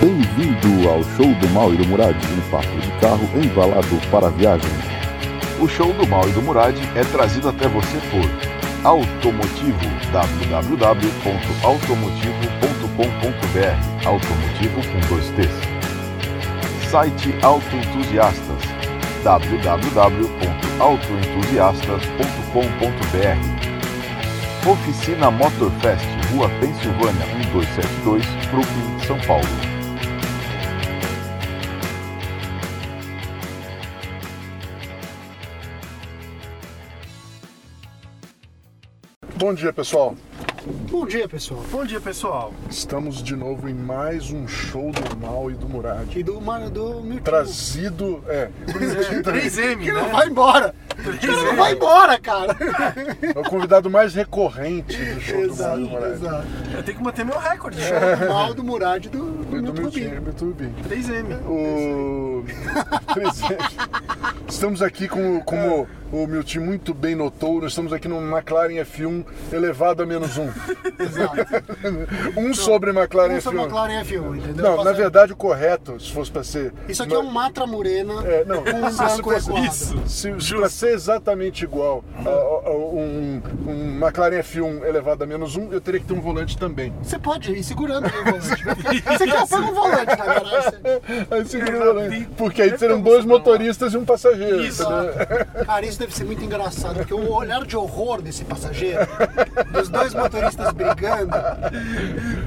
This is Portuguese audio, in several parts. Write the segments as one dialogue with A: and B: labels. A: Bem-vindo ao show do Mal e do Murad, um papo de carro embalado para a viagem. O show do Mal e do Murad é trazido até você por Automotivo, www.automotivo.com.br, automotivo com dois T's. Site Autoentusiastas, www.autoentusiastas.com.br. Oficina Motorfest, Rua Pensilvânia 1272, Brooklyn, São Paulo.
B: Bom dia, pessoal.
C: Bom dia, pessoal. Bom dia, pessoal.
B: Estamos de novo em mais um show do Mal e do Murad.
C: E do Mano do Milton.
B: Trazido, é,
C: 3M,
B: Que não
C: né?
B: vai embora.
C: O cara não vai embora, cara.
B: É o convidado mais recorrente do show
C: exato,
B: do Mal e do Murad.
C: exato. É,
D: Eu tenho que manter meu recorde.
C: O mal do Murad e do, do
B: Do
C: Milton Rubinho.
B: Miltinho, do Tubinho.
D: 3M.
B: O... Estamos aqui com,
C: É.
B: como o Milton muito bem notou, nós estamos aqui no McLaren F1 elevado a menos um.
C: Exato.
B: Um sobre McLaren
C: Não sou
B: F1.
C: McLaren F1, entendeu?
B: Não,
C: Posso-
B: na verdade o correto, se fosse pra ser.
C: Isso aqui é um Matra Morena.
B: É, não,
C: com um
B: se- se
C: banco
B: fosse-
C: recuado.
D: Isso.
B: Se, se pra ser exatamente igual
C: Uhum.
B: a, a- a um, um McLaren F1 elevado a menos um, eu teria que ter um volante também.
C: Você pode ir segurando aí o volante. né? Você quer pôr um volante na garagem.
B: Aí
C: um
B: segura o um volante, porque aí
C: é
B: serão dois motoristas e um passageiro.
D: Isso.
B: entendeu?
C: Ah, Cara, isso deve ser muito engraçado, porque o olhar de horror desse passageiro, dos dois motoristas brigando,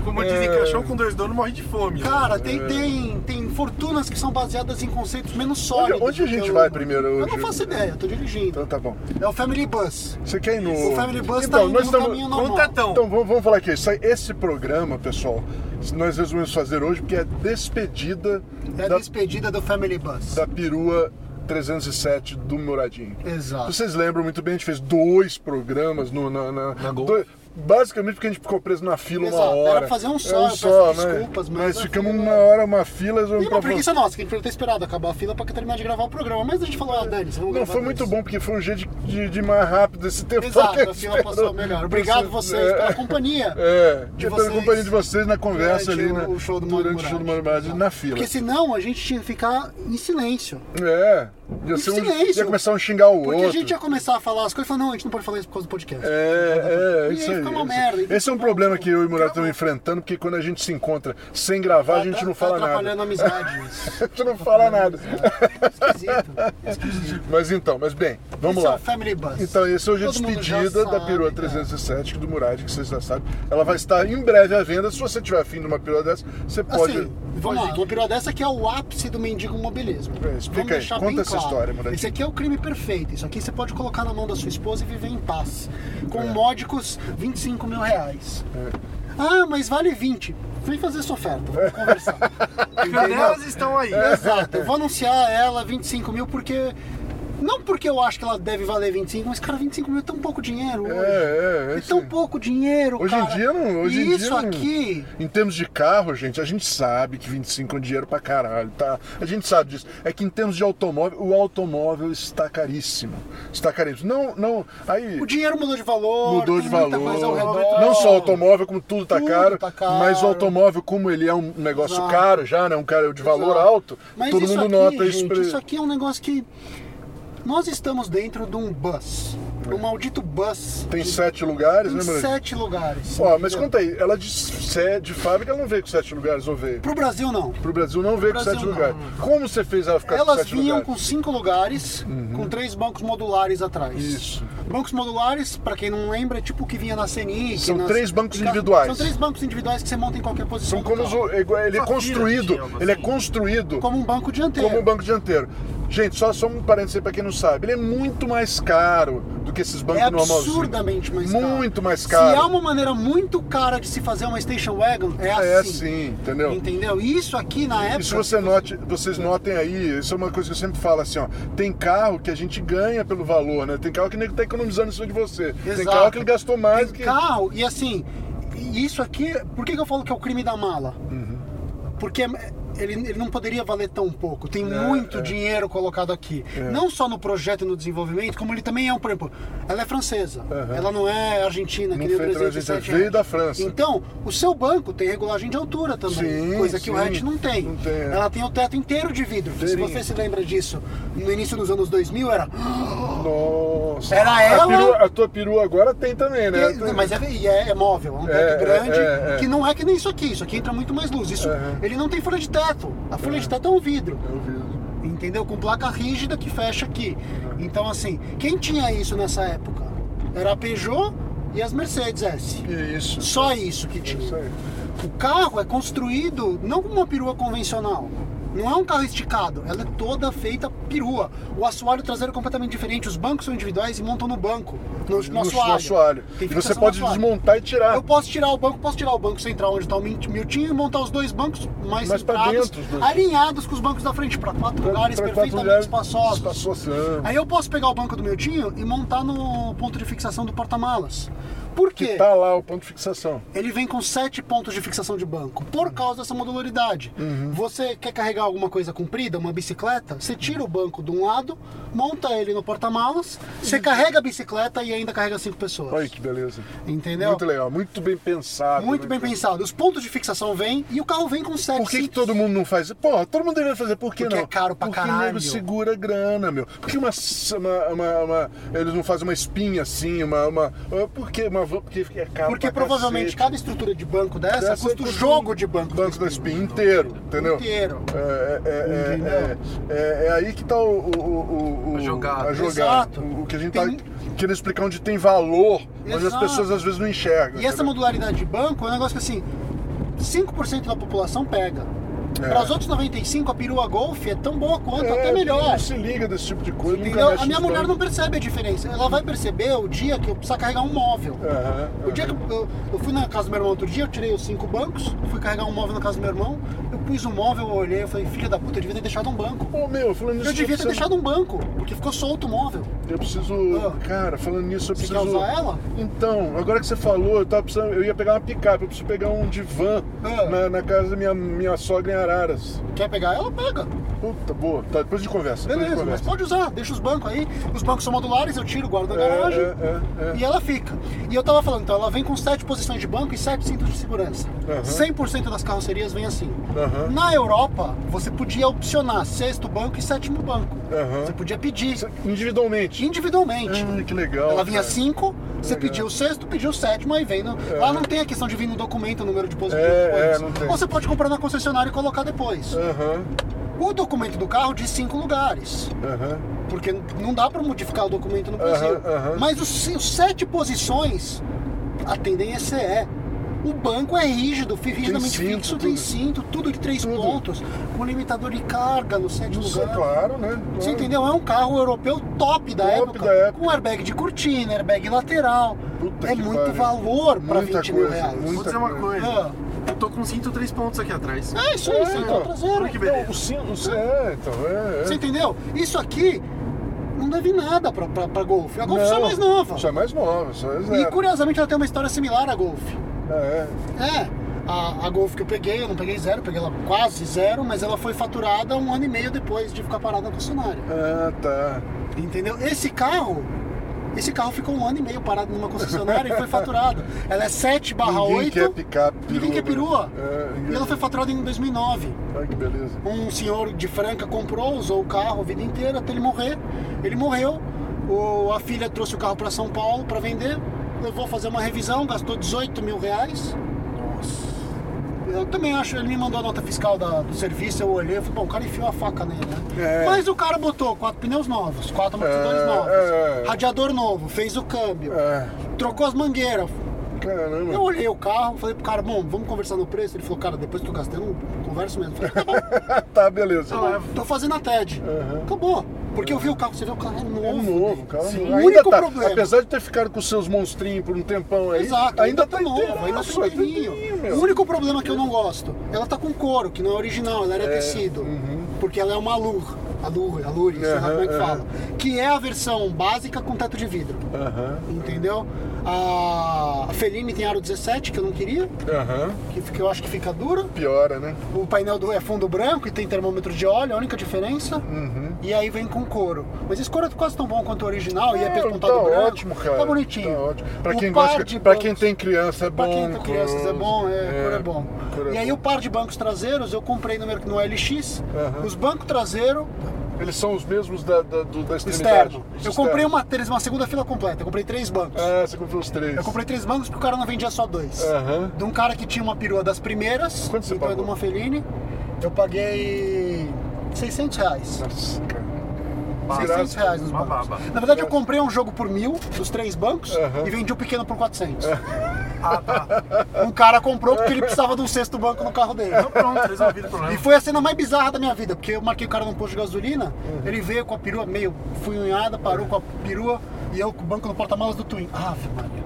D: Como dizem,
B: É.
D: cachorro com dois donos morre de fome.
C: cara, tem, tem, tem fortunas que são baseadas em conceitos menos
B: Onde,
C: sólidos.
B: onde a
C: do que
B: gente
C: o-
B: vai primeiro
C: Eu
B: hoje?
C: não faço ideia, eu tô dirigindo.
B: Então tá bom.
C: É o Family Bus.
B: Você quer ir no.
C: O Family Bus
B: então,
C: tá indo
B: nós
C: no
B: tamo-
C: caminho normal.
D: Contatão.
B: Então vamos, vamos falar aqui. Isso aí- Esse programa, pessoal, nós resolvemos fazer hoje porque é a despedida
C: É a
B: da,
C: despedida do Family Bus.
B: da perua 307 do Moradinho.
C: Exato.
B: Vocês lembram muito bem, a gente fez dois programas no, na, na,
D: Gol.
B: dois- basicamente porque a gente ficou preso na fila uma
C: Exato,
B: hora. É
C: era fazer um só,
B: Era
C: eu peço desculpas, mas
B: né? Nós
C: a
B: ficamos
C: fila-
B: uma hora, uma fila, um
C: E
B: resolvemos
C: uma
B: pra-
C: preguiça nossa, que a gente podia ter esperado acabar a fila pra terminar de gravar o programa. Mas a gente falou, ah, Dani, você
B: Não, foi muito bom, porque foi um jeito de, de, de ir mais rápido esse tempo. que
C: Exato,
B: eu
C: a fila
B: espero.
C: passou melhor. Obrigado vocês
B: É.
C: pela companhia.
B: É,
C: de
B: eu tô
C: vocês
B: na companhia de vocês na conversa
C: durante
B: ali, né?
C: o show do Mauro
B: durante o show do
C: Moraes.
B: Mauro Moraes, na fila.
C: Porque senão a gente tinha que ficar em silêncio.
B: É, ia,
C: Em
B: ser um-
C: silêncio.
B: ia começar a um xingar o
C: Porque
B: outro.
C: a gente ia começar a falar as coisas e falar, não, a gente não pode falar isso por causa do podcast.
B: É, é,
C: E
B: isso
C: aí
B: aí.
C: fica uma
B: isso.
C: merda, então
B: Esse é um problema que eu e o Murado estamos enfrentando, porque quando a gente se encontra sem gravar, a gente não
C: tá,
B: fala
C: tá
B: nada.
C: atrapalhando a amizade isso. Tá
B: A gente não fala nada.
C: Esquisito. Esquisito.
B: Mas então, mas bem, vamos
C: Esse é
B: lá.
C: o Family Bus.
B: Então, esse hoje é a
C: Todo mundo
B: despedida
C: já
B: da
C: sabe,
B: perua
C: cara.
B: 307 do Murad, que vocês já sabem. Ela vai estar em breve à venda. Se você tiver afim de uma perua dessa, você pode.
C: Assim, vamos lá, uma perua dessa aqui é o ápice do mendigo mobilismo.
B: É, explica
C: Vamos
B: aí,
C: deixar
B: conta
C: bem
B: essa
C: claro.
B: história, Murat.
C: Esse aqui é o crime perfeito. Isso aqui você pode colocar na mão da sua esposa e viver em paz.
B: É.
C: Com módicos 25 mil reais. Ah, mas vale 20. Vem fazer sua oferta,
B: É.
C: vamos conversar.
D: Janelas estão aí.
C: Exato, eu vou anunciar ela 25 mil porque. Não porque eu acho que ela deve valer 25, mas cara, 25 mil é tão pouco dinheiro hoje.
B: É, é, é
C: tão
B: isso aí.
C: pouco dinheiro,
B: Hoje em
C: cara.
B: dia não- hoje
C: e
B: em dia
C: isso
B: não-
C: aqui.
B: Em termos de carro, gente, a gente sabe que 25 é dinheiro pra caralho, tá? A gente sabe disso. É que em termos de automóvel, o automóvel está caríssimo. Está caríssimo. Não, não, aí
C: O dinheiro mudou de valor.
B: mudou
C: tem
B: de
C: muita
B: valor.
C: coisa ao redor.
B: Não só o automóvel, como tudo tá,
C: Tudo
B: caro,
C: tá caro.
B: mas o automóvel, como ele é um negócio
C: Exato.
B: caro já, né? Um cara de valor
C: Exato.
B: alto,
C: Mas
B: todo
C: isso
B: mundo
C: aqui,
B: nota
C: gente,
B: pra-
C: Isso aqui é um negócio que. Nós estamos dentro de um bus. Um maldito bus.
B: Tem
C: de-
B: sete lugares, né,
C: em
B: mano?
C: sete lugares.
B: Ó, mas
C: entendeu?
B: conta aí, ela de, sé- de fábrica ela não veio com sete lugares, ou veio?
C: Pro Brasil, não.
B: Pro Brasil não veio com
C: Brasil
B: sete
C: não.
B: lugares. Como você fez ela ficar com
C: Elas
B: sete
C: vinham
B: lugares? Uhum.
C: com cinco lugares, com três bancos modulares atrás.
B: Isso.
C: Bancos modulares, pra quem não lembra, é tipo o que vinha na CNI.
B: São três bancos individuais.
C: São três bancos individuais que você monta em qualquer posição.
B: São
C: do
B: como os,
C: carro.
B: é igual- ele é
D: Só tira,
B: construído,
D: tira, assim.
B: ele é construído
C: como um banco dianteiro.
B: como um banco dianteiro. Gente, só, só um parênteses aí pra quem não sabe. Ele é muito mais caro do que esses bancos
C: É
B: normalzinhos.
C: absurdamente mais caro.
B: Muito mais caro.
C: Se há uma maneira muito cara de se fazer uma station wagon, é assim.
B: É assim, entendeu?
C: Entendeu? E Isso aqui na época.
B: E se você note, vocês notem aí, isso é uma coisa que eu sempre falo assim, ó. Tem carro que a gente ganha pelo valor, né? Tem carro que nem tá economizando em cima de você. Tem
C: Exato.
B: carro que ele gastou mais
C: Tem
B: do que.
C: carro,
B: Uhum.
C: e assim, e isso aqui. Por que, que eu falo que é o crime da mala? Porque é- ele, ele não poderia valer tão pouco. Tem
B: É,
C: muito dinheiro colocado aqui. Não só no projeto e no desenvolvimento, como ele também é um, por exemplo, ela é francesa. Ela não é argentina,
B: Uhum. Não
C: que nem o
B: foi
C: Brasil.
B: trazer,
C: 17
B: veio
C: reais.
B: da França.
C: Então, o seu banco tem regulagem de altura também,
B: Sim,
C: coisa que o
B: sim.
C: hatch não tem.
B: Não tem, é.
C: Ela tem o teto inteiro de vidro. Se
B: Inteirinho.
C: você se lembra disso, no início dos anos 2000 era...
B: Nossa.
C: Era
B: A
C: ela?
B: perua- a tua perua agora tem também, né?
C: E- mas é, e é, é móvel, é um teto
B: É,
C: grande,
B: é, é, é.
C: que não é que nem isso aqui, isso aqui entra muito mais luz. Isso,
B: Aham.
C: Ele não tem folha de teto, a folha de teto é um vidro,
B: Eu vi.
C: entendeu? Com placa rígida que fecha aqui. Então, assim, quem tinha isso nessa época? Era a Peugeot e as Mercedes S.
B: Que isso.
C: Só isso que tinha.
B: Isso aí.
C: O carro é construído não como uma perua convencional. Não é um carro esticado, ela é toda feita perua. O assoalho traseiro é completamente diferente, os bancos são individuais e montam no banco, no, no
B: No
C: assoalho.
B: assoalho.
C: Tem
B: E
C: fixação
B: você
C: no
B: pode
C: assoalho.
B: desmontar e tirar.
C: Eu posso tirar o banco, posso tirar o banco central onde está o Mint- Miltinho e montar os dois bancos mais
B: Mais pra
C: centrados,
B: dentro, os dois.
C: alinhados com os bancos da frente, para quatro
B: Pra-
C: lugares
B: pra quatro
C: perfeitamente
B: lugares
C: espaçosos.
B: espaçosos.
C: Aí eu posso pegar o banco do Miltinho e montar no ponto de fixação do porta-malas. Por quê?
B: Que tá lá o ponto de fixação.
C: ele vem com sete pontos de fixação de banco, por causa dessa modularidade.
B: Uhum.
C: Você quer carregar alguma coisa comprida, uma bicicleta, você tira o banco de um lado, monta ele no porta-malas, você carrega a bicicleta e ainda carrega cinco pessoas.
B: Olha que beleza.
C: Entendeu?
B: Muito legal, muito bem pensado. né?
C: Muito bem pensado. Os pontos de fixação vêm e o carro vem com sete.
B: Por que, que
C: cinco-
B: todo mundo não faz? Pô, todo mundo deveria fazer, por que
C: Porque
B: não?
C: é caro pra
B: Porque
C: caralho.
B: nego segura grana, meu. Por que uma, uma- uma- uma- Eles não fazem uma espinha assim, uma. uma por que uma, porque é caro
C: Porque
B: pra
C: provavelmente
B: cacete.
C: cada estrutura de banco dessa,
B: Dessa
C: custa o
B: custa
C: jogo de banco.
B: Banco da espinha inteiro, entendeu?
C: Inteiro.
B: É, é, é,
C: Entendeu?
B: é, é, é aí que tá o, o- o- o-
D: A jogada.
B: a jogada.
C: Exato.
B: O, o que a gente
C: Tem-
B: tá querendo explicar onde tem valor, mas as
C: Exato.
B: pessoas às vezes não enxergam.
C: E essa
B: entendeu?
C: modularidade de banco é um negócio que assim, 5% da população pega. Para os outros 95, a perua Golf é tão boa quanto,
B: É,
C: até melhor.
B: Não se liga desse tipo de coisa. nunca
C: Entendeu?
B: mexe
C: A minha
B: nos
C: mulher não
B: bancos.
C: percebe a diferença. Ela vai perceber o dia que eu precisar carregar um móvel.
B: Aham,
C: O dia que eu- eu, eu fui na casa do meu irmão outro dia, eu tirei os cinco bancos, fui carregar um móvel na casa do meu irmão, eu pus o móvel, eu olhei, eu falei, filha da puta, eu devia ter deixado um banco.
B: Pô, meu, falando nisso.
C: Eu devia ter
B: preciso-
C: deixado um banco, porque ficou solto o móvel.
B: Eu preciso.
C: Ah.
B: Cara, falando nisso, eu
C: Você
B: preciso.
C: quer usar ela?
B: Então, agora que você falou, eu tava precisando. Eu ia pegar uma picape, eu preciso pegar um divã
C: Ah.
B: na, na casa da minha, minha sogra em Araras.
C: Quer pegar ela? Pega.
B: Puta, boa. Tá, depois de conversa. depois de
C: Beleza, mas
B: conversa.
C: pode usar, deixa os bancos aí. Os bancos são modulares, eu tiro, guardo na
B: É,
C: garagem.
B: é, é, é.
C: E ela fica. E eu tava falando, então, ela vem com sete posições de banco e sete cintos de segurança.
B: Aham.
C: 100% das carrocerias vem assim.
B: Aham.
C: Na Europa, você podia opcionar sexto banco e sétimo banco.
B: é. Aham.
C: Você podia pedir
B: Individualmente.
C: individualmente.
B: Ah, que legal.
C: Ela vinha assim.
B: cara.
C: cinco, você
B: Legal.
C: pediu o sexto, pediu o sétimo, aí vem. No... Lá não tem a questão de vir no documento o número de posições.
B: É,
C: de bancos.
B: é, não tem. É.
C: Ou você pode comprar na concessionária e colocar depois.
B: Aham,
C: O documento do carro diz cinco lugares.
B: aham.
C: Porque não dá para modificar o documento no Brasil.
B: aham.
C: Mas os, os sete posições atendem SE. O banco é rígido, fi- rigidamente
B: cinto,
C: fixo, tem
B: tudo.
C: cinto, tudo de três
B: Tudo.
C: pontos, com limitador de carga no sete
B: Isso é
C: lugar.
B: claro, né? Claro.
C: Você entendeu? É um carro europeu top da,
B: Top
C: época,
B: da época.
C: Com airbag de cortina, airbag lateral.
B: Puta
C: é
B: que
C: muito
B: pariu.
C: valor para
B: Muita
C: 20 mil
B: coisa,
C: reais.
B: muita
D: Vou dizer uma coisa.
C: Ah.
D: Eu tô com cinto três pontos aqui atrás.
C: É isso aí,
B: É,
C: cinto
B: então.
C: traseiro.
D: Olha que
B: Não,
D: beleza.
B: o cinto, o cinto- é, então, é. é.
C: Você entendeu? Isso aqui não deve nada pra, pra, pra Golf. A Golf só é mais nova.
B: Só é mais nova, só é
C: E
B: zero.
C: curiosamente ela tem uma história similar à Golf.
B: É,
C: É, a, a Golf que eu peguei, eu não peguei zero, eu peguei ela quase zero, mas ela foi faturada um ano e meio depois de ficar parada na concessionária.
B: Ah, tá.
C: Entendeu? Esse carro. Esse carro ficou um ano e meio parado numa concessionária e foi faturado. Ela é 7 barra
B: Ninguém
C: 8.
B: quer picar
C: Ninguém quer
B: perua,
C: perua.
B: né? É, ninguém-
C: e ela foi faturada em 2009.
B: Olha que beleza.
C: um senhor de Franca comprou, usou o carro a vida inteira até ele morrer. Ele morreu, o- a filha trouxe o carro para São Paulo para vender, levou a fazer uma revisão, gastou 18 mil reais. Eu também acho, ele me mandou a nota fiscal da- do serviço, eu olhei, eu falei, bom, o cara enfiou a faca nele, né?
B: É.
C: Mas o cara botou quatro pneus novos, quatro amortecedores
B: É,
C: novos,
B: é.
C: radiador novo, fez o câmbio,
B: É,
C: trocou as mangueiras,
B: caramba.
C: eu olhei o carro, falei pro cara, bom, vamos conversar no preço. Ele falou, cara, depois que eu gastei, eu não converso mesmo. Eu falei, tá bom,
B: tá, beleza.
D: Tá lá,
C: é, tô fazendo a TED.
B: Aham.
C: Acabou. Porque eu vi o carro, você vê o carro é novo.
B: É novo, cara.
C: Sim.
B: novo.
C: O
B: Ainda
C: único
B: tá,
C: problema.
B: apesar de ter ficado com seus monstrinhos por um tempão aí,
C: Exato, ainda, tá novo,
B: inteiro,
C: ainda
B: nossa,
C: tá inteirinho.
B: inteirinho, meu.
C: O único problema que eu não gosto, ela tá com couro, que não é original, ela era tecido. Porque ela é uma Lur, a Lur, a Lure, sei lá
B: uhum. Aham,
C: como é que
B: aham.
C: fala. Que é a versão básica com teto de vidro.
B: Aham.
C: Entendeu? A Feline tem aro 17, que eu não queria,
B: Aham.
C: que, fica- eu acho que fica dura.
B: Piora, né?
C: O painel do, é fundo branco e tem termômetro de óleo, é a única diferença.
B: Uhum.
C: E aí vem com couro. Mas esse couro é quase tão bom quanto o original e é
B: Ah,
C: perguntado
B: tá
C: branco.
B: ótimo, cara.
C: Tá bonitinho.
B: Tá ótimo. Pra
C: O
B: quem
C: par
B: gosta,
C: de
B: pra
C: bancos-
B: quem tem criança é
C: Pra
B: bom.
C: quem tem crianças é bom, é, cor é bom.
B: cor é
C: e aí
B: bom.
C: o par de bancos traseiros eu comprei no, mer- no LX.
B: Aham.
C: Os bancos traseiros
B: Eles são os mesmos da, da, do, da extremidade.
C: externo.
B: Os
C: Eu comprei um-
B: externos.
C: uma, três- uma segunda fila completa, eu comprei três bancos.
B: Ah, você comprou os três.
C: Eu comprei três bancos porque o cara não vendia só dois.
B: Aham.
C: De um cara que tinha uma perua das primeiras,
B: Quanto você
C: então é de
B: pagou?
C: uma Feline, eu paguei 600 reais.
B: Nossa, cara.
C: 600
B: Desgraça.
C: reais nos
D: Uma
C: bancos.
D: baba.
C: Na verdade, eu comprei um jogo por mil, dos três bancos,
B: Aham.
C: e vendi o pequeno por 400. Um cara comprou porque ele precisava de um sexto banco no carro dele.
D: Então pronto, resolvido o
C: E
D: problema.
C: foi a cena mais bizarra da minha vida, porque eu marquei o cara num posto de gasolina,
D: Uhum.
C: ele veio com a perua meio funhunhada, parou com a perua e eu com o banco no porta-malas do Twin. Ave Maria.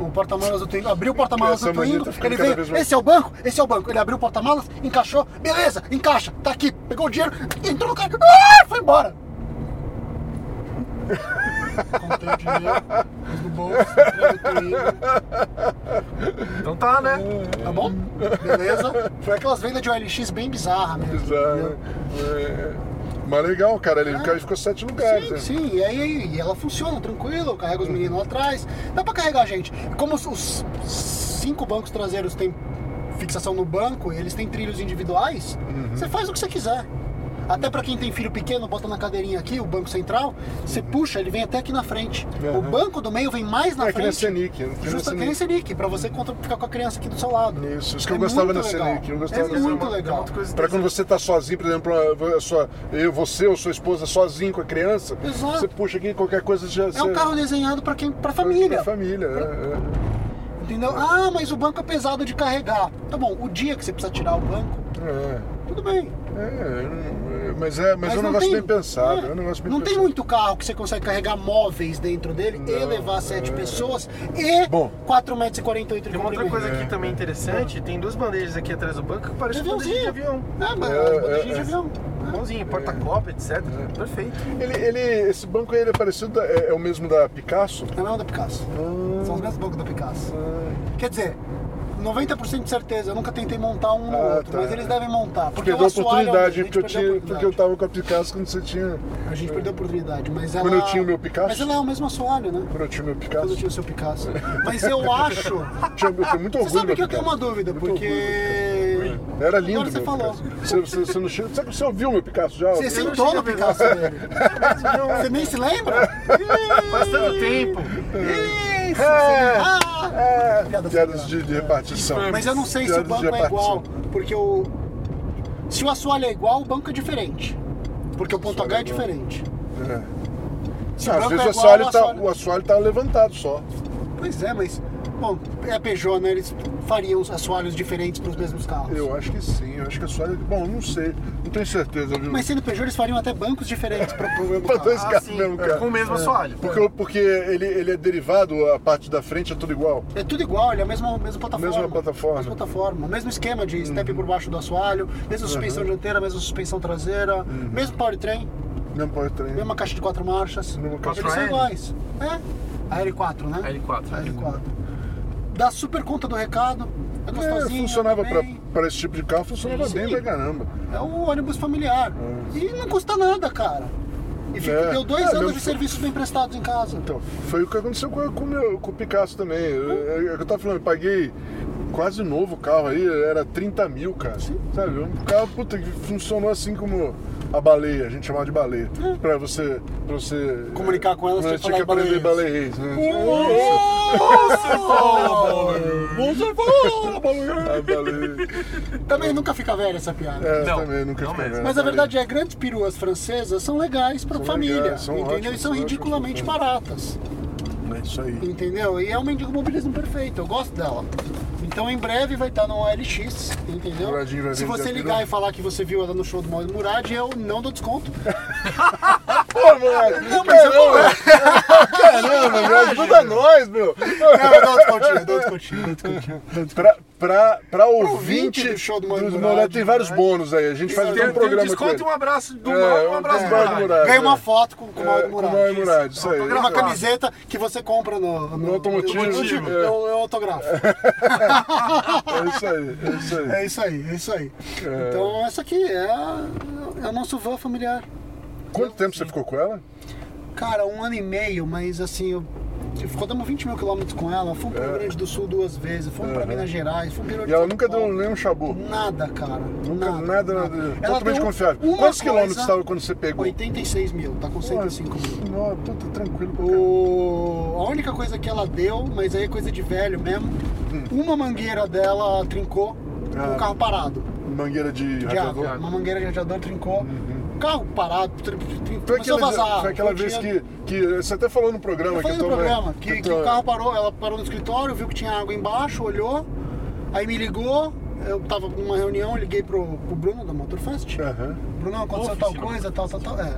C: O porta-malas do Twin. Abriu o porta-malas
B: Essa
C: do Twin,
B: mania tá ficando
C: ele
B: cada
C: veio,
B: vez mais-
C: esse é o banco, esse é o banco. Ele abriu o porta-malas, encaixou, beleza, encaixa, tá aqui. Pegou o dinheiro, entrou no carro, ah, foi embora. Contei o dinheiro, pus no bolso, entrei no Twin.
D: Então tá, né?
C: Tá bom? Beleza? Foi aquelas vendas de OLX bem bizarra mesmo.
B: Exato. né? É. Mas legal, cara. Ele, o cara ficou sete lugares.
C: Sim,
B: né?
C: sim, e aí e ela funciona tranquilo, carrega os meninos lá atrás, dá pra carregar a gente. Como os, os cinco bancos traseiros têm fixação no banco, e eles têm trilhos individuais, você faz o que você quiser. Até pra quem tem filho pequeno, bota na cadeirinha aqui, o banco central, você puxa, ele vem até aqui na frente.
B: Uhum.
C: O banco do meio vem mais na
B: É que nem a
C: frente.
B: Senic. né? Que nem a
C: Justa que nem
B: Senic.
C: Senic, pra você contra- ficar com a criança aqui do seu lado.
B: Isso, isso que
C: É
B: eu gostava
C: muito
B: da
C: legal.
B: Senic, eu gostava
C: é
B: da
C: muito
B: Senic.
C: legal.
D: Muita coisa
B: Pra quando você tá sozinho, por exemplo, a- a sua, eu, você ou sua esposa sozinho com a criança,
C: Exato.
B: você puxa aqui qualquer coisa já. um
C: É um carro desenhado pra quem, pra família.
B: família. é,
C: Entendeu? Ah, mas o banco é pesado de carregar. Tá bom, o dia que você precisa tirar o banco,
B: é, é.
C: tudo bem.
B: É, é, mas é, mas é um
C: não
B: negócio
C: tem-
B: bem pensado.
C: é,
B: É, um negócio bem
C: não tem
B: pensado.
C: muito carro que você consegue carregar móveis dentro dele e levar sete pessoas e
B: é. Bom.
C: 4,48 metros e 48 de
D: Tem uma outra
C: comprimento.
D: coisa aqui também interessante, tem duas bandejas aqui atrás do banco que parece
C: De
D: um bandeja de
C: aviãozinho.
D: avião.
C: Ah, mas
B: É, é,
C: é, de
B: é.
C: avião.
D: Bonzinho, porta-copa, etc. Perfeito.
B: Ele, ele- esse banco aí ele é parecido, da- é, é o mesmo da Picasso?
C: É o mesmo da Picasso. São os mesmos bancos da Picasso. Quer dizer, 90% de certeza, eu nunca tentei montar um no
B: Ah,
C: outro,
B: tá.
C: mas eles devem montar. Porque
B: Perdeu a
C: o assoalho,
B: oportunidade,
C: né? a gente
B: porque eu,
C: perdeu a
B: tinha,
C: oportunidade.
B: porque eu tava com a Picasso quando você tinha.
C: A gente perdeu a oportunidade, mas ela...
B: Quando eu tinha o meu Picasso?
C: Mas ela é o mesmo assoalho, né?
B: Quando eu tinha o meu
C: Quando
B: Picasso.
C: eu tinha o seu Picasso. Mas eu acho...
B: Tinha- eu tenho muito orgulho
C: Você sabe
B: do
C: que eu
B: Picasso.
C: tenho uma dúvida,
B: Muito
C: porque...
B: orgulho. Era lindo.
C: Agora você
B: meu
C: falou.
B: Picasso. Você, você, você não chega. Sabe que você ouviu o meu Picasso já? É.
C: Você
D: não
C: sentou
D: cheguei
C: no
D: a ver
C: Picasso dele. Você nem se lembra?
D: Faz tanto tempo.
C: Ih, você-
B: É.
C: Ah!
B: É,
C: Piada sem
B: piadas
C: graça.
B: de, de repartição.
C: Mas eu não sei se
B: Piadas
C: o
B: de
C: banco é
B: repartição.
C: igual, porque o... Se o assoalho é igual, o banco é diferente. Porque o ponto H é diferente.
B: É.
C: Se
B: Não,
C: o
B: às
C: banco
B: vezes o
C: é igual,
B: assoalho, tá, o assoalho tá levantado só.
C: Pois é, mas... Bom, é a Peugeot, né? Eles fariam os assoalhos diferentes para os mesmos carros.
B: Eu acho que sim, eu acho que o assoalho. é, Bom, não sei, não tenho certeza, viu?
C: Mas sendo Peugeot, eles fariam até bancos diferentes para o mesmo
B: Pra
C: carro.
B: dois
D: Ah,
B: carros
D: sim,
B: mesmo, cara. É.
D: com o mesmo assoalho.
B: Porque, porque ele, ele é derivado, a parte da frente é tudo igual.
C: É tudo igual, ele é a mesma, mesma plataforma.
B: Mesma plataforma. Uhum.
C: Mesma plataforma. Mesmo esquema de step por baixo do assoalho, mesma suspensão dianteira, mesma suspensão traseira,
B: Uhum.
C: mesmo powertrain,
B: Mesmo powertrain.
C: mesma caixa de quatro marchas.
B: Mesmo
D: carro.
C: Eles são
D: Quatro
C: iguais. É. A L4, né?
D: A L4.
C: A
B: um
C: L4. Dá super conta do recado, é
B: É,
C: gostosinho.
B: funcionava pra,
C: também.
B: pra esse tipo de carro, funcionava
C: Sim.
B: bem pra caramba.
C: É um ônibus familiar. E não custa nada, cara. E fica-
B: É.
C: deu dois
B: É,
C: anos
B: mesmo-
C: de serviços bem prestados em casa.
B: Então, foi o que aconteceu com, com o meu- com o Picasso também. Eu, é, eu, eu tava falando, eu paguei quase novo o carro aí, era 30 mil, cara. Sabe? Um carro, puta, que funcionou assim como a baleia, a gente chamava de baleia. Pra você. Pra você
C: Comunicar com ela, você
B: você
C: tinha
B: tinha que
C: que falar
B: aprender
C: baleias.
B: baleias, né? A baleia.
C: Também nunca fica velha essa piada.
B: É,
D: Não,
B: também, nunca
D: não
B: fiquei
D: mesmo.
B: vendo.
C: Mas a verdade é, grandes peruas francesas são legais para
B: São
C: família,
B: legais, são
C: entendeu?
B: ótimas,
C: e são
B: são
C: ridiculamente
B: ótimas.
C: baratas,
B: É isso aí.
C: entendeu? E é um mendigo mobilismo perfeito, eu gosto dela. Então em breve vai estar no OLX, entendeu?
B: Muradinho vai
C: Se
B: vender
C: você
B: a
C: ligar
B: peru.
C: e falar que você viu ela no show do Mauro Murad, eu não dou desconto.
B: Pô, moleque. Não, mas Caramba, meu, ajuda nós, meu.
C: Não, dá outro continho, dá outro continho, dá outro continho.
B: Pra, pra, pra
C: ouvinte
B: ouvinte
C: do show do Mário
B: dos
C: Murad,
B: Murad, tem vários
C: né?
B: bônus aí. A gente faz
D: Tem-
B: até
D: tem
B: um programa com
D: desconto
B: ele.
D: e um abraço do
B: É,
D: Mauro e um
B: um
D: abraço
B: desconto do
D: do
B: Murad.
D: Murad.
C: Ganha uma foto com, com o
B: É,
C: Mauro
B: com o Mauro
C: Murad. É um
B: Murad, isso aí.
C: Ganha uma
D: Autografado.
C: camiseta que você compra no, no,
B: automotivo.
C: Eu,
B: É.
C: eu, eu autografo.
B: É isso aí, é isso aí.
C: É isso aí, é isso aí. Então, essa aqui é, a- é o nosso van familiar.
B: Quanto tempo você ficou com ela?
C: Cara, um ano e meio, mas assim, eu... rodamos 20 mil quilômetros com ela. Fomos para o Rio Grande do Sul duas vezes, fomos para Minas Gerais, fomos para
B: É. E ela nunca deu nenhum chabu.
C: Nada, cara.
B: Nunca, nada, nada.
C: Ela
B: Totalmente
C: deu um-
B: confiável.
C: uma
B: Quantos quilômetros
C: coisa-
B: estava quando você pegou?
C: 86 mil, tá com 105 mil.
B: Não, puta, tá tranquilo. pra caramba.
C: O... A única coisa que ela deu, mas aí é coisa de velho mesmo, uma mangueira dela trincou com
B: Hum. Ah.
C: o carro parado.
B: Mangueira de
C: De água.
B: radiador.
C: Uma mangueira de radiador trincou. O Carro parado, trin- trin-
B: Uhum. Foi
C: começou a
B: aquela,
C: vazar.
B: foi aquela
C: não
B: vez
C: tinha-
B: que, que. Você até falou no programa
C: Eu
B: que
C: falei no
B: eu tô-
C: programa, que,
B: eu
C: que
B: tô-
C: o carro parou, ela parou no escritório, viu que tinha água embaixo, olhou, aí me ligou, eu tava numa reunião, liguei pro, pro Bruno da Motorfest.
B: Aham.
C: Bruno, aconteceu tal coisa, tal, tal, tal. É.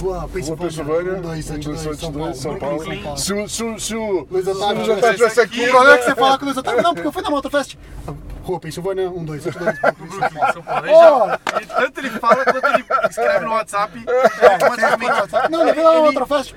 C: Rua
B: Rua
C: Pensilvânia,
B: Pensilvânia,
C: 1272,
B: 1272,
C: São Paulo.
B: São Paulo.
C: São Paulo.
B: Se o se o- se o-
C: Luiz
B: se o
C: Otávio,
B: Luiz Otávio estivesse aqui.
C: O problema é que você fala com o Luiz Otávio. Não, porque eu fui na Motorfest. Rua Pensilvânia, 1272.
D: Brooklyn, São Paulo. Ele já- ele- tanto ele fala quanto ele escreve no WhatsApp.
B: É.
D: é,
C: É,
D: automaticamente.
C: Não, levei lá na
D: Ele-
C: Motorfest.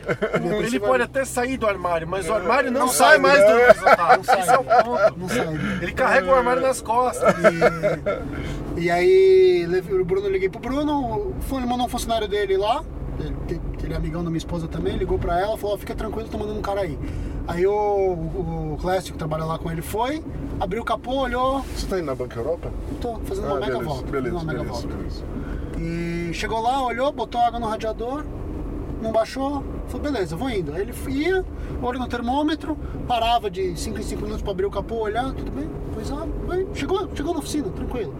D: Ele, pode até sair do armário, mas o armário não,
C: Não
D: sai
C: sai,
D: mais do
B: né?
D: resultado. Isso é o ponto.
C: Não sai.
D: Ele carrega o armário nas costas.
C: E- E aí leve- o Bruno liguei pro Bruno, o fone mandou um funcionário dele lá, ele- que- que ele é amigão da minha esposa também, ligou pra ela, falou, "Ó, fica tranquilo, tô mandando um cara aí. Aí o, o Clécio, que trabalha lá com ele, foi, abriu o capô, olhou,
B: Você tá indo na Banca Europa?
C: tô fazendo uma
B: Ah,
C: mega
B: beleza,
C: volta.
B: beleza,
C: uma mega
B: beleza,
C: volta.
B: beleza.
C: E chegou lá, olhou, botou água no radiador, não baixou, falou, beleza, vou indo. Aí ele ia, olhou no termômetro, parava de 5 em 5 minutos para abrir o capô, olhar, tudo bem, pois ah, vai. chegou, chegou na oficina, tranquilo,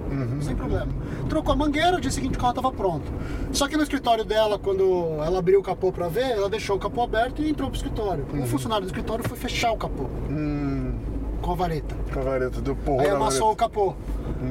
C: sem problema. Trocou a mangueira, no dia seguinte o carro estava pronto. Só que no escritório dela, quando ela abriu o capô para ver, ela deixou o capô aberto e entrou pro escritório. Um funcionário do escritório foi fechar o capô
B: Hum,
C: com a vareta.
B: cavareta, deu porra Hum.
C: Aí
B: na
C: amassou o capô.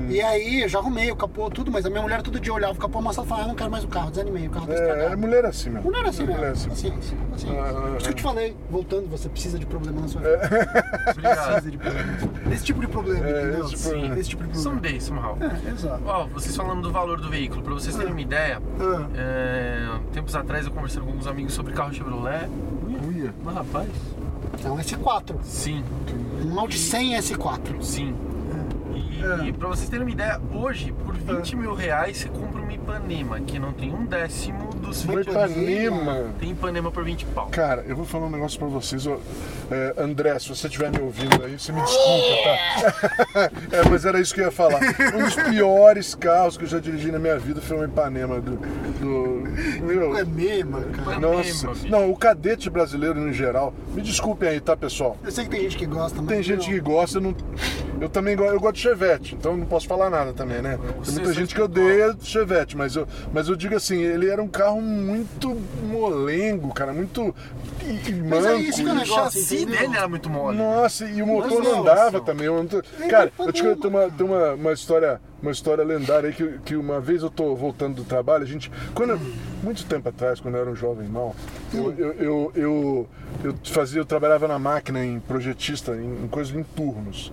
C: E aí eu já arrumei o capô, tudo, mas a minha mulher todo dia olhava o capô amassado e falava, ah, não quero mais o carro, desanimei, o carro tá
B: vareta. É,
C: estragado.
B: é mulher assim mesmo.
C: Mulher assim,
B: Mulher
C: né?
B: assim.
C: Paciência, paciência.
B: Ah, ah,
C: Por isso que eu te falei, voltando, você precisa de problema na sua vida.
D: Obrigado.
C: Precisa de problema. Esse tipo de problema,
B: É,
C: entendeu?
B: esse problema.
C: Esse tipo de problema.
D: Someday, somehow.
C: É, exato.
D: Ó, vocês falando do valor do veículo, pra vocês terem uma ideia,
C: Ah.
D: é, tempos atrás eu conversando com alguns amigos sobre carro Chevrolet.
C: Assim.
B: Uia.
D: Mas rapaz,
C: É um S4.
D: sim,
C: Um Audi 100 S4.
D: sim. E,
C: É.
D: e pra vocês terem uma ideia, hoje, por
B: É.
D: 20 mil reais, você compra uma Ipanema, que não tem um décimo dos
B: Foi
D: 20
B: pra Lima.
D: Tem Ipanema por 20 pau.
B: Cara, eu vou falar um negócio pra vocês. ó. É, André, se você estiver me ouvindo aí, você me desculpa, tá? é, mas era isso que eu ia falar. Um dos piores carros que eu já dirigi na minha vida foi um Ipanema do. do meu,
C: É mesmo, cara.
B: nossa.
D: Ipanema, bicho.
B: Não, o cadete brasileiro em geral. Me desculpem aí, tá, pessoal?
C: Eu sei que tem gente que gosta, mas.
B: Tem gente que gosta, eu, não- eu também go- eu gosto de Chevette, então eu não posso falar nada também, né? Tem muita gente que odeia Chevette, mas eu, mas eu digo assim, ele era um carro muito molengo, cara, muito e- e
C: Mas
B: manco.
C: é isso que é o
B: e-
D: O chassi
C: Negócio, entendeu?
D: dele era muito mole.
B: nossa, e o motor não
C: Mas não,
B: andava
D: assim,
B: também. eu não tô-
C: Nem
B: Cara,
C: culpa
B: eu te conto, tem, uma,
C: nenhuma.
B: tem uma, uma história, uma história lendária aí que, que uma vez eu tô voltando do trabalho, a gente. Quando eu- muito tempo atrás, quando eu era um jovem mal, eu, eu, eu, eu, eu fazia, eu trabalhava na máquina em projetista, em, em coisas em turnos.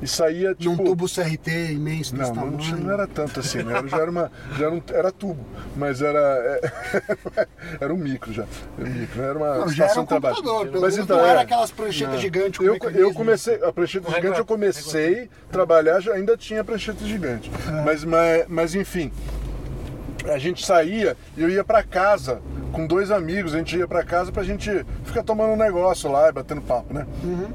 B: E saía, tipo.
C: Num tubo CRT imenso
B: Não,
C: desse
B: não, tinha-
C: tamanho.
B: não era tanto assim, né? Era- Já era, uma, já era, um- era tubo, mas era, é, era um micro já. Era um micro, era uma
C: Não, já era
B: estação
C: um
B: de trabalho.
C: computador, pelo
B: mas
C: menos
B: então,
C: não era
B: é.
C: aquelas pranchetas
B: Não.
C: gigantes com
B: Eu, eu
C: mecanismo.
B: comecei, a prancheta gigante eu comecei a trabalhar, já, ainda tinha prancheta gigante. Mas, mas, mas enfim, a gente saía e eu ia pra casa com dois amigos, a gente ia pra casa pra gente ficar tomando um negócio lá e batendo papo, né?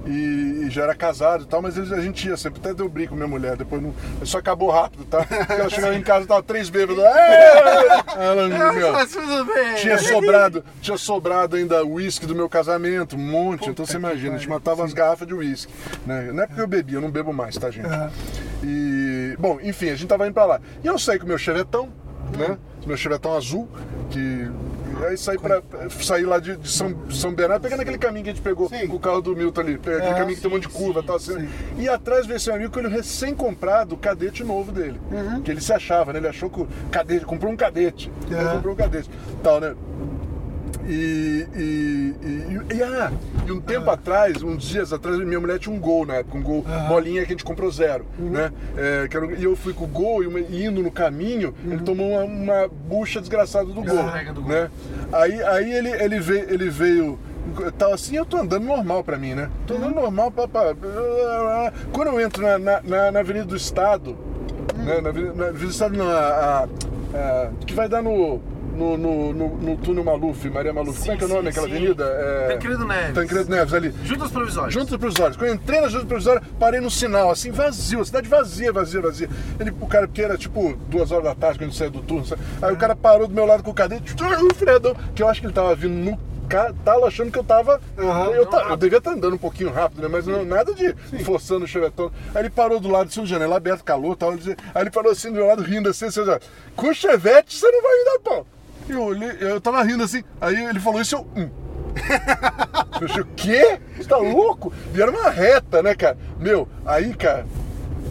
B: E, e já era casado e tal, mas eles- a gente ia sempre, até deu briga com minha mulher, depois não. Só acabou rápido, tá? Porque ela chegava em casa, tava três bêbados. Ela, meu,
D: Mas tudo
C: É.
D: bem.
B: tinha sobrado, tinha sobrado ainda uísque do meu casamento, um monte. então você imagina, a gente matava as garrafas de uísque. Né? Não é porque eu bebi, eu não bebo mais, tá, gente? E, bom, enfim, a gente tava indo pra lá. E eu saí com o meu chevetão, né? Meu chevetão azul, que. e Aí saí, pra, saí lá de, de São, São Bernardo, pegando aquele caminho que a gente pegou
C: Sim.
B: com o carro do Milton ali, pega aquele caminho que tem um monte de curva e tal. Assim, e atrás veio esse amigo que ele recém-comprado o cadete novo dele. Que ele se achava, né? Ele achou que o cadete, comprou um cadete.
C: É.
B: Comprou um cadete. Tal, né? E, e, e, e- e- ah, e um tempo atrás, uns dias atrás, minha mulher tinha um gol na época, um gol bolinha que a gente comprou zero, né? É, que era um- e eu fui com o gol e uma- e indo no caminho, ele tomou uma, uma bucha desgraçada do gol,
D: Descarrega do gol.
B: né? Aí, aí ele, ele veio, ele veio tal assim, eu tô andando normal pra mim, né? Tô
D: Uhum.
B: andando normal, papá. Quando eu entro na, na, na- na Avenida do Estado,
D: Uhum.
B: né? na, Avenida, na Avenida do Estado, não, a- a- a- que vai dar no, no, no, no- no túnel Maluf, Maria Maluf. Como é que é o nome daquela avenida? É...
D: Tancredo Neves.
B: Tancredo Neves, ali.
D: Juntas provisórias.
B: Juntos provisórios. Quando eu entrei na junta provisória, parei no sinal, assim, vazio, a cidade vazia, vazia, vazia. Ele, o cara, porque era tipo duas horas da tarde, quando saiu do turno, sabe? aí o cara parou do meu lado com o cadete, o freadão, que eu acho que ele tava vindo no tava achando que eu tava. eu, ta- eu devia estar andando um pouquinho rápido, né? Mas não, nada de forçando o chevetão. Aí ele parou do lado, assim, janela aberta, calor, tal. ele dizia- Aí ele parou assim do meu lado, rindo assim, assim, assim com o chevette você não vai me dar pau. Eu olhei, eu tava rindo assim, aí ele falou isso, eu. "Hum." Eu falei, o quê? Você tá louco? E era uma reta, né, cara? Meu, aí, cara,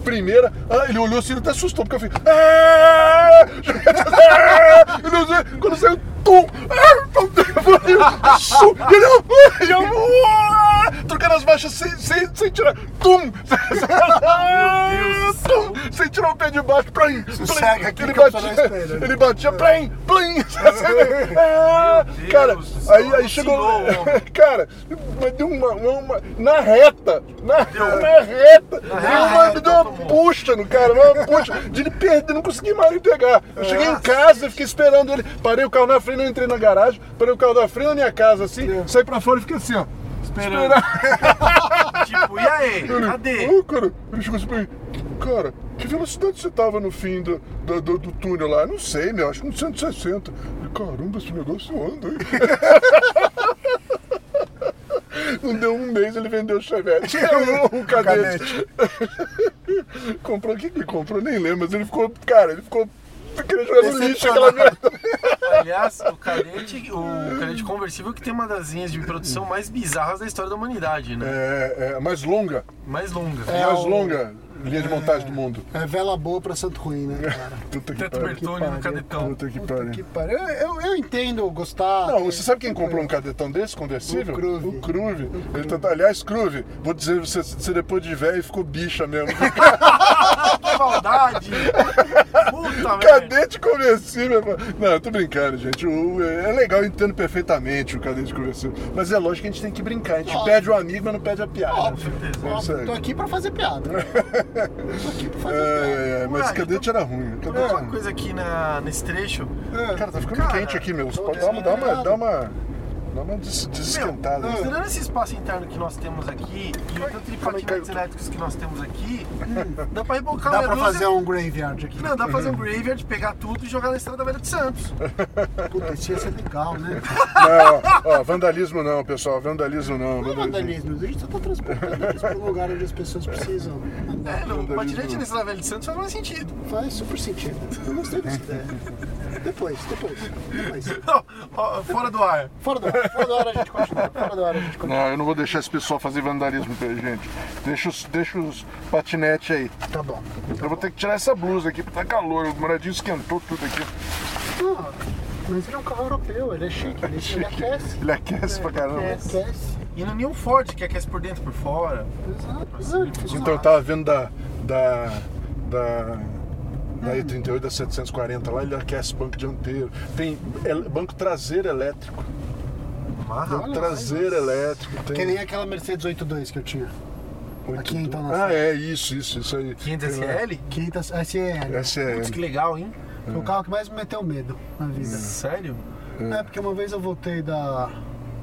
B: primeira. Ah, ele olhou assim, ele até assustou, porque eu fiz. "Ah!" Ele olhou, assim, Quando saiu, tum! Ah! Pum! Eu falei, "Su!" E Ele "Ah!" E eu, "Ah!" trocando as baixas sem, sem, sem tirar. Tum! Tum! Sem tirar o pé de baixo, plim! plim.
C: Sossega aqui
B: Ele
C: que eu tô na
B: batia,
C: espera.
B: ele batia, plim! Plim! Ah,
D: Meu Deus
B: Cara,
D: do céu,
B: aí, aí chegou.
D: alucinou o homem.
B: Cara, mas deu uma, uma- uma- Na reta! Na, na reta! deu uma,
D: reta,
B: me deu uma
D: tomou.
B: puxa no cara, uma puxa. De ele perder, não consegui mais me pegar. Eu cheguei em casa e fiquei esperando ele. Parei o carro na frente, eu entrei na garagem, parei o carro na frente da minha casa assim, saí pra fora e fiquei assim, ó.
D: Esperando. Tipo, e aí? Cadê?
B: Ô, cara, ele chegou assim pra mim. Cara, que velocidade você tava no fim do, do, do- do túnel lá? Não sei, meu, acho que uns 160. Eu, Caramba, esse negócio anda, hein? Não deu um mês, ele vendeu o Chevette. Um cadete. comprou, o que que ele comprou? Nem lembro, mas ele ficou, cara, ele ficou querendo jogar no lixo aquela merda.
D: Aliás, o cadete, o cadete conversível que tem uma das linhas de produção mais bizarras da história da humanidade, né?
B: É, é, mais longa,
D: Mais longa.
C: É.
B: mais
C: o-
B: longa linha de montagem do mundo.
C: É vela boa pra Santo Ruim, né, cara?
B: Puta que
D: Teto
B: pariu.
D: Bertone no cadetão.
B: Puta que
C: Puta que
B: pariu.
C: pariu. Eu, eu, eu entendo gostar.
B: Não, você sabe quem comprou um cadetão desse, conversível?
C: O Cruve.
B: O Cruve. Ele tá- aliás, Cruve, vou dizer, você, você depois de velho ficou bicha mesmo.
D: Que maldade! Puta, velho!
B: cadete conversível. mano. Não, eu tô brincando, gente. O- é é legal, eu entendo perfeitamente o cadete conversível. Mas é lógico que a gente tem que brincar. A gente
C: Óbvio.
B: perde o amigo, mas não perde a piada.
C: Óbvio.
D: certeza.
B: Não
C: Ó,
B: sei.
C: Tô aqui pra fazer piada. Tô aqui pra fazer piada.
B: É, é, é, mas
D: Ué,
B: cadete
C: então-
B: era ruim. Cadete era
D: Uma
B: ruim.
D: coisa aqui na, nesse trecho.
C: É.
B: Cara, tá ficando
D: Cara,
B: quente aqui, meu. Você
C: tô
B: pode dar uma, dá uma,
C: desesperado.
B: dá uma, dá uma des- desesquentada.
D: Meu, considerando esse espaço interno que nós temos aqui e o tanto de patinetes elétricos que nós temos aqui, dá pra rebocar
C: Dá
D: meia
C: pra
D: dúzia-
C: fazer um graveyard aqui.
D: Não, dá pra fazer um graveyard, pegar tudo e jogar na Estrada Velha de Santos.
C: um- Puta, isso ia ser legal, né?
B: Não, ó, vandalismo não, pessoal. Vandalismo não.
C: Não é vandalismo, a gente só tá transportando isso pra um lugar onde as pessoas precisam.
D: É, não, patinete na Estrada Velha de Santos faz mais sentido.
C: Faz super sentido. Eu gostei dessa ideia. Depois, depois, depois.
D: Ó, ó, Fora do ar.
C: Fora da hora, fora da hora a gente continua. Fora da hora a gente continua.
B: Não, eu não vou deixar esse pessoal fazer vandalismo pra gente. Deixa os, deixa os patinetes aí.
C: Tá bom.
B: Eu vou ter que tirar essa blusa aqui, porque tá calor. O moradinho esquentou tudo aqui.
C: Ah, mas ele é um carro europeu, ele é chique, ele, ele aquece.
B: Ele aquece pra caramba.
C: Ele aquece.
D: E no New Ford, que aquece por dentro e por fora.
C: Exato. Não, ele fez
B: Então, eu
C: uma-
B: tava vendo da. da. da. da E38, da 740 lá, ele aquece banco dianteiro. Tem el- banco traseiro elétrico.
D: Marra.
B: Banco traseiro elétrico. Tem...
C: Que nem aquela Mercedes 82 que eu tinha. aqui, então, na
B: Ah, é, isso, isso, isso aí.
D: 500
C: é?
B: Tem lá.
D: SL?
C: 500 SL.
B: Essa é.
D: Putz, que legal, hein?
C: Foi o carro que mais me meteu medo na vida.
D: Sério?
B: Hum,
C: É, porque uma vez eu voltei da,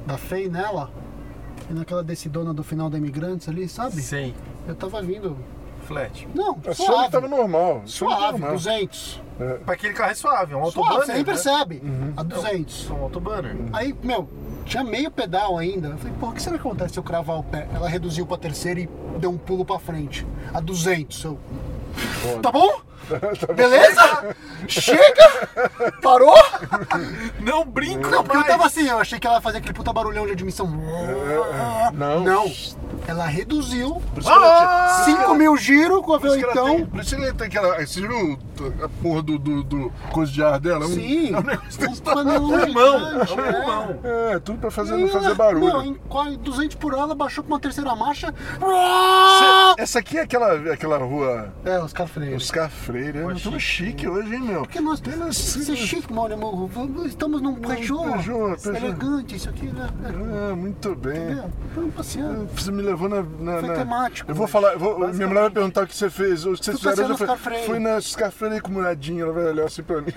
C: da FEI nela, e naquela descidona do final da Imigrantes ali, sabe?
D: Sei.
C: Eu tava vindo.
D: Flat.
C: Não,
B: A Sony
C: suave.
B: tava normal. a Sony tava
C: Suave,
B: normal.
C: 200.
D: Pra aquele carro é suave, é um
C: Suave,
D: autobanner.
C: você nem
D: né?
C: percebe.
B: Uhum.
C: A 200.
D: É um autobanner.
C: Aí, meu, tinha meio pedal ainda. Eu falei, pô, o que será que acontece se eu cravar o pé? Ela reduziu pra terceira e deu um pulo pra frente. A 200. Eu... Tá bom? Beleza? Chega! Parou?
D: Não brinca
C: Não, porque eu
D: mais.
C: tava assim, eu achei que ela ia fazer aquele puta barulhão de admissão.
B: Não.
C: Não. Ela reduziu
B: Por isso que ela tinha-
C: 5 mil giro com então. a
B: Por isso que ela tem-
C: V8.
B: Por isso que ele tem aquela. Você viu a porra do, do, do coisa de ar dela? É um-
C: Sim.
B: É um negócio desse
C: Um
B: tamanho.
C: panelão gigante,
D: é um pulmão.
B: É, tudo tá pra fazer,
C: E
B: não fazer
C: ela-
B: barulho.
C: Não, então- em quase 200 por hora, ela baixou pra uma terceira marcha.
B: Cê- Essa aqui é aquela, aquela rua
C: É, os cafreiros.
B: Oscar Freire. Eu tô chique hoje, hein, meu?
C: Porque nós
B: Tem
C: temos.
B: nascido-
C: Isso é chique, Mauro Morro. Vamos- Estamos num Peugeot.
B: Peugeot,
C: Isso é
B: Peugeot.
C: elegante, isso aqui, né?
B: Ah, muito bem.
C: É, Estamos passeando.
B: Você me levou na. na,
C: Foi
B: na-
C: temático,
B: Eu vou
C: né?
B: falar, eu vou- minha mulher vai perguntar o que você fez. O que vocês
C: Tu
B: fizeram hoje, eu
C: passeou no
B: falei,
C: Oscar Freire.
B: Fui na Oscar Freire com moradinha, ela vai olhar assim pra mim.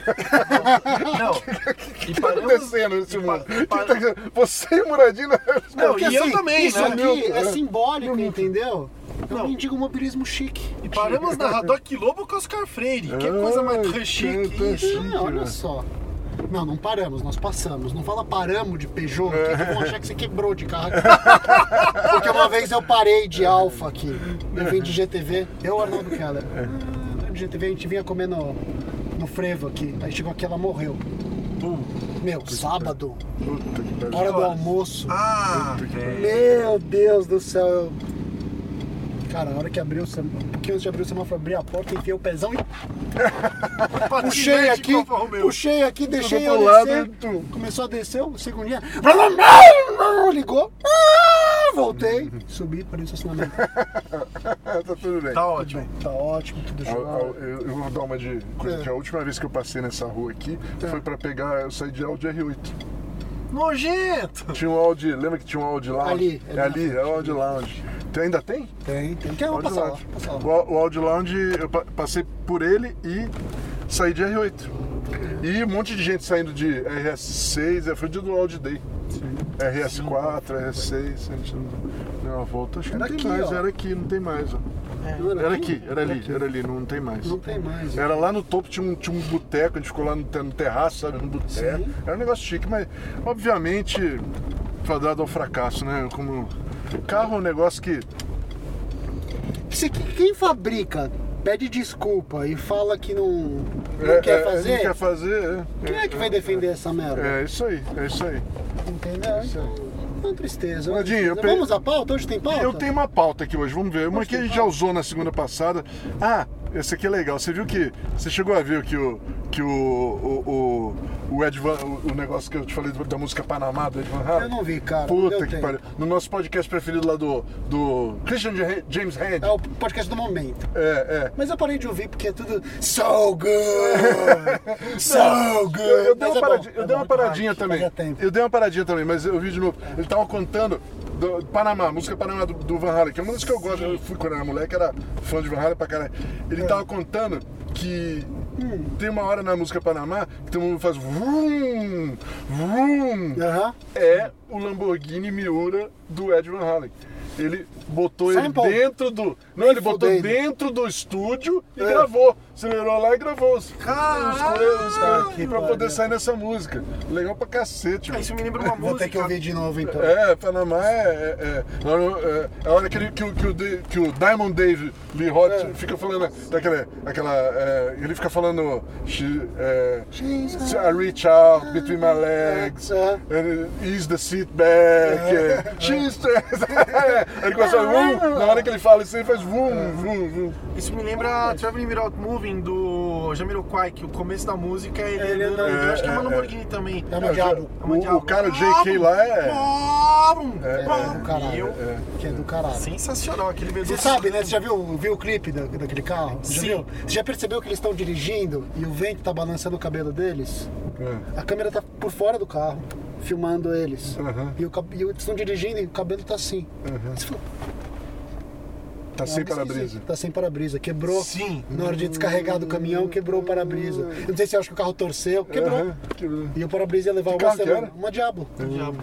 D: Não. E paramos.
B: Descendo nesse mundo.
D: pa-
B: Que
D: pa-
B: tá acontecendo? Você e Muradinho né? na
D: Não,
C: Porque,
D: e eu
C: assim,
D: também,
C: Isso
D: né?
C: aqui
B: Meu,
C: é
B: é.
C: simbólico, entendeu? Eu não digo mobilismo chique.
D: E paramos na Radoc Lobo com Oscar Freire. Que coisa mais
B: Ah,
D: chique
B: que- que
D: isso.
B: chique,
C: É, olha
B: velho.
C: só. Não, não paramos, nós passamos. Não fala paramos de Peugeot, porque eu vou achar que você quebrou de carro. aqui. Porque uma vez eu parei de Alfa aqui. Eu vim de GTV, eu Arnaldo Keller. Ah, De GTV a gente vinha comendo no frevo aqui. Aí chegou aqui, ela morreu. Meu, sábado,
B: Puta que pariu.
C: hora do almoço.
D: Ah, velho.
C: Meu Deus do céu. eu- Cara, na hora que abriu o semáforo, um pouquinho antes de abrir o semáforo, abri a porta, enfiei o pezão e puxei
D: Patinete
C: aqui,
D: com Alfa Romeo.
C: puxei aqui, deixei
B: pro
C: eu
B: lado
C: descer.
B: e tu.
C: Começou a descer, o segundinho. Ligou. Ah, Voltei, subi para o estacionamento.
B: Ah, tá tudo bem.
C: Tudo
D: Tá ótimo.
C: bem, tá ótimo, tudo
B: Eu,
C: jóia.
B: eu- eu vou dar uma de coisa
C: É.
B: que a última vez que eu passei nessa rua aqui foi pra pegar, eu saí de Audi R8.
D: Nojento.
B: Tinha um Audi, lembra que tinha um Audi Lounge?
C: Ali,
B: é,
C: é
B: ali, é o Audi Lounge. Tem- ainda tem?
C: Tem, tem. Quer
B: Audi
C: passar lá?
B: Lounge.
C: Passar lá.
B: O, Au- o Audi Lounge, eu pa- passei por ele e saí de R8. E um monte de gente saindo de RS6, é, foi o dia do Audi Day. RS4, RS6, a gente deu uma volta, acho que não
C: Era
B: tem
C: aqui,
B: mais,
C: ó.
B: era aqui, não tem mais. ó.
C: Não
B: Era aqui, era ali, era ali, não tem mais.
C: Não tem mais.
B: Era lá no topo, tinha um, tinha um boteco, a gente ficou lá no, te- no terraço, sabe? No boteco.
C: Sim.
B: Era um negócio chique, mas obviamente fadado ao fracasso, né? Como. Carro é um negócio que.
C: Se, quem fabrica pede desculpa e fala que não, não
B: é,
C: quer
B: é,
C: fazer,
B: Não quer fazer. é.
C: quem é que vai defender essa merda?
B: É isso aí, é isso aí.
C: Entendeu? Então, é uma tristeza. é uma
B: Nadinho, eu
C: tristeza.
B: pe-
C: Vamos à pauta? Hoje tem pauta?
B: Eu tenho uma pauta aqui hoje, vamos ver. Uma que a gente já usou na segunda passada. Ah, essa aqui é legal. Você viu que. Você chegou a ver que o. Que o. O, o, o Ed Van- o, o negócio que eu te falei da música Panamá do Ed Van Halen?
C: Eu não vi, cara.
B: Puta
C: Eu
B: que
C: tenho.
B: pariu. No nosso podcast preferido lá do, do Christian Ja- James Hand.
C: É o podcast do momento.
B: É, é.
C: Mas eu parei de ouvir porque é tudo so good, so good.
B: Eu, eu dei uma
C: Mas é bom,
B: paradinha, eu dei
C: é bom,
B: uma paradinha
C: fazia
B: também.
C: tempo.
B: Eu dei uma paradinha também, mas eu vi de novo. Ele tava contando do do Panamá, música Panamá do, do Van Halen, que é uma música que eu gosto. Eu fui quando era moleque, era fã de Van Halen pra caralho.
C: É.
B: Ele tava contando que
C: Hum.
B: tem uma hora na música Panamá que todo mundo faz vrum, vrum.
C: Aham.
B: é o Lamborghini Miura do Ed Van Halen. Ele botou
C: Sample.
B: ele dentro do. Não, ele botou
C: fudendo.
B: dentro do estúdio e
C: né? É.
B: gravou. Acelerou lá e gravou os, os coisas
C: cara,
B: pra
C: que
B: poder
C: pariu. É,
B: sair nessa música. Legal pra cacete. mano.
D: Isso me lembra uma
C: Vou ter que
D: música.
C: ouvir de novo então.
B: É, Panamá é. é, é. Lá no- é, é a hora que, ele- que, o- que o, De- que o Diamond Dave Lee Roth
C: É.
B: fica falando daquela. Aquela, é, ele fica falando. She, é,
C: Jesus.
B: I reach out between my legs.
C: É.
B: and ease the seat back. é, She's. ele começa a. Vum, na hora que ele fala isso, ele faz
C: É.
B: vum, vum, vum.
D: Isso me lembra a Traveling Without Moving do Jamiroquai, que o começo da música é ele.
C: Ele
D: andando.
C: andando.
D: Eu acho que é
B: É,
D: uma
B: é,
D: Lamborghini também.
C: É uma diabo.
B: O- o cara, o JK lá é-
D: é.
C: É do caralho.
D: Eu-
C: Que é do caralho.
D: Sensacional aquele V12.
C: Você sabe, né? Você já viu, viu o clipe da- daquele carro? Já
D: Sim.
C: viu? Você já percebeu que eles estão dirigindo e o vento tá balançando o cabelo deles?
B: É.
C: A câmera tá por fora do carro, filmando eles.
B: Aham.
C: E, o, cab- e eles estão dirigindo e o cabelo tá assim. Você fala,
B: Tá sem
C: "Nada
B: para-brisa.
C: esquisito." Tá sem para-brisa. Quebrou.
D: Sim.
C: Na hora de descarregar do caminhão, quebrou o para-brisa. Eu não sei se eu acho que o carro torceu. Quebrou.
B: Aham, quebrou.
C: E o para-brisa ia levar uma
B: carro que
C: semana.
B: era?
C: Uma Diablo.
D: Diabo.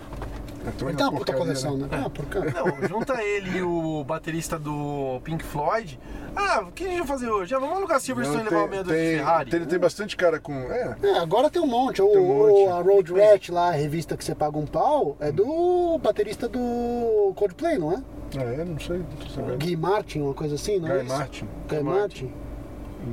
B: Então é
C: Ele tá
B: uma
C: uma puta
B: porcaria,
C: coleção,
B: né?
C: né? Ah, por cá.
D: Não, junta ele e o baterista do Pink Floyd. Ah, o que a gente vai fazer hoje? Ah, vamos alugar Silverstone
B: Não,
D: e levar o meia dúzia de Ferrari. né?
B: Tem, tem bastante cara com. É.
C: É, agora tem um monte. O,
B: um monte.
C: o- a Road Rat lá, a revista que você paga um pau, é do baterista do Coldplay, não é?
B: Ah, é, não sei. não tô sabendo.
C: Guy Martin, uma coisa assim, não é?
B: Guy
C: isso?
B: Martin.
C: Guy Martin.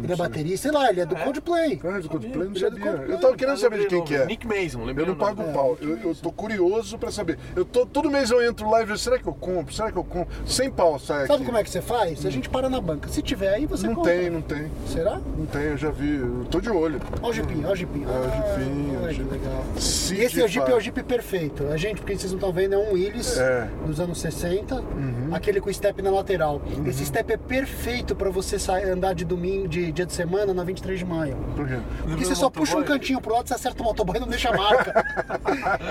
C: Ele é
B: né?
C: baterista, sei lá, ele é do
D: É?
C: Coldplay.
B: Ah, do Coldplay, não
C: Ele é do
B: sabia.
C: Coldplay.
B: Eu tava querendo saber de
D: Lembrei
B: quem
D: o
B: que
D: nome.
B: é.
D: Nick né? Mason, lembrei
B: Eu não
D: o nome.
B: pago
C: É,
B: pau. Eu, eu tô curioso pra saber. Eu tô, todo mês eu entro lá e vejo, será que eu compro? Será que eu compro? Sem pau sai aqui.
C: Sabe como é que você faz? A gente para na banca. Se tiver aí, você
B: Hum. Não
C: compra.
B: tem, não tem.
C: Será?
B: Não tem, eu já vi. Eu tô de olho.
C: Olha o jipinho, olha o jipinho.
B: É o jipinho,
C: Olha
B: o
C: que
B: jipinho.
C: legal.
B: Se
C: E esse
B: de
C: é o Jeep é o
B: fato-
C: Jeep perfeito. A gente, porque vocês não estão vendo, é um Willys
B: É. Uhum.
C: dos anos 60, aquele com step na lateral. Esse step é perfeito para você sair, andar de domingo, de dia de semana, na 23 de maio.
B: Por quê?
C: Porque
D: Lembra
C: você
D: do
C: só puxa um
D: motoboy?
C: cantinho pro lado, você acerta o motoboy e não deixa a marca.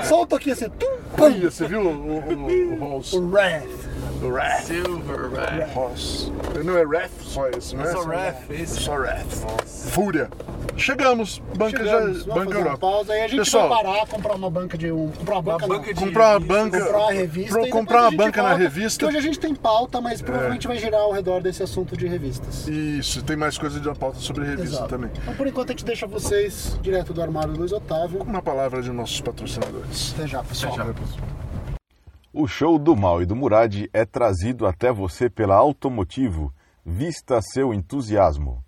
C: só um toquinho assim, tum,
B: Olha,
C: pum,
B: você viu o, o, o Rolls?
C: o Wrath.
B: O Wrath.
D: Silver, velho.
B: Rolls. Não é Wrath só esse, não é?
D: Só ref, esse.
B: Só Wrath. Fúria. Chegamos. Banca
C: Chegamos,
B: já.
C: vamos
B: Banca
C: fazer uma
B: Europa.
C: pausa aí a gente
B: Pessoal.
C: vai parar, comprar uma banca de um. Comprar uma banca, não.
D: banca de-
B: Comprar uma banca.
C: comprar uma revista.
B: Pro-
C: e depois
B: comprar
C: a
B: uma
C: gente
B: banca na
C: volta,
B: revista. É.
C: que hoje a gente tem pauta, mas provavelmente vai girar ao redor desse assunto de revistas.
B: Isso, tem mais coisa de uma pauta sobre revista
C: é Exato.
B: também.
C: Então, por enquanto, a gente deixa vocês direto do armário Luiz Otávio.
B: Uma palavra de nossos patrocinadores.
C: Até já, pessoal.
A: O show do Mal e do Murad é trazido até você pela Automotivo. Vista seu entusiasmo.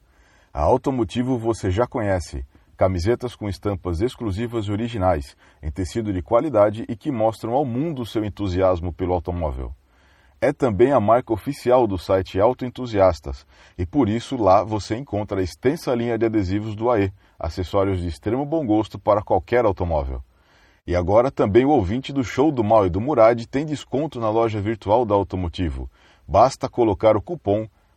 A: A Automotivo você já conhece. Camisetas com estampas exclusivas e originais, em tecido de qualidade e que mostram ao mundo seu entusiasmo pelo automóvel. É também a marca oficial do site Autoentusiastas e por isso lá você encontra a extensa linha de adesivos do AE, acessórios de extremo bom gosto para qualquer automóvel. E agora também o ouvinte do show do Mal e do Murad tem desconto na loja virtual da Automotivo. Basta colocar o cupom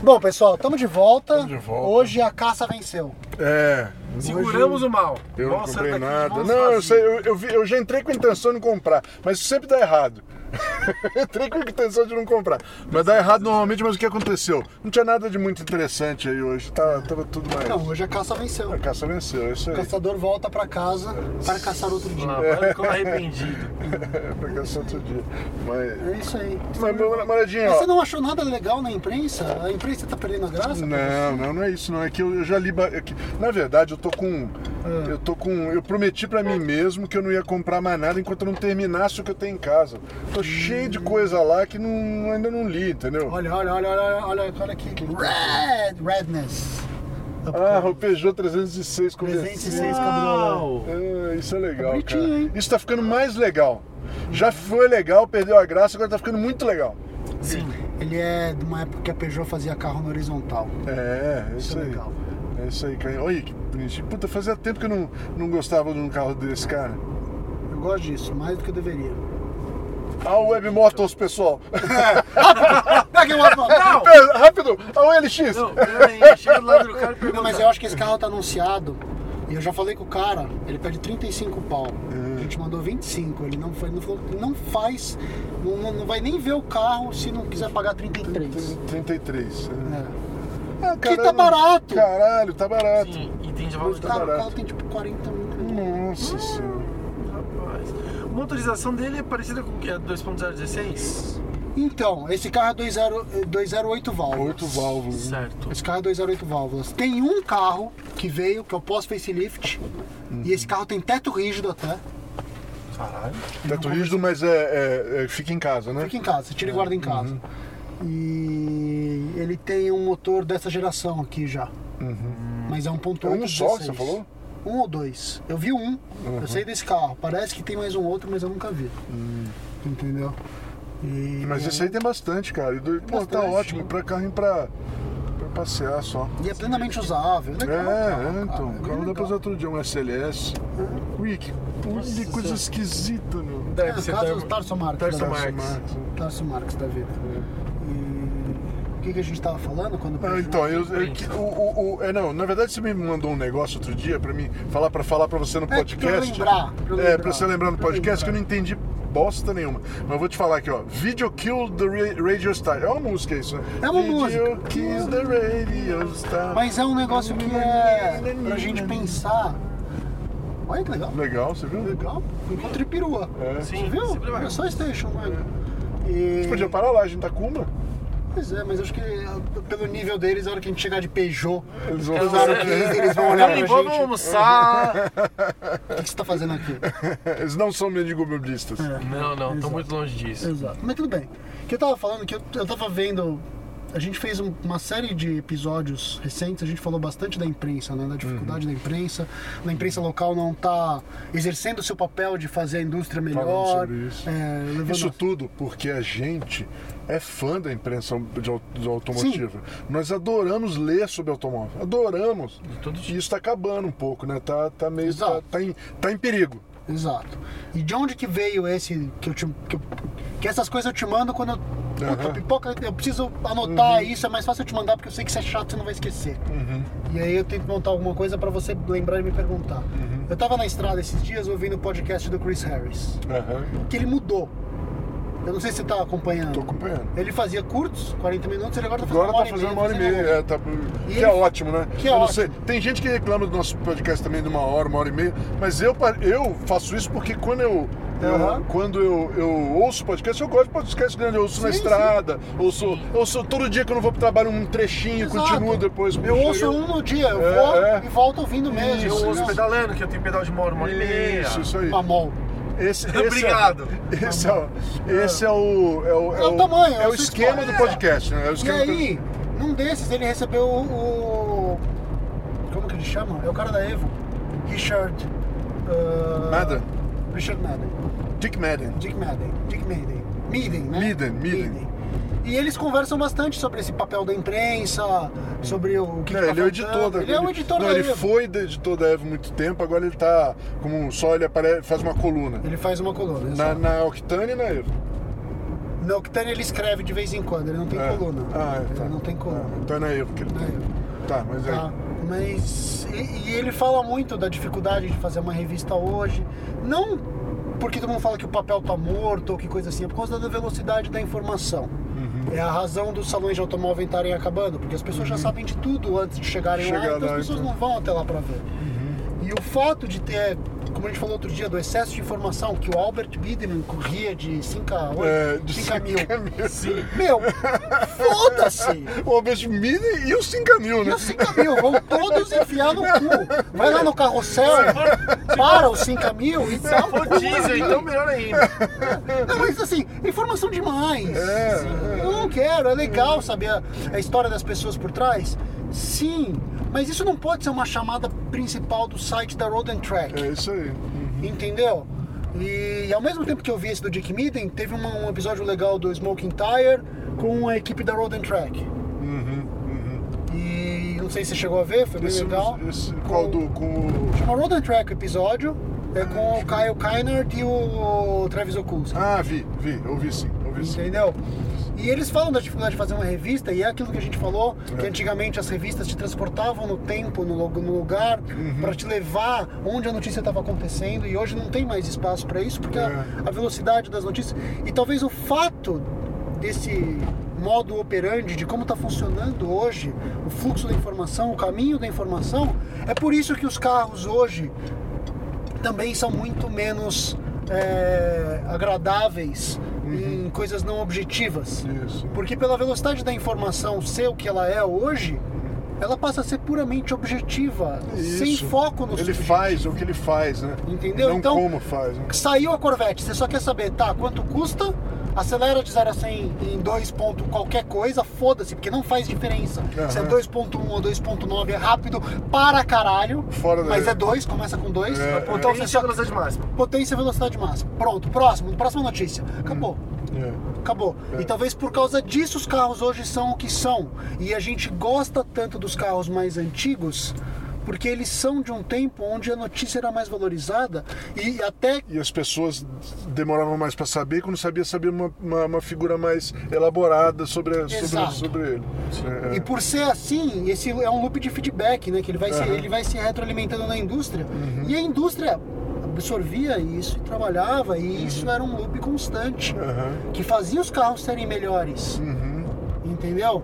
C: Bom, pessoal, estamos de volta.
B: Tamo de volta.
C: Hoje a caça venceu.
B: É.
D: Seguramos o mal.
B: Eu não
D: Nossa,
B: comprei
D: daqui de
B: nada.
D: mãos
B: Não, eu,
D: vazias.
B: sei, eu, eu vi- eu já entrei com a intenção de comprar, mas isso sempre dá errado. Eu entrei com a intenção de não comprar. Mas dá errado normalmente, mas o que aconteceu? Não tinha nada de muito interessante aí hoje. Tá, tava tudo mais.
C: Não, hoje a caça venceu.
B: A caça venceu, é isso
C: O
B: aí.
C: caçador volta pra casa para caçar outro
D: Ah,
C: dia.
D: Agora ficou arrependido.
B: É, pra caça outro dia. Mas.
C: É isso aí.
B: Mas, meu namoradinho,
C: Mas
B: ó.
C: você não achou nada legal na imprensa? A imprensa tá perdendo a graça?
B: Não, não, não é isso, não. É que eu, eu já li. ba- é que- na verdade, eu tô com.
C: Ah.
B: Eu tô com. Eu prometi pra mim mesmo que eu não ia comprar mais nada enquanto eu não terminasse o que eu tenho em casa. Tô cheio de coisa lá que não, ainda não li, entendeu?
C: Hum. Olha, olha, olha, olha, olha, olha aqui. Red, redness.
B: Ah, o Peugeot 306 comercial.
C: 306 cabriola.
B: Ah, isso é legal,
C: Bonitinho,
B: cara.
C: hein?
B: Isso tá ficando mais legal. Já foi legal, perdeu a graça, agora tá ficando muito legal.
D: Sim.
C: Ele é de uma época que a Peugeot fazia carro no horizontal.
B: É, é
C: Isso
B: isso
C: é
B: aí.
C: legal.
B: É isso aí, cara. Olha que bonitinho. Puta, fazia tempo que eu não, não gostava de um carro desse, cara.
C: Eu gosto disso, mais do que eu deveria.
B: A Ah, Web Motors, pessoal.
C: Pega o um outro, não!
D: Não!
B: Pera, Rápido, a OLX.
D: Não, peraí, chega do lado do cara e pergunta.
C: Não, mas eu acho que esse carro tá anunciado. E eu já falei com o cara, ele pede 35 pau. A gente mandou 25. Ele não foi, não, falou, não faz, não, não- não vai nem ver o carro se não quiser pagar 33.
B: Trin- 33. né?
C: É.
B: Ah,
C: Que tá
B: caralho.
C: barato!
B: Caralho, tá barato.
D: Sim, e tem
C: Mas,
D: de valor
C: cara, o
B: barato.
C: carro tem tipo 40 mil.
B: Nossa senhora.
D: Rapaz. A motorização dele é parecida com o que? A 2.016?
C: Então, esse carro é 20, eh, 208 válvulas.
B: Oito válvulas. né?
D: Certo.
C: Esse carro é 208 válvulas. Tem um carro que veio, que é o pós-facelift. E esse carro tem teto rígido até.
B: Teto rígido, Tá mas é, é- é- fica em casa, né?
C: Fica em casa, você tira e guarda em casa. E ele tem um motor dessa geração aqui já. Mas é 1.8.
B: É um só que você
C: 16.
B: falou? Uhum.
C: Um ou dois. Eu vi um, eu sei desse carro. Parece que tem mais um outro, mas eu nunca vi. Entendeu? E,
B: Hum. Mas esse aí tem bastante, cara. E do- pô, tá
C: né? Bastante.
B: ótimo pra carro e pra, pra passear só.
C: e é plenamente usável.
B: É,
C: Legal, cara,
B: é, então.
C: cara,
B: O carro dá
C: legal.
B: pra usar todo dia, um SLS. Ui, que puta de
D: Nossa
B: coisa
D: senhora.
B: esquisita, meu.
C: É, o caso do Tarso Marques.
D: tá- Tarso
C: da-
D: Marques.
C: Tarso Marques da vida. E o que, que a gente tava falando quando
B: Ah, então, eu, eu- que- o, o- o- é, não, na verdade você me mandou um negócio outro dia pra mim falar pra falar para você no
C: É, pra eu
B: podcast.
C: lembrar, pra eu
B: É,
C: lembrar.
B: pra você lembrar no
C: Pra eu
B: podcast que eu não
C: lembrar.
B: entendi bosta nenhuma. Mas eu vou te falar aqui, ó. Video Kill the Ra- Radio Star. É uma música isso, né?
C: É uma
B: Video
C: música.
B: Kill the Radio Star.
C: Mas é um negócio que é pra gente pensar. Olha que legal.
B: Legal, você viu?
C: Legal. Encontrei perua.
B: É.
D: Sim,
C: Você viu?
D: sempre vai.
C: É só Station, velho.
B: A
C: E...
B: gente podia parar lá, a gente tá com uma.
C: Pois é, mas acho que eh, pelo nível deles, a hora que a gente chegar de Peugeot,
B: Eles vão
C: Eles usaram
B: fazer-
C: 15, eles vão olhar pra
D: Vamos
C: gente.
D: um almoçar.
C: O que que você tá fazendo aqui?
B: Eles não são mendigobildistas.
C: É.
D: Não, não, tô muito longe disso.
C: Exato. Mas tudo bem. O que eu tava falando, que eu, eu tava vendo. A gente fez um- uma série de episódios recentes, a gente falou bastante da imprensa, né? Da dificuldade
B: Uhum.
C: da imprensa, da imprensa local não tá exercendo o seu papel de fazer a indústria melhor.
B: Falando sobre isso.
C: é, levando
B: Isso
C: a-
B: tudo porque a gente é fã da imprensa de, au- de automotiva. Nós adoramos ler sobre automóvel. Adoramos.
D: todo tipo.
B: E isso tá acabando um pouco, né? Tá, tá meio. Tá,
C: Exato.
B: tá em, tá em perigo.
C: Exato. E de onde que veio esse que eu te, que, eu- que essas coisas eu te mando quando eu Puta,
B: Aham. Uhum.
C: pipoca, eu preciso anotar isso, é mais fácil eu te mandar porque eu sei que você é chato, você não vai esquecer. E aí eu tento montar alguma coisa pra você lembrar e me perguntar.
B: Uhum.
C: Eu tava na estrada esses dias ouvindo o podcast do Chris Harris,
B: Aham.
C: que ele mudou. Eu não sei se você tá acompanhando.
B: Tô acompanhando.
C: Ele fazia curtos, 40 minutos, ele agora tá fazendo
B: Agora tá fazendo uma hora e meia,
C: fazendo-
B: é, tá- que
C: ele-
B: é ótimo, né?
C: que é
B: Eu não
C: ótimo.
B: sei, tem gente que reclama do nosso podcast também de uma hora, uma hora e meia, mas eu, pa- eu faço isso porque quando eu. eu-
C: Aham.
B: Quando eu, eu ouço podcast, eu gosto de podcast grande. Eu ouço na
C: Sim,
B: estrada, ouço, ouço todo dia que eu não vou pro trabalho um trechinho,
C: Exato.
B: continuo depois.
C: Eu ouço um no dia, eu vou
B: É, é.
C: e volto ouvindo mesmo.
D: Eu
C: eu
D: ouço pedalando, um que eu tenho pedal de uma hora, uma hora e meia.
B: Isso, isso aí.
C: Pamol.
B: Esse, esse
D: Obrigado.
B: É, esse é, o- esse é o. É o,
C: Tá É o tamanho,
B: É
C: eu
B: o
C: sei
B: esquema
C: que-
B: do podcast, né? É o
C: E
B: esquema do-
C: aí, num desses ele recebeu o. o- Como que ele chama? É o cara da Evo. Richard. ah,
B: Madden.
C: Richard Madden.
B: Dick Madden.
C: Dick Madden. Dick Madden. Midden, né?
B: Midden, Midden.
C: E eles conversam bastante sobre esse papel da imprensa, sobre o que,
B: É,
C: que tá
B: ele é o editor
C: faltando.
B: da
C: Ele é o editor
B: Não,
C: da
B: ele
C: Evo.
B: foi de- editor da Evo muito tempo, agora ele tá como um só, ele apare- faz uma coluna.
C: Ele faz uma coluna.
B: Na,
C: exato.
B: na Octane e na Evo.
C: No Octane ele escreve de vez em quando, ele não tem
B: É.
C: coluna.
B: Ah, é,
C: ele
B: tá.
C: não tem coluna. Né?
B: Ah, então é na Evo que ele
C: Na
B: tem.
C: Evo.
B: Tá, mas aí.
C: Tá? Mas e, e ele fala muito da dificuldade de fazer uma revista hoje, não porque todo mundo fala que o papel tá morto ou que coisa assim, é por causa da velocidade da informação.
B: Uhum.
C: É a razão dos salões de automóvel estarem acabando, porque as pessoas já sabem de tudo antes de chegarem
B: Chegar
C: lá, então
B: lá,
C: as pessoas
B: então. Uhum.
C: não vão até lá para ver. E o fato de ter, como a gente falou outro dia, do excesso de informação que o Albert Biederman corria de 5 a 8,
B: É, de
C: 5 a 1000.
B: 5 mil. Sim.
C: Meu, foda-se!
B: O Albert Mini e os 5 mil, né?
C: E os 5 mil, vão todos enfiar no cu. Vai lá no carrossel, para os 5 mil e
D: Se
C: tal.
D: for diesel, então melhor ainda.
C: Não, mas assim, informação demais.
B: É,
C: Eu não quero, é legal saber a, a história das pessoas por trás. Sim, mas isso não pode ser uma chamada principal do site da Road and Track.
B: É isso aí.
C: Entendeu? E, ao mesmo tempo que eu vi esse do Dick Midden, teve uma- um episódio legal do Smoking Tire com a equipe da Road and Track. E não sei se você chegou a ver, foi
B: Uhum.
C: bem
B: Esse,
C: legal.
B: esse- qual do. Com o.
C: Chama Road and Track o episódio, é com o Kyle Keinert e o Travis Okulski.
B: Ah, vi, vi, ouvi sim, ouvi sim.
C: Entendeu? E eles falam da dificuldade de fazer uma revista, e é aquilo que a gente falou, que antigamente as revistas te transportavam no tempo, no, lu- no lugar, para te levar onde a notícia estava acontecendo, e hoje não tem mais espaço para isso, porque a,
B: É.
C: a velocidade das notícias. E talvez o fato desse modo operandi, de como está funcionando hoje o fluxo da informação, o caminho da informação, é por isso que os carros hoje também são muito menos é, agradáveis
B: Uhum.
C: em coisas não objetivas.
B: Isso.
C: Porque pela velocidade da informação ser o que ela é hoje, ela passa a ser puramente objetiva, sem
B: Isso.
C: foco no
B: Ele
C: subjetivo.
B: faz o que ele faz, né?
C: Entendeu?
B: Não
C: Então-
B: como faz, né?
C: Saiu a Corvette, você só quer saber, tá, quanto custa, acelera de 0 a 100 em 2 ponto qualquer coisa, foda-se, porque não faz diferença.
B: Aham.
C: Se é 2.1 ou 2.9 é rápido para caralho,
B: Fora da-
C: mas é 2, começa com 2.
B: É, é.
C: então você
D: Potência e
C: só
D: velocidade máxima.
C: potência e velocidade máxima. Pronto, próximo, próxima notícia. Acabou.
B: Hum. É.
C: Acabou. E talvez por causa disso os carros hoje são o que são. E a gente gosta tanto dos carros mais antigos porque eles são de um tempo onde a notícia era mais valorizada e até
B: e as pessoas demoravam mais para saber, e quando sabia, sabia uma, uma, uma figura mais elaborada sobre, a- sobre,
C: Exato.
B: sobre ele. É,
C: E por ser assim, esse
B: Uhum.
C: é um loop de feedback, né? Que ele vai, se, ele vai se retroalimentando na indústria. E a indústria, absorvia isso e trabalhava, e
B: Uhum.
C: isso era um loop
B: É.
C: constante,
B: Aham.
C: que fazia os carros serem melhores,
B: Uhum.
C: entendeu?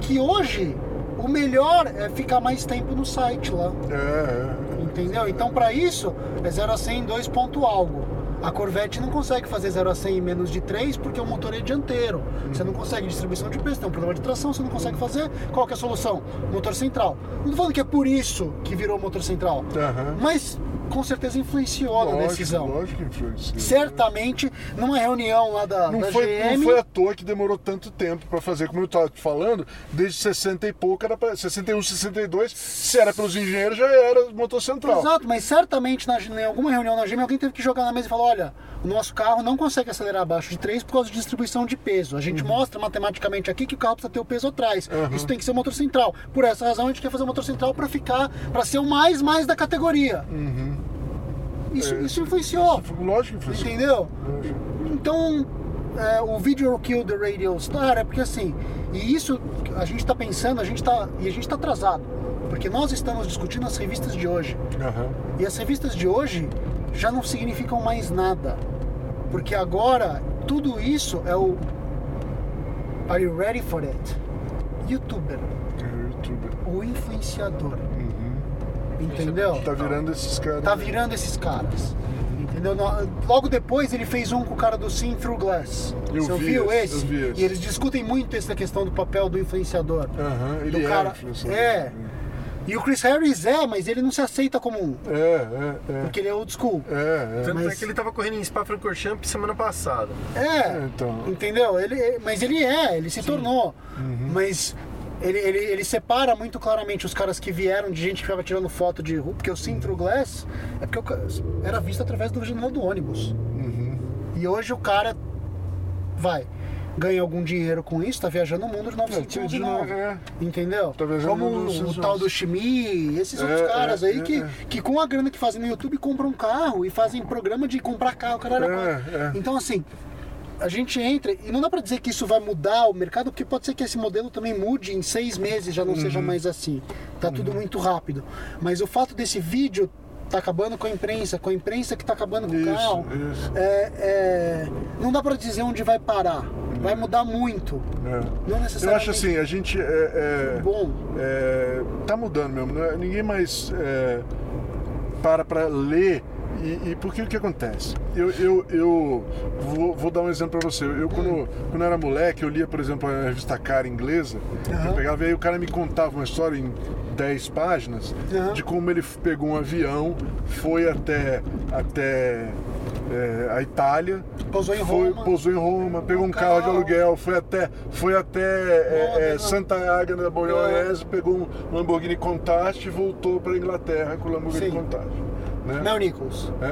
C: Que hoje o melhor é ficar mais tempo no site lá,
B: É, é.
C: entendeu? Então para isso é 0 a 100 em 2 ponto algo. A Corvette não consegue fazer 0 a 100 em menos de 3 porque o motor é dianteiro. Você
B: Uhum.
C: não consegue distribuição de peso, tem um problema de tração, você não consegue fazer. Qual que é a solução? Motor central. Não tô falando que é por isso que virou motor central.
B: Aham.
C: Mas com certeza influenciou na
B: Lógico,
C: decisão.
B: Lógico que influencia.
C: Certamente, numa reunião lá da,
B: Não
C: da
B: foi,
C: GM.
B: não foi à toa que demorou tanto tempo pra fazer, como eu tava te falando, desde 60 e um, pouco, era pra, 61, 62, se era pelos engenheiros, já era motor central.
C: Exato, mas certamente na, em alguma reunião na GM alguém teve que jogar na mesa e falar: olha, o nosso carro não consegue acelerar abaixo de 3 por causa de distribuição de peso. A gente mostra matematicamente aqui que o carro precisa ter o peso atrás. Isso tem que ser o motor central. Por essa razão a gente quer fazer o motor central para ficar, para ser o mais mais da categoria. Isso, isso influenciou,
B: Lógico que influencia.
C: entendeu? Então, é, o Video Kill the Radio Star é porque assim, e isso a gente está pensando, a gente tá, e a gente está atrasado, porque nós estamos discutindo as revistas de hoje.
B: Aham.
C: E as revistas de hoje já não significam mais nada. Porque agora tudo isso é o Are you ready for it? Youtuber,
B: Youtuber.
C: o influenciador. Entendeu?
B: Tá virando esses caras.
C: Tá virando esses caras. Entendeu? No- Logo depois ele fez um com o cara do Sim Through Glass.
B: Eu
C: Você
B: vi
C: viu
B: esse,
C: esse?
B: eu vi esse.
C: E eles discutem muito essa questão do papel do influenciador.
B: Aham,
C: do
B: ele é
C: cara.
B: influenciador.
C: É. E o Chris Harris é, mas ele não se aceita como um,
B: É, é,
C: porque ele é old school.
B: é. É, é.
D: Tanto
C: Mas-
D: é que ele tava correndo em Spa-Francorchamps semana passada.
C: É,
B: Então.
C: entendeu? Ele, mas ele é, ele se tornou.
B: Uhum.
C: Mas ele, ele, ele separa muito claramente os caras que vieram de gente que ficava tirando foto de rua,
B: Uhum.
C: porque o Sintro Glass é porque o ca- era visto através do jornal do ônibus.
B: Uhum.
C: E hoje o cara vai, ganha algum dinheiro com isso, tá viajando o mundo de
B: É, de
C: 999.
B: novo, é.
C: Entendeu?
B: Tá viajando
C: Como
B: o mundo
C: o,
B: dos
C: tal do Shimi, esses outros
B: É,
C: caras
B: é,
C: aí
B: é,
C: que,
B: é.
C: que com a grana que fazem no YouTube compram um carro e fazem programa de comprar carro, caralho.
B: É,
C: quatro.
B: é.
C: Então assim, a gente entra e não dá pra dizer que isso vai mudar o mercado, porque pode ser que esse modelo também mude em seis meses, já não
B: Uhum.
C: seja mais assim. Tá tudo muito rápido. Mas o fato desse vídeo tá acabando com a imprensa, com a imprensa que tá acabando com o
B: Isso,
C: carro,
B: isso.
C: é- é, não dá pra dizer onde vai parar. Vai mudar muito.
B: É.
C: Não
B: Eu acho
C: necessariamente
B: assim, a gente é, é,
C: bom.
B: é, tá mudando mesmo. né? Ninguém mais é, para para ler. E, e porque o que acontece? Eu, eu, eu vou, vou dar um exemplo para você. Eu, quando, quando eu era moleque, eu lia, por exemplo, a revista Cara inglesa. Eu pegava e aí o cara me contava uma história em 10 páginas
C: Aham.
B: de como ele pegou um avião, foi até, até é, a Itália,
C: Pousou em
B: foi-
C: Roma.
B: pousou em Roma, pegou um carro, de
C: carro.
B: aluguel, foi até, foi até é, é,
C: Londres, né?
B: Santa Agna da Boiolese, pegou um Lamborghini Contaste e voltou para Inglaterra com o Lamborghini
C: Sim.
B: Contaste. né?
C: Não, Nichols.
B: É,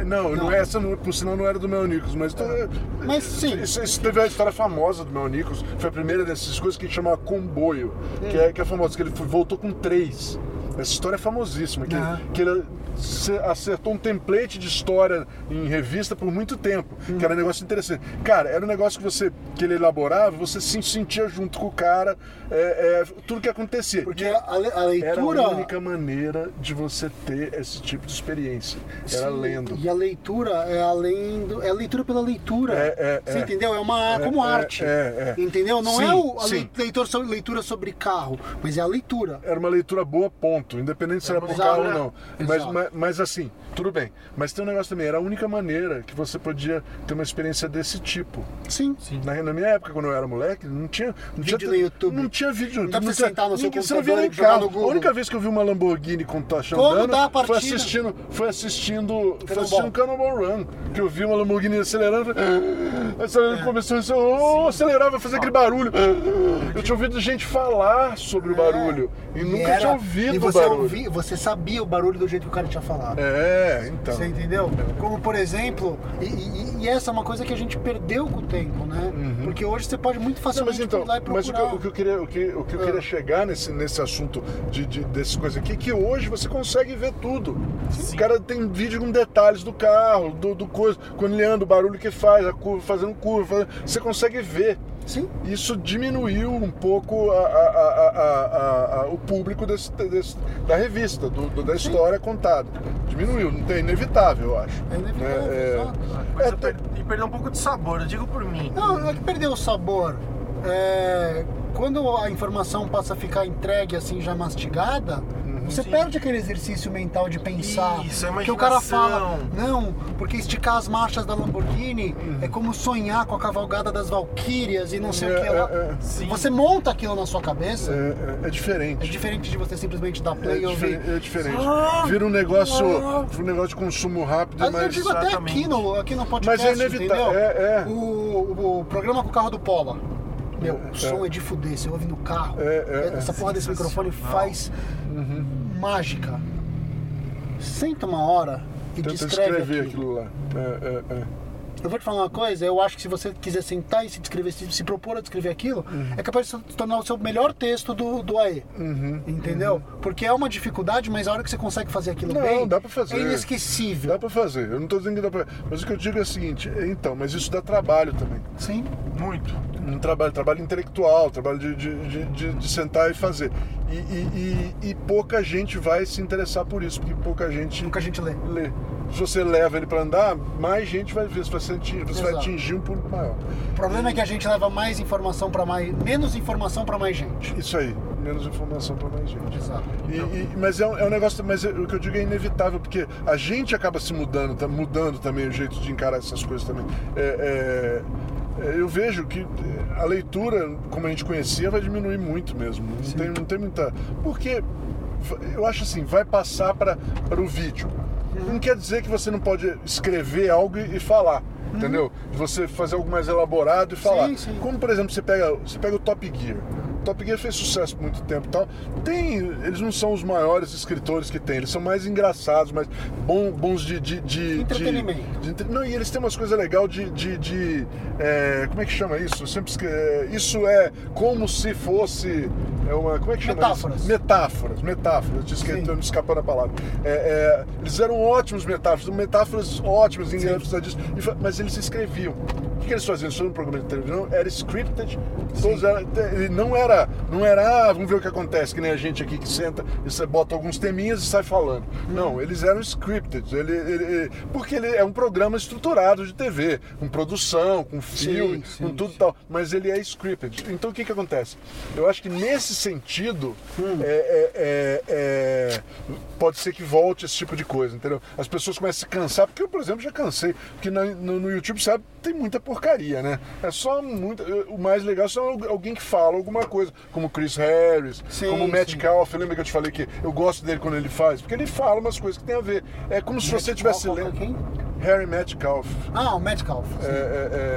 B: é, não, não,
C: Não.
B: é essa, não, por sinal, não era do Mel Nichols, mas, então, é,
C: Mas sim.
B: Isso, isso teve uma história famosa do Mel Nichols, foi a primeira dessas coisas que chamava comboio,
C: Hum.
B: que, é, que é famosa, que ele foi- voltou com três. Essa história é famosíssima, que,
C: Aham.
B: que ele se- acertou um template de história em revista por muito tempo, que
C: Hum.
B: era um negócio interessante. Cara, era um negócio que você que ele elaborava, você se sentia junto com o cara, é, é, tudo que acontecia.
C: Porque
B: E
C: a, a
B: era
C: leitura.
B: a única maneira de você ter esse tipo de experiência. Era
C: Sim,
B: lendo.
C: E a leitura é além do. É a leitura pela leitura.
B: É, é,
C: Você
B: é.
C: entendeu? É uma
B: É,
C: como
B: é,
C: arte.
B: é, é.
C: Entendeu? Não
B: Sim,
C: é o, a
B: sim.
C: lei- leitor sobre, leitura sobre carro, mas é a leitura.
B: Era uma leitura boa, ponto. Independente se era por
C: Exato,
B: carro ou
C: né?
B: não. Mas,
C: Exato.
B: mas, mas assim, tudo bem. Mas tem um negócio também, era a única maneira que você podia ter uma experiência desse tipo.
C: Sim.
B: Na, na minha época, quando eu era moleque, não tinha. Não
C: Vídeo
B: tinha,
C: no YouTube.
B: Não tinha vídeo
C: Não dá pra
B: não
C: você
B: tinha-
C: sentar no seu
B: ninguém- Você não via nem
C: computador e jogar
B: carro.
C: no Google.
B: A única vez que eu vi uma Lamborghini com taxa
C: Como dá a
B: andando foi
C: partida?
B: assistindo, foi assistindo, foi
C: Cannonball.
B: assistindo Cannonball Run. Que eu vi uma Lamborghini acelerando,
C: Ah.
B: falei, acelerando, começou a acelerar, oh, acelerava, fazia aquele barulho. Eu tinha ouvido gente falar sobre o barulho e nunca
C: era-
B: tinha ouvido
C: É. e
B: o
C: você
B: barulho.
C: ouvi- você sabia o barulho do jeito que o cara tinha falado.
B: É, então.
C: Você entendeu? Como por exemplo, e, e- e essa é uma coisa que a gente perdeu com o tempo, né? Porque hoje você pode muito
B: Uhum. Não,
C: facilmente
B: mas então,
C: ir lá e procurar.
B: mas o que, eu- o que eu queria, o que, o que eu
C: Ah.
B: queria chegar nesse, nesse assunto de, de, dessas coisas aqui, que hoje você consegue ver tudo. O cara tem vídeo com detalhes do carro, do, do coisa, quando ele anda, o barulho que faz, a curva, fazendo curva, fazendo- você consegue ver.
C: Sim.
B: Isso diminuiu um pouco a- a- a- a- a- a- o público desse- desse- da revista, do- do- da
C: Sim.
B: história contada. Diminuiu, não tem, é inevitável, eu acho.
C: É inevitável,
B: Né, é,
C: exato.
B: É,
D: Mas eu
B: tem-
D: per- E perder um pouco de sabor, eu digo por mim.
C: Não, não é que perdeu o sabor. É, quando a informação passa a ficar entregue assim, já mastigada,
B: Uhum.
C: você
D: Sim.
C: perde aquele exercício mental de pensar.
B: é
D: Isso, a
C: que o cara fala,
D: imaginação.
C: não, porque esticar as marchas da Lamborghini
B: Uhum.
C: é como sonhar com a cavalgada das Valquírias e não sei o
B: É,
C: que lá.
B: é, é.
D: Sim.
C: Você monta aquilo na sua cabeça,
B: é- é- é
C: é,
B: diferente.
C: diferente de você simplesmente dar
B: É,
C: play e ouvir.
B: diferente, é diferente.
D: Ah!
B: Vira um negócio, um negócio de consumo rápido,
C: Mas Ah! eu
B: mas
C: digo até aqui
D: exatamente.
C: no, aqui no podcast,
B: Mas é inevitável,
C: entendeu?
B: é, é.
C: O, o programa com o carro do Pola. Meu,
B: É,
C: o som é de fuder, você ouve no carro.
B: É, Uhum. é,
C: Essa
B: é.
C: porra desse microfone
D: Sensacional.
C: faz mágica. Senta uma hora e
B: tenta
C: descreve
B: escrever
C: aquilo.
B: aquilo lá. É, é, é.
C: Eu vou te falar uma coisa, eu acho que se você quiser sentar e se descrever, se, se propor a descrever aquilo,
B: Uhum.
C: é capaz de se tornar o seu melhor texto do, do AE.
B: Uhum.
C: Entendeu? Porque é uma dificuldade, mas a hora que você consegue fazer aquilo
B: Não,
C: bem,
B: dá pra fazer.
C: é inesquecível.
B: Dá pra fazer, eu não tô dizendo que dá pra. Mas o que eu digo é o seguinte, é, então, mas isso dá trabalho também.
C: Sim.
D: Muito.
B: Um trabalho, trabalho intelectual, trabalho de, de, de, de- de sentar e fazer. E, e- e- e pouca gente vai se interessar por isso, porque pouca gente
C: Nunca a gente lê.
B: lê. Se você leva ele pra andar, mais gente vai ver, você vai, sentir, você vai
C: Exato.
B: atingir um público maior.
C: O problema é que a gente leva mais informação para mais. menos informação para mais gente.
B: Isso aí, menos informação pra mais gente.
C: Exato.
B: E- e- mas é um, é um negócio, mas é- o que eu digo é inevitável, porque a gente acaba se mudando, tá mudando também o jeito de encarar essas coisas também. É, é, é, eu vejo que é, a leitura, como a gente conhecia, vai diminuir muito mesmo. Não, tem, não tem muita. Porque va- eu acho assim, vai passar para o vídeo.
C: Uhum.
B: Não quer dizer que você não pode escrever algo e, e falar. Entendeu? Você fazer algo mais elaborado e falar.
C: Uhum. Sim, sim.
B: Como, por exemplo, você pega, você pega o Top Gear. O Top Gear fez sucesso por muito tempo e tal. Tem, eles não são os maiores escritores que tem, eles são mais engraçados, mais bom- bons de. de, de- de-
C: Entretenimento.
B: de entre- não, e eles têm umas coisas legais de. de, de, é, como é que chama isso? Eu sempre esque- é, Isso é como se fosse. É uma, como é que chama
C: Metáforas.
B: isso? Metáforas. Metáforas. Diz que
C: Sim.
B: estou me escapando a palavra. É, é, eles eram ótimos metáforas, metáforas ótimas, em precisa disso. E fa- Mas eles escreviam. O que que eles faziam? Isso era um programa de televisão, era scripted, todos eram, ele não era, não era, ah, vamos ver o que acontece, que nem a gente aqui que senta, e você bota alguns teminhas e sai falando. Não, eles eram scripted, ele, ele- ele- porque ele é um programa estruturado de TV, com produção, com filme,
C: sim,
B: com tudo e tal, mas ele é scripted. Então o que que acontece? Eu acho que nesse sentido,
C: Hum.
B: é- é- é- é, pode ser que volte esse tipo de coisa, entendeu? As pessoas começam a se cansar, porque eu, por exemplo, já cansei, porque na- no, no YouTube, sabe, tem muita porcaria, né? É só muita. O mais legal é só al- alguém que fala alguma coisa, como Chris Harris,
C: Sim,
B: como o Matt
C: sim.
B: Calf, lembra que eu te falei que eu gosto dele quando ele faz? Porque ele fala umas coisas que tem a ver. É como se você tivesse
C: Qual- qual que é
B: lendo.
C: quem?
B: Harry Matt Calf.
C: Ah, o Metcalf.
B: É, é,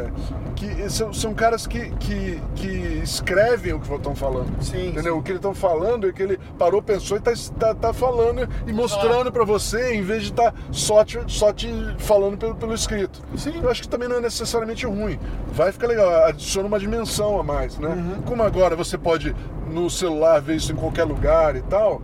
B: é, que são, são caras que, que, que escrevem o que estão falando.
C: Sim,
B: entendeu?
C: sim.
B: O que eles estão falando é que ele parou, pensou e tá, tá, tá falando e mostrando pra você, em vez de estar só, te, só te falando pelo, pelo escrito.
C: Sim.
B: Eu acho que também não é necessariamente ruim. Vai ficar legal, adiciona uma dimensão a mais, né?
C: Uhum.
B: Como agora você pode no celular ver isso em qualquer lugar e tal.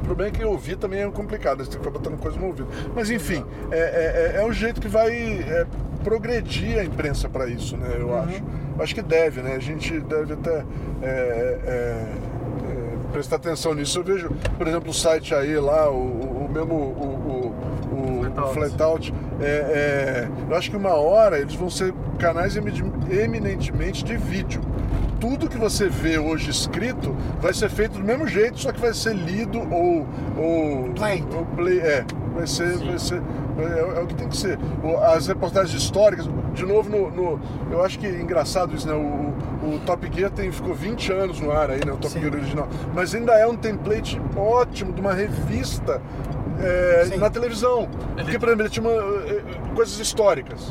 B: O problema é que ouvir também é complicado, você tem que ficar botando coisa no ouvido. Mas enfim, é, é, é, é um jeito que vai é, progredir a imprensa para isso, né? Eu acho. Eu acho que deve, né? A gente deve até é, é, é, prestar atenção nisso. Eu vejo, por exemplo, o site aí lá, o, o- o mesmo. O, o, o,
D: Flatout.
B: o Flatout, é, é, eu acho que uma hora eles vão ser canais emi- eminentemente de vídeo. Tudo que você vê hoje escrito vai ser feito do mesmo jeito, só que vai ser lido ou. ou
C: Played.
B: ou play, é, vai ser. Vai ser é, é o que tem que ser. O- As reportagens históricas, de novo, no, no- eu acho que é engraçado isso, né? O, o- o Top Gear tem, ficou 20 anos no ar aí, né? O Top
C: Sim.
B: Gear original. Mas ainda é um template ótimo de uma revista. é,
C: Sim.
B: na televisão. Porque, por exemplo, ele tinha uma, eh, é, eh, coisas históricas.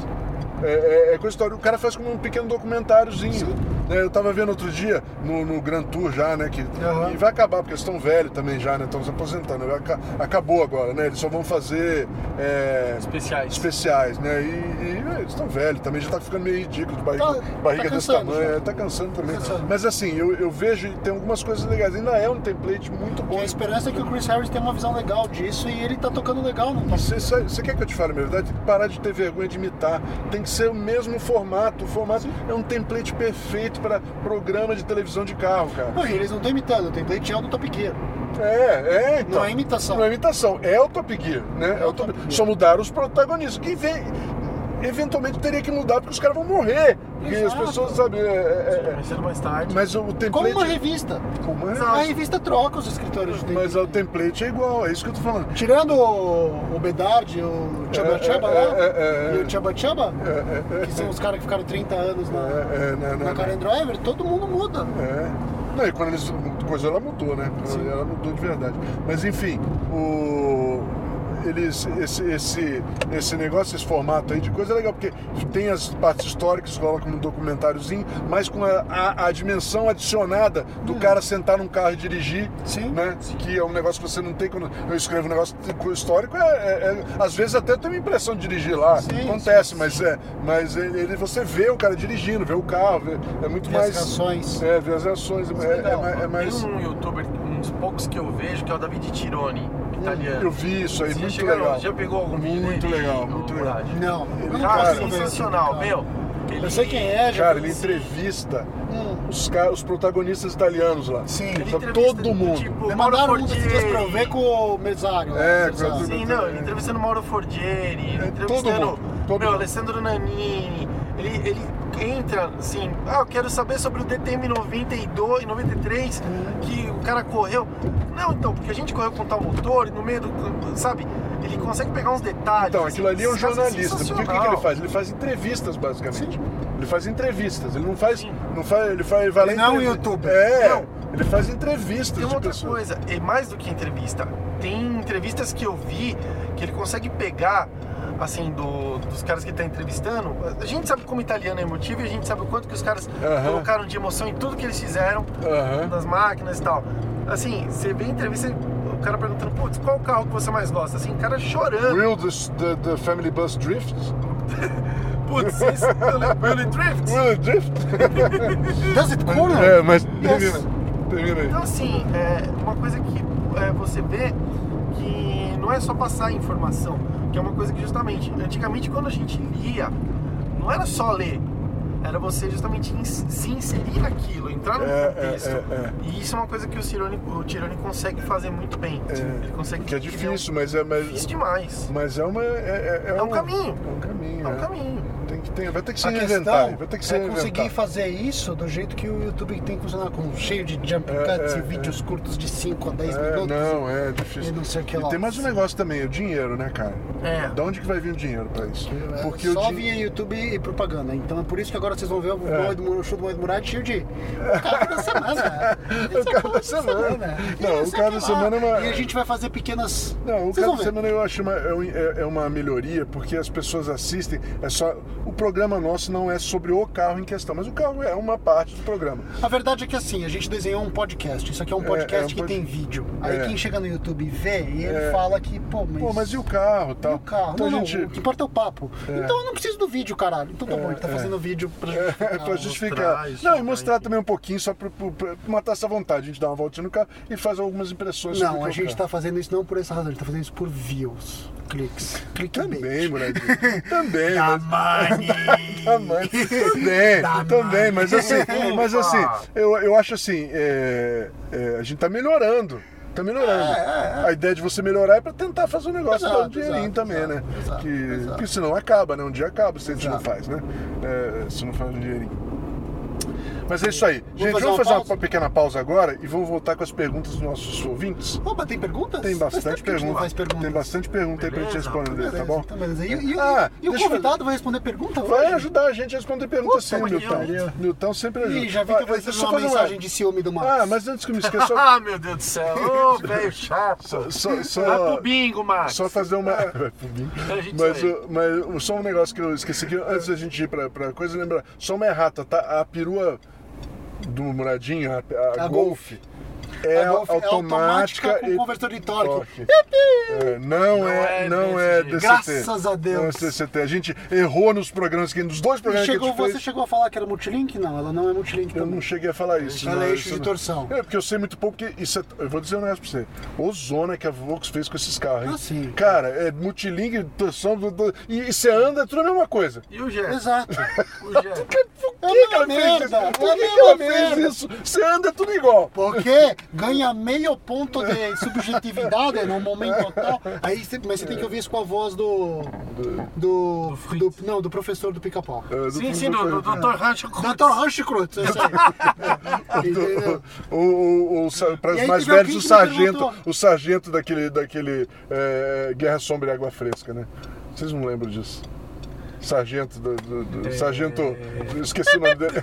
B: É, é, é coisa histórica. O cara faz como um pequeno documentáriozinho. né, eu tava vendo outro dia no, no Grand Tour já, né? Que,
C: Aham.
B: E vai acabar, porque eles estão velhos também já, né? Estão se aposentando. Aca- Acabou agora, né? Eles só vão fazer. é,
D: Especiais.
B: especiais, né? E, e, é, eles estão velhos também, já tá ficando meio ridículo de barriga,
C: Tá-
B: barriga
C: tá
B: desse
C: cansando
B: tamanho.
C: já.
B: É, tá cansando também.
C: Tá cansando.
B: Mas assim, eu, eu vejo, e tem algumas coisas legais. Ainda é um template muito
C: E
B: bom.
C: a esperança é que o Chris Harris tenha uma visão legal disso e ele tá tocando legal, não tá?
B: Você, sabe- você quer que eu te fale a verdade? Tem que parar de ter vergonha de imitar. Tem que ser o mesmo formato. O formato é um template perfeito para programa de televisão de carro, cara.
C: Não, e eles não estão imitando, tem Blade é do Top Gear.
B: É, é, então.
C: Não é imitação.
B: Não é imitação, é o Top Gear, né? É o Top Gear. Só mudaram os protagonistas, que vem- eventualmente teria que mudar porque os caras vão morrer. Porque
C: Exato.
B: as pessoas, sabe, é- é- é-
D: Mais cedo ou mais tarde.
B: mas o template...
C: Como uma revista.
B: Como é?
C: A revista troca os escritores de
B: Mas o template é igual, é isso que eu tô falando.
C: Tirando o, o Bedard, o Chubba
B: É,
C: Chubba
B: é,
C: lá,
B: é, é, é.
C: e o Chubba Chubba,
B: É, é,
C: que são os caras que ficaram 30 anos na,
B: É, é, não, não,
C: na
B: não.
C: Car and Driver, todo mundo muda.
B: É. Não, e quando eles. Coisa ela mudou, né? Ela mudou de verdade. Mas enfim, o. Eles, esse, esse, esse negócio, esse formato aí de coisa é legal, porque tem as partes históricas, coloca num documentáriozinho, mas com a, a- a dimensão adicionada do cara sentar num carro e dirigir,
C: Uhum. Sim.
B: né? Que é um negócio que você não tem quando eu escrevo um negócio histórico, é, é- é- às vezes até eu tenho a impressão de dirigir lá,
C: Sim,
B: acontece, mas é, mas ele, ele- você vê o cara dirigindo, vê o carro, vê- é muito
C: Vê as
B: mais.
C: reações.
B: É, ver as reações. É, é,
C: legal.
B: ma- é mais.
D: Tem um youtuber, um dos poucos que eu vejo, que é o David Tironi, italiano.
B: Eu vi isso aí,
D: Você já
B: muito
D: chegou-
B: legal.
D: Já pegou algum vídeo
B: Muito
D: dele,
B: legal,
D: o
B: muito legal.
D: Murad?
C: Não, eu não
D: Cara,
C: consigo ver isso,
D: sensacional,
C: cara.
D: meu.
C: Eu sei quem é, já
B: Cara, ele
C: conheci.
B: entrevista
C: Hum.
B: os, ca- os protagonistas italians lá.
C: Sim.
B: Sabe,
C: Ele
D: entrevista,
B: todo mundo.
D: tipo,
C: Me
D: Mauro
C: mandaram um desses
D: Fortieri.
C: dias pra eu ver com o
B: É,
C: Mesário. né, Mesário.
B: com o-
D: Sim, não, ele entrevistando Mauro Fordieri, ele
B: É,
D: entrevistando
B: todo mundo, todo
D: meu,
B: mundo.
D: Alessandro Nanini, ele, ele entra assim, ah, eu quero saber sobre o DTM 92, 93,
B: Hum.
D: que o cara correu. Não, então, porque a gente correu com tal motor, e no meio do. sabe? Ele consegue pegar uns detalhes.
B: Então, aquilo ali é um
D: Esse cara
B: jornalista. Porque o que, que ele
D: sensacional.
B: faz? Ele faz entrevistas, basicamente. Ele faz entrevistas. Ele não faz.
D: Sim.
B: Não faz ele faz, vai lá
C: Ele não é um
B: entrevista.
C: youtuber.
B: É,
D: Não.
B: ele faz entrevistas
D: Tem
B: de
D: uma outra
B: pessoas.
D: coisa, é mais do que entrevista. Tem entrevistas que eu vi que ele consegue pegar, assim, do- dos caras que ele tá entrevistando. A gente sabe como italiano é emotivo e a gente sabe o quanto que os caras
B: Aham.
D: colocaram de emoção em tudo que eles fizeram,
B: Aham.
D: das máquinas e tal. Assim, você vê entrevista, o cara perguntando, putz, qual carro que você mais gosta? Assim, o cara chorando.
B: Will the, the, the Family Bus Drift?
D: Putz, esse Billy Drift.
B: Will it drift?
C: Does it corner?
B: É, mas
C: Yes.
B: termina. Termina aí.
D: Então, assim, é uma coisa que é, você vê que não é só passar informação, que é uma coisa que justamente, antigamente quando a gente lia, não era só ler, era você justamente ins- se inserir naquilo, entrar no
B: É,
D: contexto.
B: é, é, é.
D: E isso é uma coisa que o Tironi, o Tironi consegue fazer muito bem. Ele consegue
B: Que é
D: criar um-
B: difícil, mas é. Mas,
D: Difícil demais.
B: Mas é uma. É,
D: É um caminho.
B: É um caminho.
D: É um
B: né?
D: caminho.
B: Tem que, tem, vai ter que se
C: A
B: reinventar.
C: questão
B: Vai ter que se
C: é conseguir
B: reinventar.
C: fazer isso do jeito que o YouTube tem que funcionar, com cheio de jump
B: É,
C: cuts
B: é,
C: e vídeos curtos de 5 a 10
B: É,
C: minutos.
B: não, é difícil.
C: e não sei o que
B: E
C: lá.
B: tem mais um negócio também, o dinheiro, né, cara?
D: É.
B: Da onde que vai vir o dinheiro pra isso? Porque
C: é. Só
B: o din-
C: via YouTube e propaganda. Então é por isso que agora vocês vão ver o,
B: É.
C: Mohamed Mu- o show do Moed Murad cheio de. O cara da semana. é
B: O cara da semana. Não, o cara da semana é uma-
C: E a gente vai fazer pequenas.
B: Não, o
C: Vocês
B: Cabo
C: vão ver.
B: Semana eu acho uma, é, um- é- é uma melhoria, porque as pessoas assistem, é só. O programa nosso não é sobre o carro em questão, mas o carro é uma parte do programa.
C: A verdade é que assim, a gente desenhou um podcast. Isso aqui é um
B: É,
C: podcast
B: é um
C: que
B: pod-
C: tem vídeo. Aí
B: É.
C: quem chega no YouTube e vê, e ele
B: É.
C: fala que, pô, mas.
B: Pô, mas e o carro tal?
C: E o carro?
B: Então
C: não,
B: a gente.
C: não, o que importa é o papo. Então eu não preciso do vídeo, caralho. Então tá bom, ele tá fazendo vídeo pra
B: É,
C: justificar.
B: pra justificar.
D: isso,
B: não, e
D: né?
B: mostrar também um pouquinho, só pra, pra- pra matar essa vontade. A gente dá uma voltinha no carro e faz algumas impressões. sobre
C: Não,
B: o
C: a gente
B: carro.
C: tá fazendo isso não por essa razão, a gente tá fazendo isso por views, cliques, clickbait.
B: Também, moleque. Também,
C: Da
B: mas-
C: Mani.
B: Ah, Também, também, também, mas assim, mas assim, eu, eu acho assim, é, é, a gente tá melhorando. Tá melhorando. A ideia de você melhorar é pra tentar fazer um negócio
C: É, Exato,
B: dar um dinheirinho
C: exato,
B: também,
C: exato,
B: né?
C: exato,
B: que,
C: exato.
B: Porque senão acaba, né? Um dia acaba se a gente não
C: Exato.
B: faz, né? É, se não faz um dinheirinho. Mas é isso aí. gente,
C: fazer
B: vamos
C: uma
B: fazer uma
C: pausa?
B: pequena pausa agora e vamos voltar com as perguntas dos nossos ouvintes.
C: Opa, tem perguntas?
B: Tem
C: Faz
B: bastante
C: tempo que a gente não
B: pergunta.
C: faz perguntas.
B: Tem bastante pergunta aí pra gente
D: Beleza.
B: responder, tá
C: Beleza,
B: bom?
C: então beleza. E, e-
B: Ah,
C: e o
B: deixa eu-
C: convidado vai responder pergunta
B: Vai
C: hoje?
B: ajudar a gente a responder perguntas sim,
C: Puta que
B: Milton.
C: pariu.
B: Milton sempre ajuda.
C: Ih, já vi
B: Ah,
C: que eu vou
B: deixa
C: receber
B: eu
C: uma
B: fazer
C: mensagem de ciúme do Max.
B: Ah, mas antes que eu me esqueça, só,
D: Ah, meu Deus do céu, ô, velho chato.
B: só, só,
D: Vai
B: só,
D: pro bingo, Max.
B: só fazer uma...
C: É.
D: A gente
B: mas,
D: sai.
B: o- mas o- só um negócio que eu esqueci aqui, antes da gente ir pra, pra coisa, lembrar, só uma errata, tá? é A perua do Muradinho, a, a
C: A
B: Golf, é
C: A Golf é
B: automática,
C: automática com
B: e
C: conversor de torque.
B: É, não, é,
D: é
B: não é DCT.
D: DCT.
C: Graças a Deus.
B: Não é DCT. A gente errou nos programas, que nos dois
C: E
B: programas
C: chegou,
B: que a gente
C: você
B: fez,
C: chegou a falar que era multilink? Não, ela não é multilink
B: eu
C: também.
B: não cheguei a falar isso.
C: Ela
B: não,
C: é eixo
B: isso
C: de
B: não.
C: torção.
B: É, porque eu sei muito pouco, porque isso é- eu vou dizer um negócio pra você. Ozona que a Vox fez com esses carros, hein?
C: Ah, sim.
B: Cara, é multilingue, torção, do- do- e, e você anda, é tudo a mesma coisa.
D: E o Jé?
C: Exato.
D: O Jé.
B: Por
C: É a
B: que, que ela
C: mesma
B: fez
C: merda,
B: isso?
C: é
B: Por
C: a
B: que, que ela
C: mesma merda.
B: fez isso? Você anda, é tudo igual.
C: Porque ganha meio ponto de subjetividade no momento tal. Aí você, mas você tem que ouvir isso com a voz do. Do.
D: Fritz.
C: do- não, do professor do pica-pau.
B: É, do-
D: Sim,
B: do-
D: sim,
B: do-
D: do Dr. Rancho
C: Dr. Hanschkrutz, é isso aí. Entendeu?
B: O, o, o, sa- para
C: E
B: os
C: aí
B: mais
C: teve alguém
B: velhos, o
C: que me
B: sargento,
C: perguntou.
B: o sargento daquele, daquele é, Guerra Sombra e Água Fresca, né? Vocês não lembram disso? Sargento, do, do-
D: É.
B: do- sargento, esqueci o nome dele.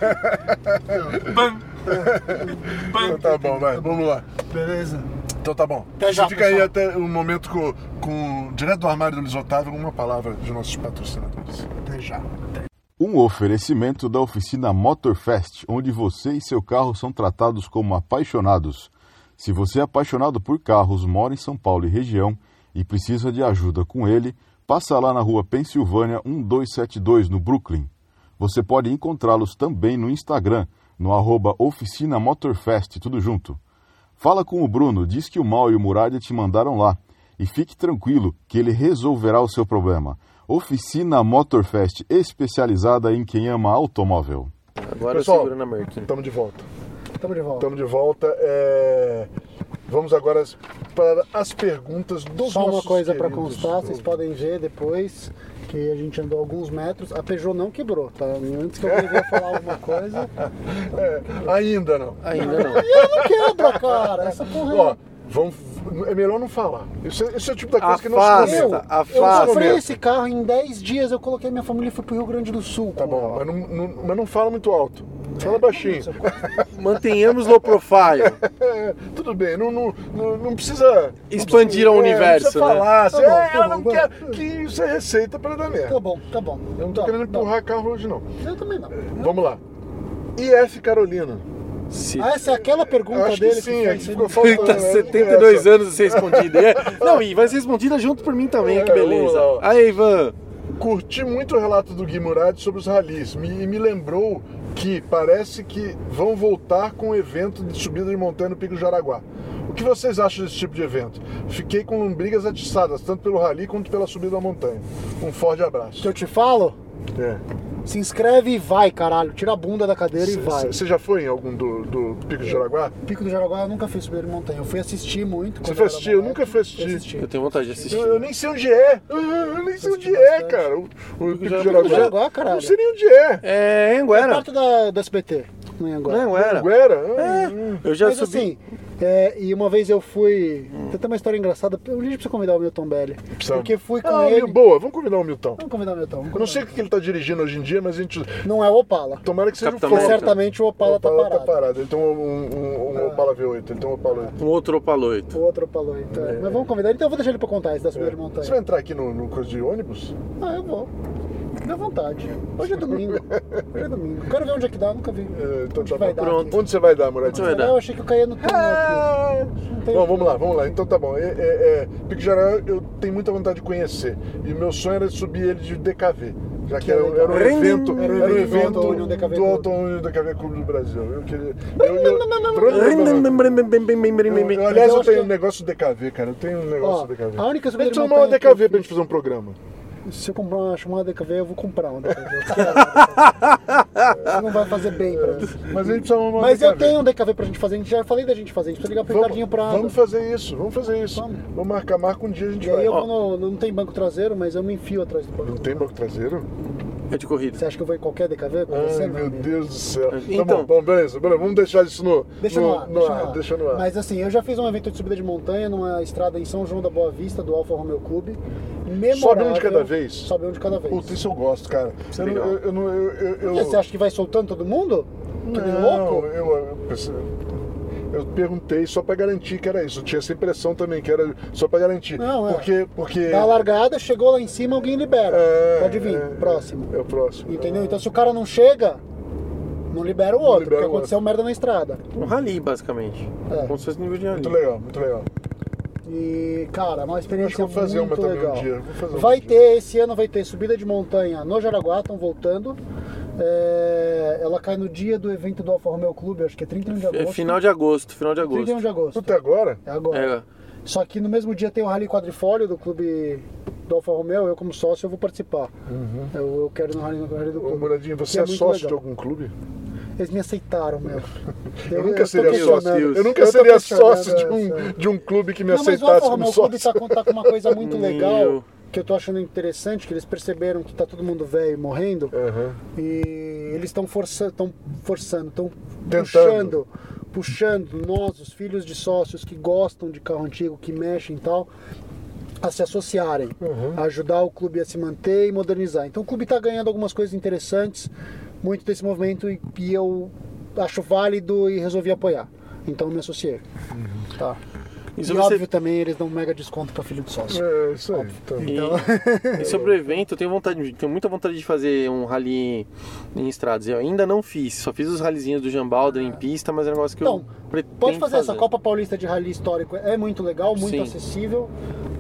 D: Bam.
B: Então
D: Bam.
B: tá bom, vai, vamos lá.
C: Beleza.
B: Então tá bom.
C: Até já,
B: Fica aí
C: pessoal.
B: até um momento com, com direto do armário do Luiz Otávio, uma palavra de nossos patrocinadores.
C: Até já.
A: Um oferecimento da oficina Motorfest, onde você e seu carro são tratados como apaixonados. Se você é apaixonado por carros, mora em São Paulo e região e precisa de ajuda com ele, passa lá na rua Pensilvânia 1272, no Brooklyn. Você pode encontrá-los também no Instagram, no arroba oficina Motorfest, tudo junto. Fala com o Bruno, diz que o Mal e o Muralha te mandaram lá. E fique tranquilo que ele resolverá o seu problema. Oficina Motorfest, especializada em quem ama automóvel.
E: Agora
B: Pessoal,
E: eu seguro na Merkin.
B: Estamos de volta.
C: Tamo de volta.
B: Estamos de volta. é, Vamos agora as- para as perguntas dos
C: Só uma
B: Então, nossos
C: coisa para
B: queridos
C: constar, vocês
B: ouvintes.
C: podem ver depois que a gente andou alguns metros. A Peugeot não quebrou, tá? Antes que alguém venha falar alguma coisa.
B: É, ainda não.
E: Ainda não.
C: Não quebra, cara. Essa porra
B: Ó,
C: é.
B: vamos, é melhor não falar. Isso é, isso é o tipo da coisa que não
E: Afasta,
B: se comenta.
E: afasta.
C: Eu
E: Fácil.
C: sofri esse carro em 10 dias. Eu coloquei minha família e fui pro Rio Grande do Sul.
B: Tá bom, mas não, não- mas não fala muito alto. Fala baixinho.
E: Mantenhamos low profile.
B: É, tudo bem, não, não, não, não precisa.
E: Expandir ao
B: é,
E: universo,
B: Não precisa
E: né?
B: falar. assim,
C: Tá bom,
B: "É,
C: tá
B: ela
C: bom,
B: não
C: vamos.
B: quer. Que isso é receita para dar merda.
C: Tá bom, tá bom.
B: Eu não tô
C: Tá,
B: querendo
C: tá.
B: empurrar carro hoje, não.
C: Eu também não.
B: Vamos lá. IF Carolina.
E: Se...
C: Ah, essa é aquela
B: Eu
C: pergunta
B: acho
C: dele
B: que sim,
C: que
B: é
C: fez
B: que
C: ele-
B: ficou faltando.
E: Tá
B: né?
E: 72
B: Essa.
E: anos de ser respondida. É. Não, e vai ser respondida junto por mim também, que
B: É, vamos
E: beleza.
B: lá, ó.
E: Aí, Ivan.
B: Curti muito o relato do Gui Murad sobre os ralis me- e me lembrou que parece que vão voltar com o evento de subida de montanha no Pico do Jaraguá. O que vocês acham desse tipo de evento? Fiquei com lombrigas atiçadas, tanto pelo rali quanto pela subida da montanha. Um forte
C: Que
B: abraço.
C: eu te falo,
B: É.
C: se inscreve e vai, caralho. Tira a bunda da cadeira e vai.
B: Você já foi em algum do, do Pico do Jaraguá?
C: Pico do Jaraguá eu nunca fiz subir de montanha. Eu fui assistir muito. quando
B: Você
C: eu
B: foi
C: era
B: assistir? Eu
C: moleque.
B: nunca fui assistir.
E: Eu tenho vontade de assistir.
B: Eu, eu nem sei onde é. Eu, eu nem sei onde é, cara. O, o Pico do
C: Pico do
B: Jaraguá.
C: Jaraguá, caralho.
B: Não sei nem onde é.
E: É,
C: É
E: Anguera.
C: perto da, da SBT. Não é agora.
E: Não, Anguera.
B: Guera?
E: É,
B: Ah,
E: Eu já
C: Mas
E: subi.
C: assim, é, e uma vez eu fui. Tem até uma história engraçada. Eu ligo pra você convidar o Milton Belli.
B: Precisa.
C: Porque fui com
B: Ah, o
C: ele.
B: Mil- boa. Vamos convidar o Milton.
C: Vamos convidar o Milton. vamos
B: Eu não sei o que ele tá dirigindo hoje em dia, mas a gente.
C: convidar. Não é o Opala.
B: Tomara que seja
E: Capitão
B: um Ford.
E: Volta. América.
C: Certamente o Opala,
B: O Opala
C: tá
B: tá
C: parado.
B: parado. Ele tem um, um, um- um Opala V8. Ele tem um Opala 8.
E: Um outro opaloito.
C: O outro Opala, então. é. Mas vamos convidar ele. Então eu vou deixar ele pra contar isso da subida de montanha.
B: Você vai entrar aqui no, no coisa de ônibus?
C: Ah, eu vou. Dá vontade. Hoje é domingo. Hoje é domingo. Quero ver onde é que dá, nunca vi.
B: É, então
C: Onde
B: tá
C: vai
B: bom.
C: dar
B: Pronto.
C: aqui?
B: Onde você vai dar, Murad?
E: Onde vai dar?
C: Ah, eu achei que eu caía no túnel aqui.
B: Ah!
C: tem-
B: Bom, vamos lá, vamos lá. Então tá bom. É, é, é, Pico Jaraguá eu tenho muita vontade de conhecer. E meu sonho era subir ele de DKV. Já que,
C: Que
B: era,
C: legal.
B: era um
E: Ring!
B: evento, era um
C: Ring!
B: evento
C: Do Auto Union DKV
B: do
C: Clube.
B: Auto Union DKV Clube do Brasil. Eu queria. eu- eu- Eu, eu,
E: Não,
B: aliás,
C: eu
B: eu
C: acho
B: tenho
C: que-
B: um negócio do DKV, cara. Eu tenho um negócio
C: Ó,
B: do DKV.
C: a única subida
B: Vem
C: de
B: tomar uma
C: montanha que eu
B: DKV pra
C: fiz-
B: gente fazer um programa.
C: Se eu comprar uma chamada DKV, eu vou comprar um DKV. Isso não vai fazer bem pra mim.
B: Mas a gente precisa arrumar uma
C: Mas eu
B: DKV.
C: tenho um DKV pra gente fazer, a gente já falei da gente fazer, a gente precisa ligar pro Ricardinho
B: Vamos,
C: Prado.
B: vamos fazer isso, vamos fazer isso.
C: Vamos.
B: Vamos marcar, marca um dia a gente
C: E
B: vai.
C: aí eu vou no, não tem banco traseiro, mas eu me enfio atrás do banco.
B: Não tem banco traseiro?
E: É de corrida.
C: Você acha que eu vou em qualquer DKV com você?
B: Ai,
C: Não, né?
B: meu
C: amigo.
B: Deus do céu. Então, tá bom,
E: Então.
B: bom, beleza, beleza. Vamos deixar isso no,
C: Deixa no, ar,
B: deixa, no ar, deixa no ar.
C: Mas assim, eu já fiz um evento de subida de montanha numa estrada em São João da Boa Vista, do Alfa Romeo Clube. Memorável.
B: Sobe um de cada vez?
C: Sobe um de cada vez.
B: Puta, isso eu gosto, cara.
E: Isso é
B: Eu, não-
E: legal.
B: eu, eu, não- eu, eu, eu,
C: Por quê? Você acha que vai soltando todo mundo? Que nem
B: Não,
C: louco?
B: eu, eu, pensei- eu perguntei só pra garantir que era isso. Eu tinha essa impressão também, que era só pra garantir.
C: Não, é.
B: Porque. porque
C: Dá a largada, chegou lá em cima, alguém libera.
B: É,
C: Pode vir,
B: é,
C: próximo.
B: É o próximo.
C: Entendeu? Então se o cara não chega, Não libera o
B: libera
C: outro, porque
B: o outro.
C: aconteceu merda na estrada.
E: Um rally, basicamente.
C: É.
E: Como se fosse nível de rally.
B: Muito legal, muito legal.
C: E, cara, é uma
B: Acho que
C: experiência
B: eu vou fazer uma
C: muito
B: também
C: legal.
B: um dia. Vou fazer uma
C: vai
B: um dia.
C: ter, esse ano vai ter subida de montanha no Jaraguá, estão voltando. É, ela cai no dia do evento do Alfa Romeo Clube, acho que é 31 de
E: É
C: agosto.
E: final de agosto, final de agosto.
C: 31 de agosto.
B: Puta, agora?
C: É agora.
E: É,
C: Só que no mesmo dia tem o Rally Quadrifólio do clube do Alfa Romeo, eu como sócio eu vou participar.
B: Uhum.
C: Eu, eu quero ir no Rally, no rally do
B: Ô,
C: clube.
B: Muradinho,
C: que
B: você é,
C: muito
B: sócio de
C: legal.
B: algum clube?
C: Eles me aceitaram, meu.
B: Eu,
C: eu
B: nunca
C: tô
B: seria
C: questionando.
B: sócio. Eu nunca
C: Eu tô
B: seria
C: questionando
B: sócio de um,
C: essa.
B: de um clube que me
C: Não, mas o
B: aceitasse
C: Alfa
B: como
C: Romeo Clube
B: sócio.
C: tá, com- tá com uma coisa muito
E: Nem
C: legal
E: eu.
C: que eu tô achando interessante, que eles perceberam que tá todo mundo velho e morrendo.
B: Aham.
C: E eles estão forçando, estão forçando, estão
B: Tentando.
C: puxando, puxando nós, os filhos de sócios que gostam de carro antigo, que mexem e tal, a se associarem,
B: Uhum.
C: a ajudar o clube a se manter e modernizar. Então o clube está ganhando algumas coisas interessantes, muito desse movimento e, e eu acho válido e resolvi apoiar. Então eu me associei.
B: Uhum.
C: Tá.
E: E
C: E,
E: sobre
C: óbvio
E: você-
C: também eles dão um mega desconto para filho de sócio.
B: É, isso aí. Então,
E: E, e sobre o evento, eu tenho vontade, de- tenho muita vontade de fazer um rally em estradas. Eu ainda não fiz, só fiz os rallyzinhos do Jambalda em pista, mas é um negócio que
C: Então,
E: eu pretendo
C: Pode fazer, essa Copa Paulista de Rally Histórico, é muito legal, muito
E: Sim.
C: acessível.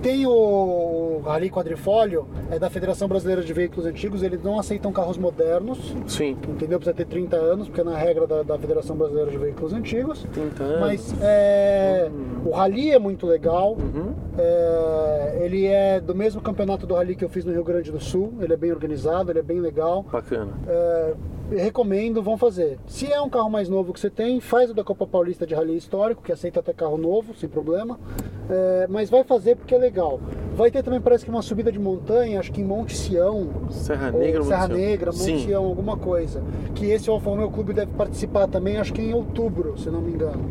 C: Tem o Rally Quadrifólio, é da Federação Brasileira de Veículos Antigos, eles não aceitam carros modernos,
E: Sim,
C: entendeu? Precisa ter 30 anos, porque é na regra da, da Federação Brasileira de Veículos Antigos.
E: 30 anos.
C: Mas é, o Rally é muito legal,
E: Uhum.
C: é, ele é do mesmo campeonato do Rally que eu fiz no Rio Grande do Sul, ele é bem organizado, ele é bem legal.
E: Bacana.
C: É, eu recomendo, vão fazer. Se é um carro mais novo que você tem, faz o da Copa Paulista de Rally Histórico, que aceita até carro novo, sem problema. É, mas vai fazer porque é legal. Vai ter também, parece que uma subida de montanha, acho que em Monte Sião.
E: Serra
C: ou
E: Negra,
C: Serra
E: Monte Sião.
C: Negra, Monte
E: Sim.
C: Sião, alguma coisa. Que esse Alfa Romeo Clube deve participar também, acho que em outubro, se não me engano.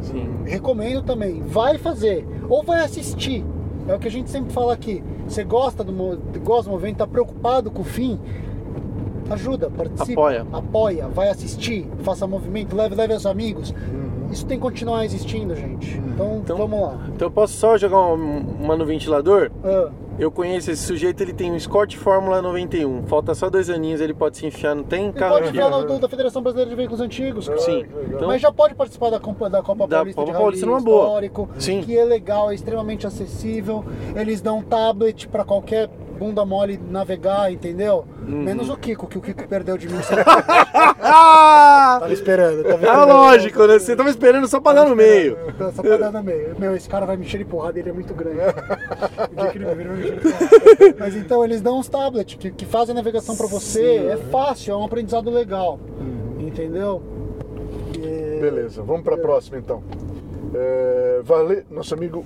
E: Sim.
C: Recomendo também. Vai fazer. Ou vai assistir. É o que a gente sempre fala aqui. Você gosta do, mo- gosta do movimento, está preocupado com o fim, ajuda, participa.
E: Apoia.
C: Apoia, vai assistir, faça movimento, leve, leve aos amigos. Isso tem que continuar existindo, gente. Então,
E: Então-
C: vamos lá.
E: Então eu posso só jogar um- uma no ventilador?
C: Ah,
E: Eu conheço esse sujeito, ele tem um Scott Fórmula 91. Falta só dois aninhos, ele pode se enfiar, não tem
C: e
E: carro
C: pode
E: aqui.
C: falar do- da Federação Brasileira de Veículos Antigos, cara.
E: é. Sim.
B: Ah, que legal.
E: Então,
C: Mas já pode participar da Copa, da Copa
E: Da
C: Paulista
E: Copa
C: de
E: Paulista
C: Rally
E: numa boa.
C: Histórico,
E: Sim.
C: que é legal, é extremamente acessível. Eles dão tablet pra qualquer bunda mole navegar, entendeu?
E: Uhum.
C: Menos o Kiko, que o Kiko perdeu de mim.
E: Ah!
C: tava esperando, tava
E: Ah,
C: esperando.
E: lógico, né? Você tava esperando só pra dar no meio.
C: Tá Só pra dar no meio. Meu, esse cara vai me encher de porrada, ele é muito grande. O dia que ele me vira, eu me encher de porrada. Mas então eles dão uns tablets que, que fazem navegação pra você. É fácil, é um aprendizado legal.
E: Uhum.
C: Entendeu? E-
B: Beleza, vamos pra próxima então. É, vale... Nosso amigo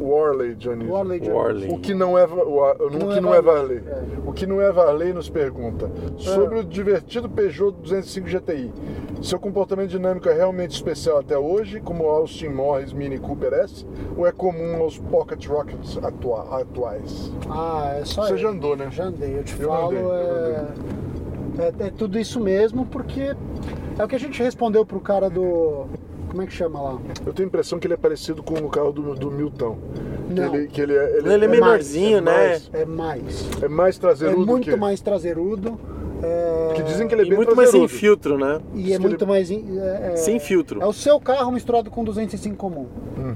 B: Warley Johnny.
C: Warley Johnson.
E: Warley.
B: O que não é, va- o, a- o que não, é valer. O que não é valer nos pergunta sobre o divertido Peugeot 205 GTI. Seu comportamento dinâmico é realmente especial até hoje, como o Austin Morris Mini Cooper S, ou é comum aos Pocket Rockets atua- atuais?
C: Ah, é só
B: Você
C: eu.
B: já andou, né?
C: Já andei, eu te
B: Eu
C: falo.
B: andei, eu
C: é... é- é tudo isso mesmo, porque é o que a gente respondeu pro cara do. Como é que chama lá?
B: Eu tenho a impressão que ele é parecido com o carro do, do Milton.
C: Não.
B: Que ele, que ele é,
E: Ele é menorzinho, né?
B: Mais,
C: É mais.
B: é mais
C: É
B: traseirudo
C: muito
B: que...
C: mais traseirudo. é-
B: Porque dizem que ele é
E: E
B: bem
E: muito mais sem
B: traseirudo.
E: filtro, né?
C: E é
B: que
C: muito
B: ele-
C: mais. in- é- é-
E: Sem filtro.
C: É o seu carro misturado com 205 comum.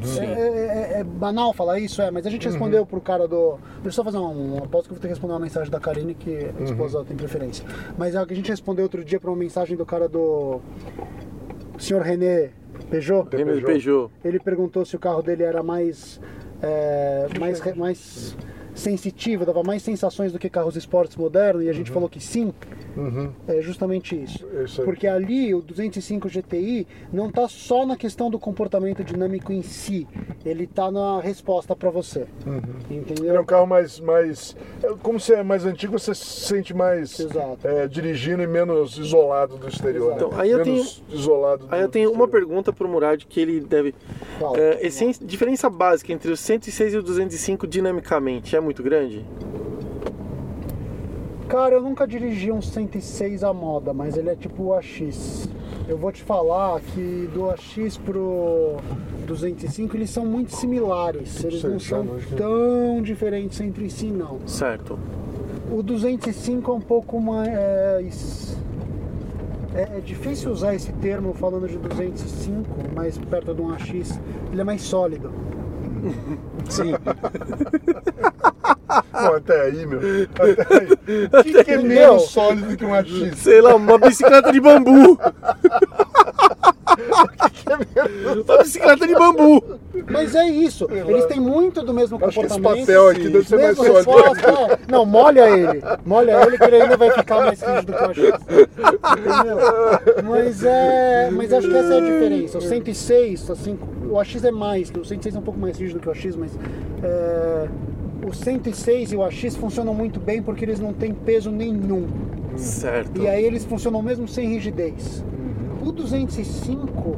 E: Sim.
C: É, é- é- é banal falar isso, é, mas a gente respondeu pro cara do. Deixa eu só fazer um. Aposto que eu vou ter que responder uma mensagem da Karine, que a esposa tem preferência. Mas é o que a gente respondeu outro dia pra uma mensagem do cara do. Senhor René Peugeot.
E: Lembra do Peugeot.
C: Ele perguntou se o carro dele era mais. é, mais, re- mais sensitivo, dava mais sensações do que carros esportes modernos, e a gente falou que sim.
B: Uhum.
C: É justamente isso.
B: É isso aí.
C: Porque ali o 205 GTI não tá só na questão do comportamento dinâmico em si, ele tá na resposta para você.
B: Ele é
C: Entendeu?
B: um carro mais, mais. é, Como você é mais antigo, você se sente mais
C: Exato.
B: é, dirigindo e menos isolado do exterior.
E: Exato. Então,
B: Né?
E: Aí eu
B: menos isolado
E: Aí
B: do
E: eu tenho uma
B: exterior.
E: pergunta pro Murad que ele deve.
C: Fala.
E: É, essen- diferença básica entre o 106 e o 205 dinamicamente é muito grande?
C: Cara, eu nunca dirigi um 106 à moda, mas ele é tipo o AX. Eu vou te falar que do AX pro 205 eles são muito similares, eles
B: Sei,
C: não
B: tá,
C: são
B: mas que-
C: tão diferentes entre si, não.
E: Certo.
C: O 205 é um pouco mais. é, é difícil usar esse termo falando de 205, mas perto de um AX, ele é mais sólido.
E: Sim. Ah!
B: Pô, até aí, meu.
E: É
B: Até aí. O que, que é
C: aí, meu.
B: menos sólido que um AX?
E: Sei lá, uma bicicleta de bambu. uma bicicleta de bambu.
C: Mas é isso, eles têm muito do mesmo
B: Acho que esse
C: comportamento.
B: papel aqui deve ser mais
C: mesmo
B: sólido.
C: resposta, é. Não, molha ele. Molha ele que ele ainda vai ficar mais rígido que eu achei. Entendeu? Mas é. Mas acho que essa é a diferença. O 106, assim, o AX é mais, o 106 é um pouco mais rígido que o AX, mas. é, o 106 e o AX funcionam muito bem porque eles não têm peso nenhum.
E: Certo.
C: E aí eles funcionam mesmo sem rigidez. O 205,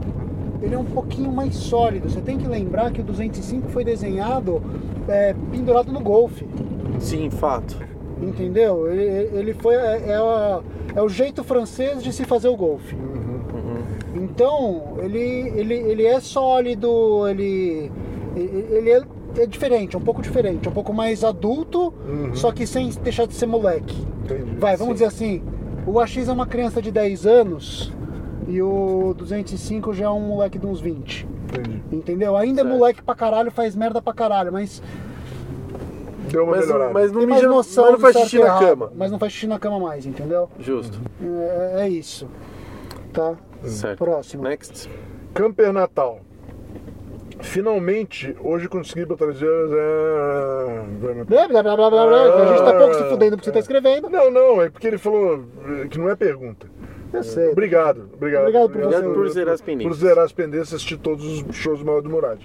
C: ele é um pouquinho mais sólido. Você tem que lembrar que o 205 foi desenhado é, pendurado no golfe,
E: Sim, fato.
C: entendeu? Ele, ele foi é, é a- é o jeito francês de se fazer o golfe. Então ele, ele, ele é sólido, ele ele ele é, é diferente, é um pouco diferente, é um pouco mais adulto,
E: Uhum.
C: só que sem deixar de ser moleque.
B: Entendi.
C: Vai, vamos dizer assim, o AX é uma criança de 10 anos e o 205 já é um moleque de uns 20.
B: Entendi.
C: Entendeu? Ainda é
E: Certo.
C: moleque pra caralho, faz merda pra caralho, mas
B: Deu uma
E: Mas,
B: melhorada.
E: mas não
C: tem
E: me
C: mais noção
E: mas não
C: do
E: faz
C: certo
E: xixi
C: e
E: na
C: errado,
E: cama.
C: Mas não faz xixi na cama mais, entendeu?
E: Justo.
C: É, é isso. Tá?
E: Certo.
C: Próximo. Né?
E: Next.
B: Camper Natal. Finalmente, hoje consegui trazer. é,
C: Blá, blá, blá, blá, blá, blá. A gente tá pouco se
B: Ah.
C: fudendo porque você tá escrevendo.
B: Não, não, é porque ele falou eh, que não é pergunta.
C: Eu sei.
B: Obrigado, obrigado.
C: Obrigado por você-
E: Obrigado por zerar as pendências.
B: Por zerar as pendências, assistir todos os shows do Mauro do Murad.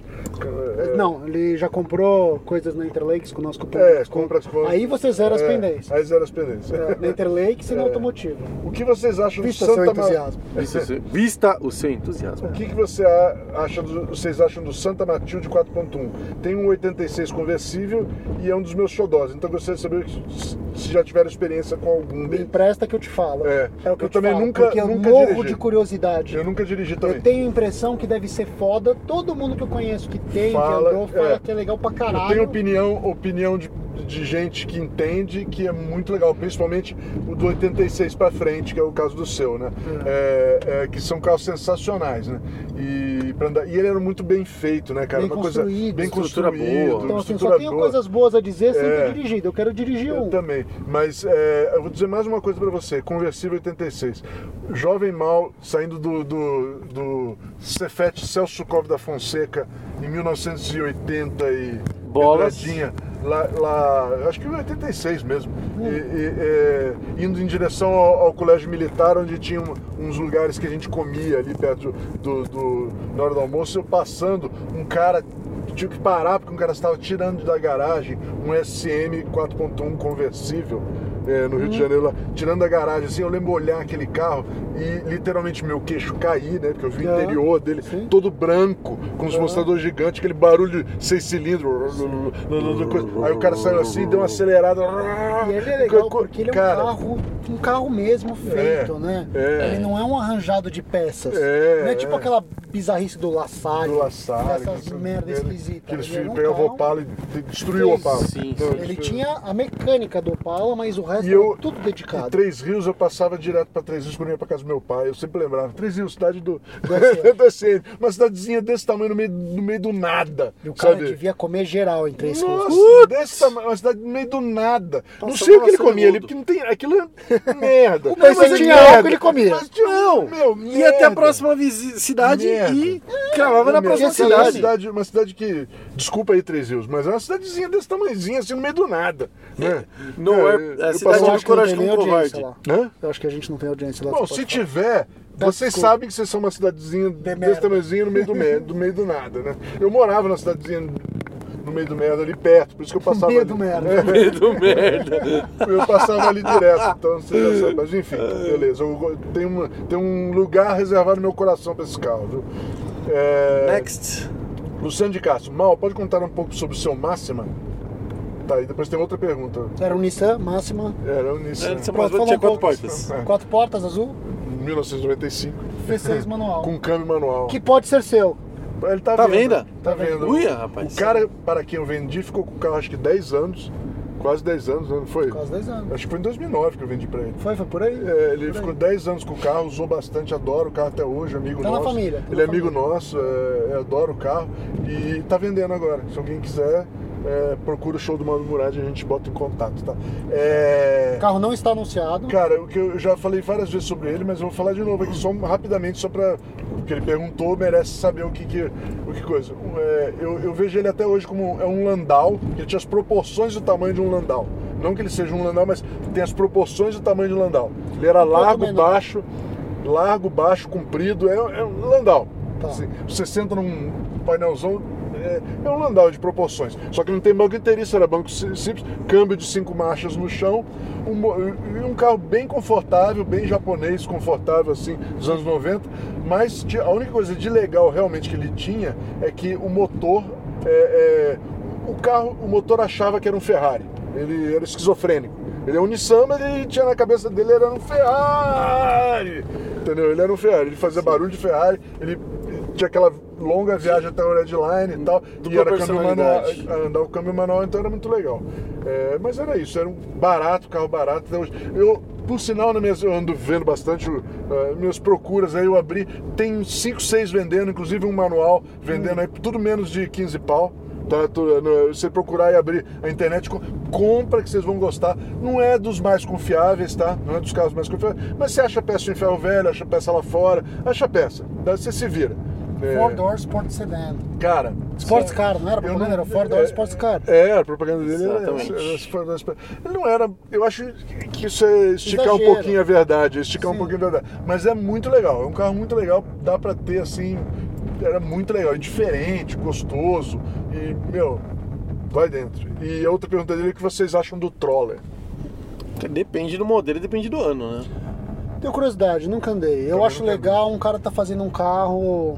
B: É,
C: Não, ele já comprou coisas na Interlakes com o nosso cupom. de
B: É,
C: desconto.
B: compra as coisas.
C: Aí você zera as
B: É,
C: pendências. É,
B: Aí zera as pendências.
C: Na Interlakes e no automotivo.
B: O que vocês acham do
C: Vista seu
B: Santa tá- Ma-
C: entusiasmo.
E: Vista, o seu- vista o seu entusiasmo.
B: O que, que você a- acha do- vocês acham do Santa Matilde 4.1? Tem um 86 conversível e é um dos meus xodós, então eu gostaria de saber se se já tiveram experiência com algum
C: Me
B: deles.
C: empresta que eu te falo.
B: É.
C: o que eu,
B: Eu também
C: te falo,
B: nunca-
C: porque eu
B: nunca
C: morro
B: dirigi.
C: de curiosidade.
B: Eu
C: Eu,
B: nunca dirigi também.
C: tenho a impressão que deve ser foda. Todo mundo que eu conheço que tem,
B: Fala,
C: que andou, fala
B: é.
C: que é legal pra
B: Eu
C: caralho.
B: tenho opinião, opinião de, de gente que entende que é muito legal, principalmente o do 86 pra frente, que é o caso do seu, né? É, é, que são carros sensacionais, né? E, pra andar- e ele era muito bem feito, né, cara?
C: Bem
B: Uma coisa
C: construído.
B: bem
E: Estrutura
B: construído,
E: boa.
C: Então, assim, só
B: estrutura
C: tenho
B: boa.
C: coisas boas a dizer sem
B: É.
C: ter dirigido. Eu quero dirigir
B: Eu
C: um.
B: também. Mas é, eu vou dizer mais uma coisa pra você. Conversível 86. Jovem Mal saindo do, do, do Cefet Celso Cove da Fonseca em 1980 e
E: Bolas.
B: Pedradinha, Lá, lá, acho que em 86 mesmo, e, e, é, indo em direção ao, ao colégio militar, onde tinha um- uns lugares que a gente comia ali perto do, do, na hora do almoço. Eu passando, um cara tinha que parar porque um cara estava tirando da garagem um SM 4.1 conversível é, no Rio de Janeiro, lá, tirando da garagem. Assim, eu lembro olhar aquele carro e literalmente meu queixo cair, né? Porque eu vi o
C: Ah,
B: interior dele
C: sim.
B: todo branco, com os mostradores gigantes, aquele barulho de seis cilindros. Aí o cara saiu assim, deu uma acelerada.
C: E ele é legal porque ele é um
B: Cara,
C: carro, um carro mesmo feito,
B: É,
C: né?
B: é.
C: Ele não é um arranjado de peças.
B: É,
C: não é tipo
B: é.
C: aquela bizarrice do Lassari,
B: do Lassari,
C: dessas
B: que-
C: merda
B: ele-
C: esquisita.
B: Que eles
C: Ele era um
B: pegavam o
C: carro-
B: Opala e de- destruiu o Opala.
E: Sim,
B: Então,
E: sim.
C: Ele
B: destruiu.
C: tinha um a mecânica do Opala, mas o resto
B: E eu-
C: era tudo
B: Em
C: dedicado.
B: é, Três Rios eu passava direto pra Três Rios quando eu ia pra casa do meu pai. Eu sempre lembrava. Três Rios, cidade do. do SN. Uma cidadezinha desse tamanho no meio, no meio do nada.
C: E o é cara
B: sabe?
C: devia comer geral em três
B: Nossa,
C: rios.
B: desse tamanho, uma cidade no meio do nada. não
E: Passando
B: sei o que ele
E: maçã
B: comia
E: no
B: ali,
E: mundo.
B: porque não tem. Aquilo é merda.
C: Não, mas
B: é
C: tinha
B: merda.
C: álcool, ele comia.
B: Mas tinha
E: Não,
B: álcool, meu,
E: E até a
B: merda.
E: próxima visi- cidade e cravava
B: Não,
E: na
B: meu,
E: próxima
B: aquela é uma
E: cidade.
B: cidade. Uma cidade que. Desculpa aí, Três Rios, mas é uma cidadezinha desse tamanhozinho, assim, no meio do nada. Né?
E: Não é- é a
B: eu
E: cidade
B: passava-
C: Eu acho que
E: de
C: não tem
E: coragem
C: nem
E: com
C: audiência
E: covarde.
C: lá.
B: Hã?
C: Eu acho que a gente não tem audiência lá.
B: Bom,
C: você
B: se
C: pode
B: tiver, vocês
C: desculpa.
B: sabem que vocês são uma cidadezinha desse
C: merda.
B: tamanhozinho no meio do, me- do meio do nada, né? Eu morava na cidadezinha no meio do merda ali perto, por isso que eu passava.
C: meio
B: ali.
C: do merda.
B: É.
E: Do merda.
B: Eu passava ali direto, então você já sabe. Mas enfim, beleza. Eu, go- tem, uma, tem um lugar reservado no meu coração pra esse carro, viu? É,
E: Next.
B: Luciano de Castro, Mal, pode contar um pouco sobre o seu Máxima? Tá, e depois tem outra pergunta.
C: Era um Nissan Máxima,
B: Era o Nissan,
E: Antes,
C: Pronto,
E: mas vou tinha
C: falou
E: quatro
C: um
E: portas.
B: É.
C: quatro portas azul,
B: 1995,
C: V6 manual.
B: com câmbio manual.
C: Que pode ser seu.
B: Ele tá,
E: Tá
B: vendo?
E: venda?
B: Tá vendo?
E: Uia, rapaz.
B: O cara para quem eu vendi ficou com o carro acho que 10 anos. quase 10 anos, né? não foi?
C: Quase 10 anos.
B: Acho que foi em 2009 que eu vendi pra ele.
C: Foi, foi por aí?
B: É, ele
C: Por aí.
B: ficou 10 anos com o carro, usou bastante, adora o carro até hoje, amigo
C: Tá na
B: nosso.
C: família, tá
B: ele
C: na
B: é amigo nosso, é, é, adora o carro e tá vendendo agora. Se alguém quiser, é, procura o show do Mano Murad e a gente bota em contato, tá? É,
C: O carro não está anunciado.
B: Cara, o que eu já falei várias vezes sobre ele, mas eu vou falar de novo aqui só um, rapidamente, só pra. Porque ele perguntou, merece saber o que, que, o que coisa. Um, é, eu, eu vejo ele até hoje como um- é um landau, ele tinha as proporções do tamanho de um landau. Não que ele seja um landau, mas tem as proporções do tamanho de um landau. Ele era
C: pouco
B: largo,
C: menor.
B: baixo, largo, baixo, comprido, é, é um landau.
C: Tá.
B: Assim, você senta num painelzão. É, é um landau de proporções. Só que não tem banco inteiriço, era banco si- simples, câmbio de cinco marchas no chão, um, mo- e um carro bem confortável, bem japonês, confortável assim, dos anos 90. Mas ti- a única coisa de legal realmente que ele tinha é que o motor. é, é, o carro, o motor achava que era um Ferrari. Ele era esquizofrênico. Ele é um Nissan, mas ele tinha na cabeça dele era um Ferrari. Entendeu? Ele era um Ferrari, ele fazia barulho de Ferrari, ele tinha aquela longa viagem até o Red Line e tal. e
E: Dupla
B: era câmbio manual,
E: personalidade.
B: andar o câmbio manual, então era muito legal. É, mas era isso, era um barato, carro barato. Até hoje. Eu, por sinal, na minha, eu ando vendo bastante o, eh, minhas procuras, aí eu abri, tem 5, 6 vendendo, inclusive um manual vendendo aí, tudo menos de 15 pau. Tá, Tu- no- você procurar e abrir a internet, co- compra que vocês vão gostar. Não é dos mais confiáveis, tá? Não é dos carros mais confiáveis, mas você acha peça em ferro velho, acha peça lá fora, acha peça, Daí você se vira. É,
C: Four Door Sport Sedan.
B: cara,
C: Sports
B: só-
C: Car, não era
B: eu
C: propaganda, era Ford
B: é,
C: All Sports Car.
B: É, a propaganda dele era, era,
E: Exatamente.
B: Ford All Sports Car. Ele não era. Eu acho que isso é esticar um
C: Exagero.
B: pouquinho a verdade, esticar
C: Sim.
B: um pouquinho a verdade. Mas é muito legal, é um carro muito legal, dá pra ter assim. Era muito legal, é diferente, gostoso e, meu, vai dentro. E a outra pergunta dele é o que vocês acham do Troller?
E: Depende do modelo e depende do ano, né?
C: Tenho curiosidade, nunca andei. Eu
B: Também
C: acho
B: nunca
C: legal um cara tá fazendo um carro.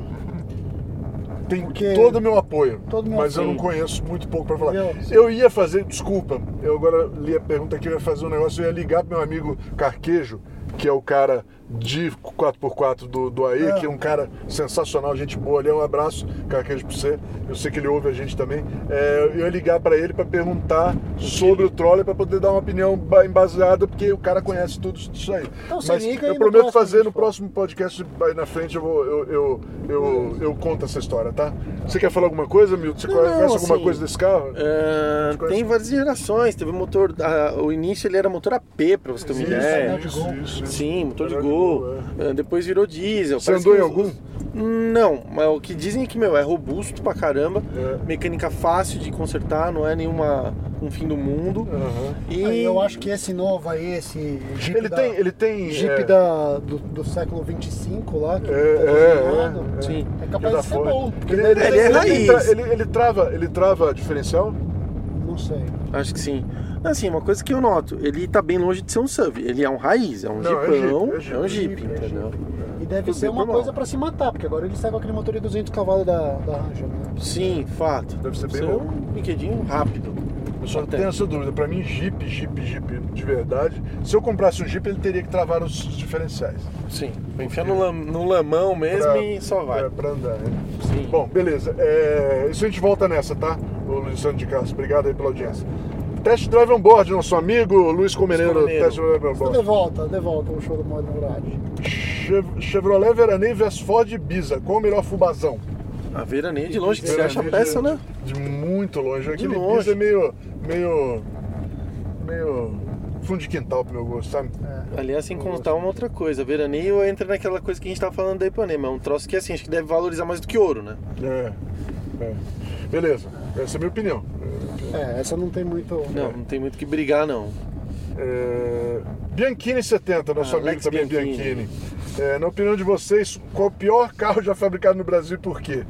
B: Tem
C: Porque-
B: todo o meu apoio,
C: Todo meu
B: mas eu
C: apoio.
B: não conheço muito pouco pra falar.
C: Entendeu?
B: Eu ia fazer, desculpa, eu agora li a pergunta aqui, eu ia fazer um negócio, eu ia ligar pro meu amigo Carquejo, que é o cara de 4x4 do, do AE,
C: É.
B: que é um cara sensacional, gente boa ali, um abraço, Carquejo, pra você. Eu sei que ele ouve a gente também. É, eu ia ligar pra ele pra perguntar sobre o troller, pra poder dar uma opinião ba- embasada, porque o cara conhece tudo isso aí.
C: Então se
B: Mas
C: liga e
B: eu
C: no
B: prometo
C: próximo
B: fazer
C: a gente
B: no
C: fala.
B: próximo podcast, aí na frente eu, vou, eu, eu, eu, eu conto essa história, tá? Você quer falar alguma coisa, Milton? Você
E: Não,
B: conhece
E: não,
B: alguma
E: assim,
B: coisa desse carro?
C: é,
E: Ah,
B: Quais-
E: tem várias gerações. Teve motor. ah, o início ele era motor AP, pra você
C: é,
E: ter uma
B: Isso,
E: ideia.
B: isso, isso, isso.
E: Sim, motor de
B: Era de
E: gol.
B: gol, é.
E: Ah, Depois virou diesel.
B: Você
E: Parece
B: andou em
E: que os- Hum,
B: algum?
E: Não, mas o que dizem é que, meu, é robusto pra caramba.
B: É.
E: Mecânica fácil de consertar, não é nenhuma um fim do mundo.
B: Aham.
E: E
C: Aí Eu acho que esse novo aí, esse Jeep
B: Ele
C: da-
B: tem, ele tem.
C: Jeep
B: é,
C: da, do, do século 25 lá, que
B: É,
C: tá
B: é,
C: desenhado.
B: é,
E: Sim.
C: É
B: é da
C: capaz de ser
B: Ford.
C: bom, porque
B: Ele,
C: daí
B: ele,
C: deve
E: ele é
B: ele-
C: ser-
E: raiz.
B: ele- ele- ele trava, ele trava diferencial? é-
C: Não sei.
E: Acho que sim. Assim, uma coisa que eu noto, ele tá bem longe de ser um SUV. Ele é um raiz, é um
B: Não, é
E: jipão,
B: Jeep, é
E: é um
B: Jeep,
E: jeep,
B: é Jeep.
E: entendeu?
C: E deve
E: Eu
C: ser uma
E: lembro
C: coisa
E: mal.
C: pra se matar, porque agora ele sai com aquele motor de 200 cavalos da, da Ranger. né?
E: Sim, fato.
B: Deve ser bem
E: Isso é
B: louco.
E: um brinquedinho rápido.
B: Eu só
E: Até.
B: tenho essa dúvida. Pra mim, Jeep, Jeep, Jeep de verdade. Se eu comprasse um Jeep, ele teria que travar os diferenciais.
E: Sim. Enfiar no, lam- no lamão mesmo
B: Pra-
E: e só vai.
B: Pra, pra andar, né?
E: Sim.
B: Bom, beleza. É, isso a gente volta nessa, tá? O Luiz Santos de Castro, obrigado aí pela audiência. Test Drive on Board, nosso amigo Luiz Comeneiro,
E: Comeneiro.
B: Test Drive on
C: Então de
B: Board.
C: volta, de volta o show do Modo Murad.
B: Chev- Chevrolet Veranei vs Ford Ibiza, qual o melhor fubazão?
E: a veraneia de longe, que você acha a
B: Veranei
E: peça,
B: de-
E: né?
B: De muito longe. Aquele Ibiza
E: longe.
B: é meio... meio... meio... fundo de quintal pro meu gosto, sabe?
E: Aliás, é sem contar uma outra coisa, veraneio entra naquela coisa que a gente tava falando da Ipanema, é um troço que assim, acho que deve valorizar mais do que ouro, né?
B: É. é. Beleza, essa é a minha opinião.
C: É, essa não tem muito.
E: Não, não tem muito o que brigar, não.
B: É, Bianchini 70, nosso
E: Ah,
B: amigo
E: Alex
B: também
E: Bianchini.
B: Bianchini. É, na opinião de vocês, qual o pior carro já fabricado no Brasil e por quê?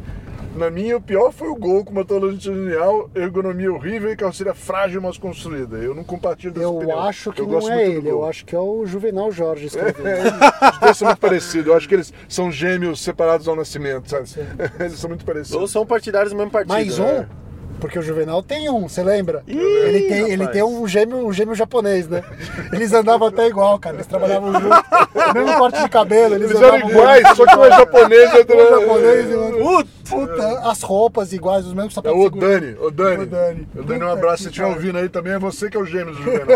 B: Na minha, o pior foi o Gol com motor longitudinal, ergonomia horrível e carroceria frágil, mas construída. Eu não compartilho dessa
C: Eu
B: opinião.
C: acho que não
B: gosto
C: é
B: muito do
C: ele, eu
B: Gol.
C: acho que é o Juvenal Jorge escrevendo.
B: Os dois são muito parecidos. Eu acho que eles são gêmeos separados ao nascimento, sabe? Eles são muito parecidos.
E: Ou são partidários do mesmo partido.
C: Mais
E: né?
C: um? Porque o Juvenal tem um, você lembra?
E: Ih,
C: ele tem,
E: rapaz.
C: ele tem um, gêmeo, um gêmeo japonês, né? Eles andavam até igual, cara. Eles trabalhavam junto. Mesmo corte de cabelo, eles,
B: Eles eram
C: andavam
B: iguais, só que um é japonês e outro
C: Um é japonês e
B: é...
C: outro-
E: Putz,
C: Puta, as roupas iguais, os mesmos
B: É
C: sapatos
B: o
C: seguros.
B: Dani, o Dani.
C: O Dani.
B: O Dani, um
C: Puta
B: abraço. Se
C: que
B: estiver
C: pariu.
B: ouvindo aí também, é você que é o gêmeo do Juvenal.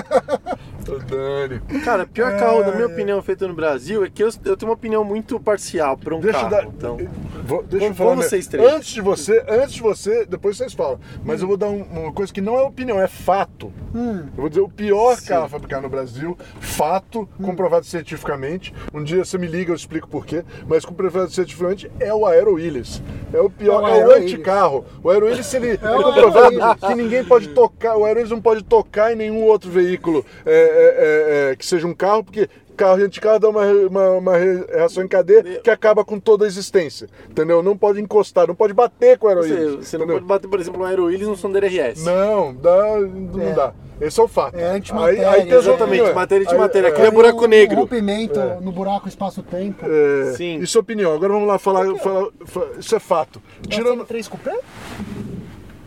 B: o Dani.
E: Cara, pior carro, na minha opinião, feito no Brasil, é que eu, eu tenho uma opinião muito parcial pra um
B: Deixa
C: Tá,
E: carro.
B: eu dar.
E: Então,
B: Vou- deixa eu
E: Vamos-
B: falar.
E: vamos
B: né?
E: vocês três.
B: Antes de você, antes de você, depois vocês falam. Mas eu vou dar um- uma coisa que não é opinião, é fato. Eu vou dizer o pior carro fabricado no Brasil, fato, comprovado cientificamente. Um dia você me liga, eu explico por quê. Mas comprovado cientificamente é o Aero Willis. É o pior,
C: É o
B: é o
C: Aero Willis.
B: anticarro. O Aero Willis, ele é,
C: o
B: comprovado
C: Aero Willis.
B: que ninguém pode tocar, o Aero Willis não pode tocar em nenhum outro veículo é, é, é, é, que seja um carro, porque carro e anticarro dá uma, re- uma, uma re- reação em cadeia que acaba com toda a existência, entendeu? Não pode encostar, não pode bater com o Aero
E: você,
B: Willis,
E: você não
B: entendeu?
E: pode bater, por exemplo, um Aero Willis num Sonder RS.
B: Não, dá, não
C: É.
B: dá. Esse é o fato.
C: É antimatéria,
B: Aí, aí tem as
E: Exatamente,
B: opiniões.
E: matéria de
B: Aí-
E: matéria.
B: é.
E: Cria buraco
C: Um
E: negro.
C: rompimento no buraco espaço-tempo.
B: É,
E: Sim.
B: Isso é opinião. Agora vamos lá falar. falar- falar- isso é fato. Tirando.
C: três cupê?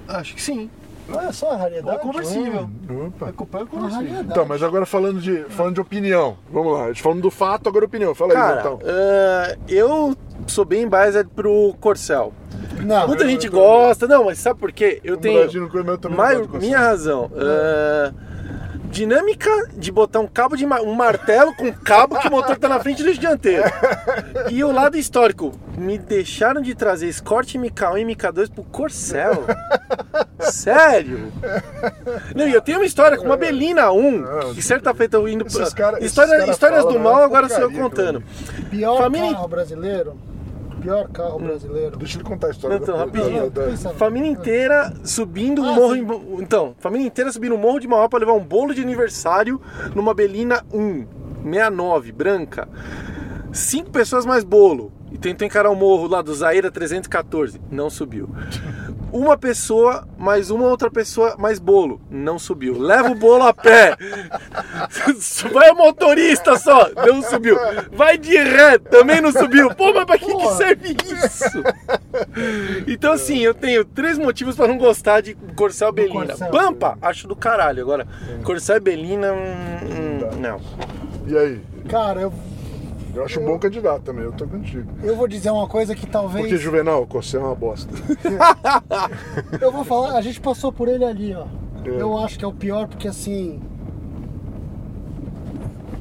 D: Acho que sim.
C: Não é só a
D: É
C: raridade.
D: conversível.
B: Opa.
D: É cupê é
C: Uma
D: conversível.
C: raridade.
B: Então, mas agora falando de, falando de opinião. Vamos lá. A gente falando do fato, agora opinião. Fala aí,
E: Cara,
B: então.
E: ah, eu sou bem biased pro Corcel.
C: Não,
E: Muita gente gosta, não, mas sabe por quê? Eu tenho.
B: Brasil, eu meu também
E: Mas
B: gosto de
E: minha razão. ah, dinâmica de botar um cabo de ma- um martelo com um cabo que o motor tá na frente do dianteiro. E o lado histórico, me deixaram de trazer Escort MK1 e MK2 pro Corcel. Sério? Não, e eu tenho uma história com uma Belina 1, que certa feita eu indo
B: É. Esses cara- esses
E: História-
B: cara
E: histórias
B: fala,
E: do
B: né?
E: mal agora sou eu
B: Porcaria,
E: contando.
C: Pior
E: Família-
C: carro brasileiro. Pior carro
B: Hum.
C: brasileiro.
B: Deixa ele contar a história.
E: Então,
B: da-
E: rapidinho.
B: da- da-
C: Pensa-
E: Família inteira subindo um
C: Ah,
E: morro.
C: sim.
E: em- Então, família inteira subindo um morro de Mauá pra levar um bolo de aniversário numa Belina 1, 69, branca. Cinco pessoas mais bolo. E tentou encarar o morro lá do Zaira 314. Não subiu. Uma pessoa, mais uma outra pessoa, mais bolo. Não subiu. Leva o bolo a pé. Vai o motorista só. Não subiu. Vai de ré. Também não subiu. Pô, mas pra que, que serve isso? Então, assim, eu tenho três motivos pra não gostar de Corcel Belina.
C: Corcel.
E: Pampa, acho do caralho. Agora, Corcel e Belina, hum, hum, não.
B: E aí?
C: Cara, eu,
B: Eu acho um bom candidato também, eu tô contigo.
C: eu vou dizer uma coisa que talvez.
B: Porque, Juvenal, você é uma bosta.
C: Eu vou falar, a gente passou por ele ali, ó. Eu acho que é o pior porque assim.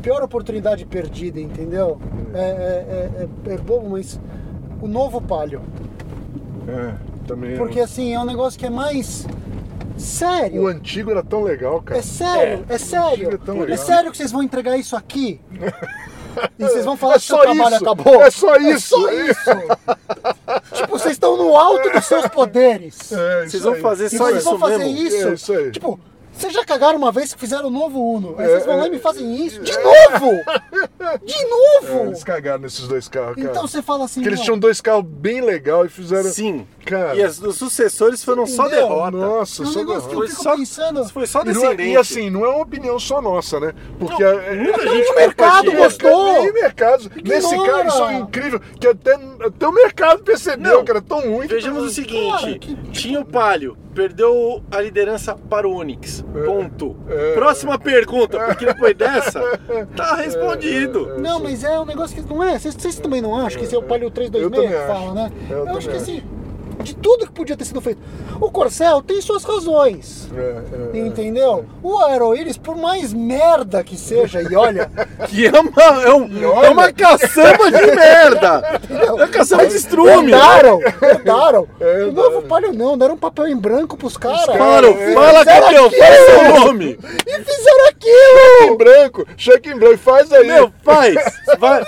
C: Pior oportunidade perdida, entendeu? É, é, é, é- é bobo, mas. O novo palio.
B: É, também. é
C: Porque assim, é um negócio que é mais.
B: um- O
C: Sério.
B: antigo era tão legal, cara.
C: É sério, é,
B: Chega
C: sério.
B: tão
C: É
B: legal.
C: sério que vocês vão entregar isso aqui? E vocês vão falar
B: É
C: que seu
B: só isso,
C: trabalho acabou?
B: é só isso.
C: só isso. tipo, vocês estão no alto dos seus poderes.
B: É, isso
E: Vocês vão
B: aí.
E: fazer
C: E
E: só
C: Tipo, vocês
E: isso
C: vão fazer
E: mesmo?
C: isso?
B: É, isso aí.
C: Tipo, vocês já cagaram uma vez que fizeram o novo Uno. Aí vocês vão lá e me fazem isso. De
B: é.
C: novo! De
B: É,
C: novo!
B: eles cagaram nesses dois carros, cara.
C: então você fala assim,
B: Porque eles
C: não,
B: tinham dois carros bem legais e fizeram.
E: Sim.
B: Cara.
E: E as- os sucessores foram só
C: Entendeu?
E: derrota.
C: é
B: Nossa,
C: um
B: só
C: negócio que eu
E: Foi
C: fico
E: só-
C: pensando.
E: Foi só
B: E, não é-
E: descendente.
B: e assim, não é uma opinião só nossa, né? Porque a-
E: muita
B: é-
E: gente
B: é-
E: o mercado
B: é-
C: gostou.
B: Nem o mercado. Nesse carro isso é incrível. Que até, até o mercado percebeu
E: Não.
B: que era tão ruim. que
E: Vejamos o
C: Cara,
E: seguinte:
C: que-
E: tinha o Palio, perdeu a liderança para o Onix. Ponto.
B: é.
E: Próxima pergunta, porque depois dessa, tá respondido.
C: Não, mas é um negócio que não é. Vocês, vocês também não acham que esse é o Palio
B: Eu
C: 326
B: também
C: que
B: acho. É,
C: fala, né?
B: Eu
C: Eu,
B: também
C: acho que
B: acho.
C: assim, de tudo que podia ter sido feito. O Corcel tem suas razões.
B: É, é, é.
C: Entendeu? O Aeroíris, por mais merda que seja, e olha,
E: Que é uma, é um- é uma caçamba de merda! É uma caçamba de estrume!
C: Mudaram, mudaram.
B: É,
C: o novo
B: mudaram.
C: palio não, deram um papel em branco pros caras.
E: Claro,
C: E
E: fala
C: fizeram
E: Cacau, fala
C: aquilo.
E: seu nome!
C: E fizeram aquilo!
B: Em branco, cheque em branco, faz aí.
E: Meu, faz! Vai.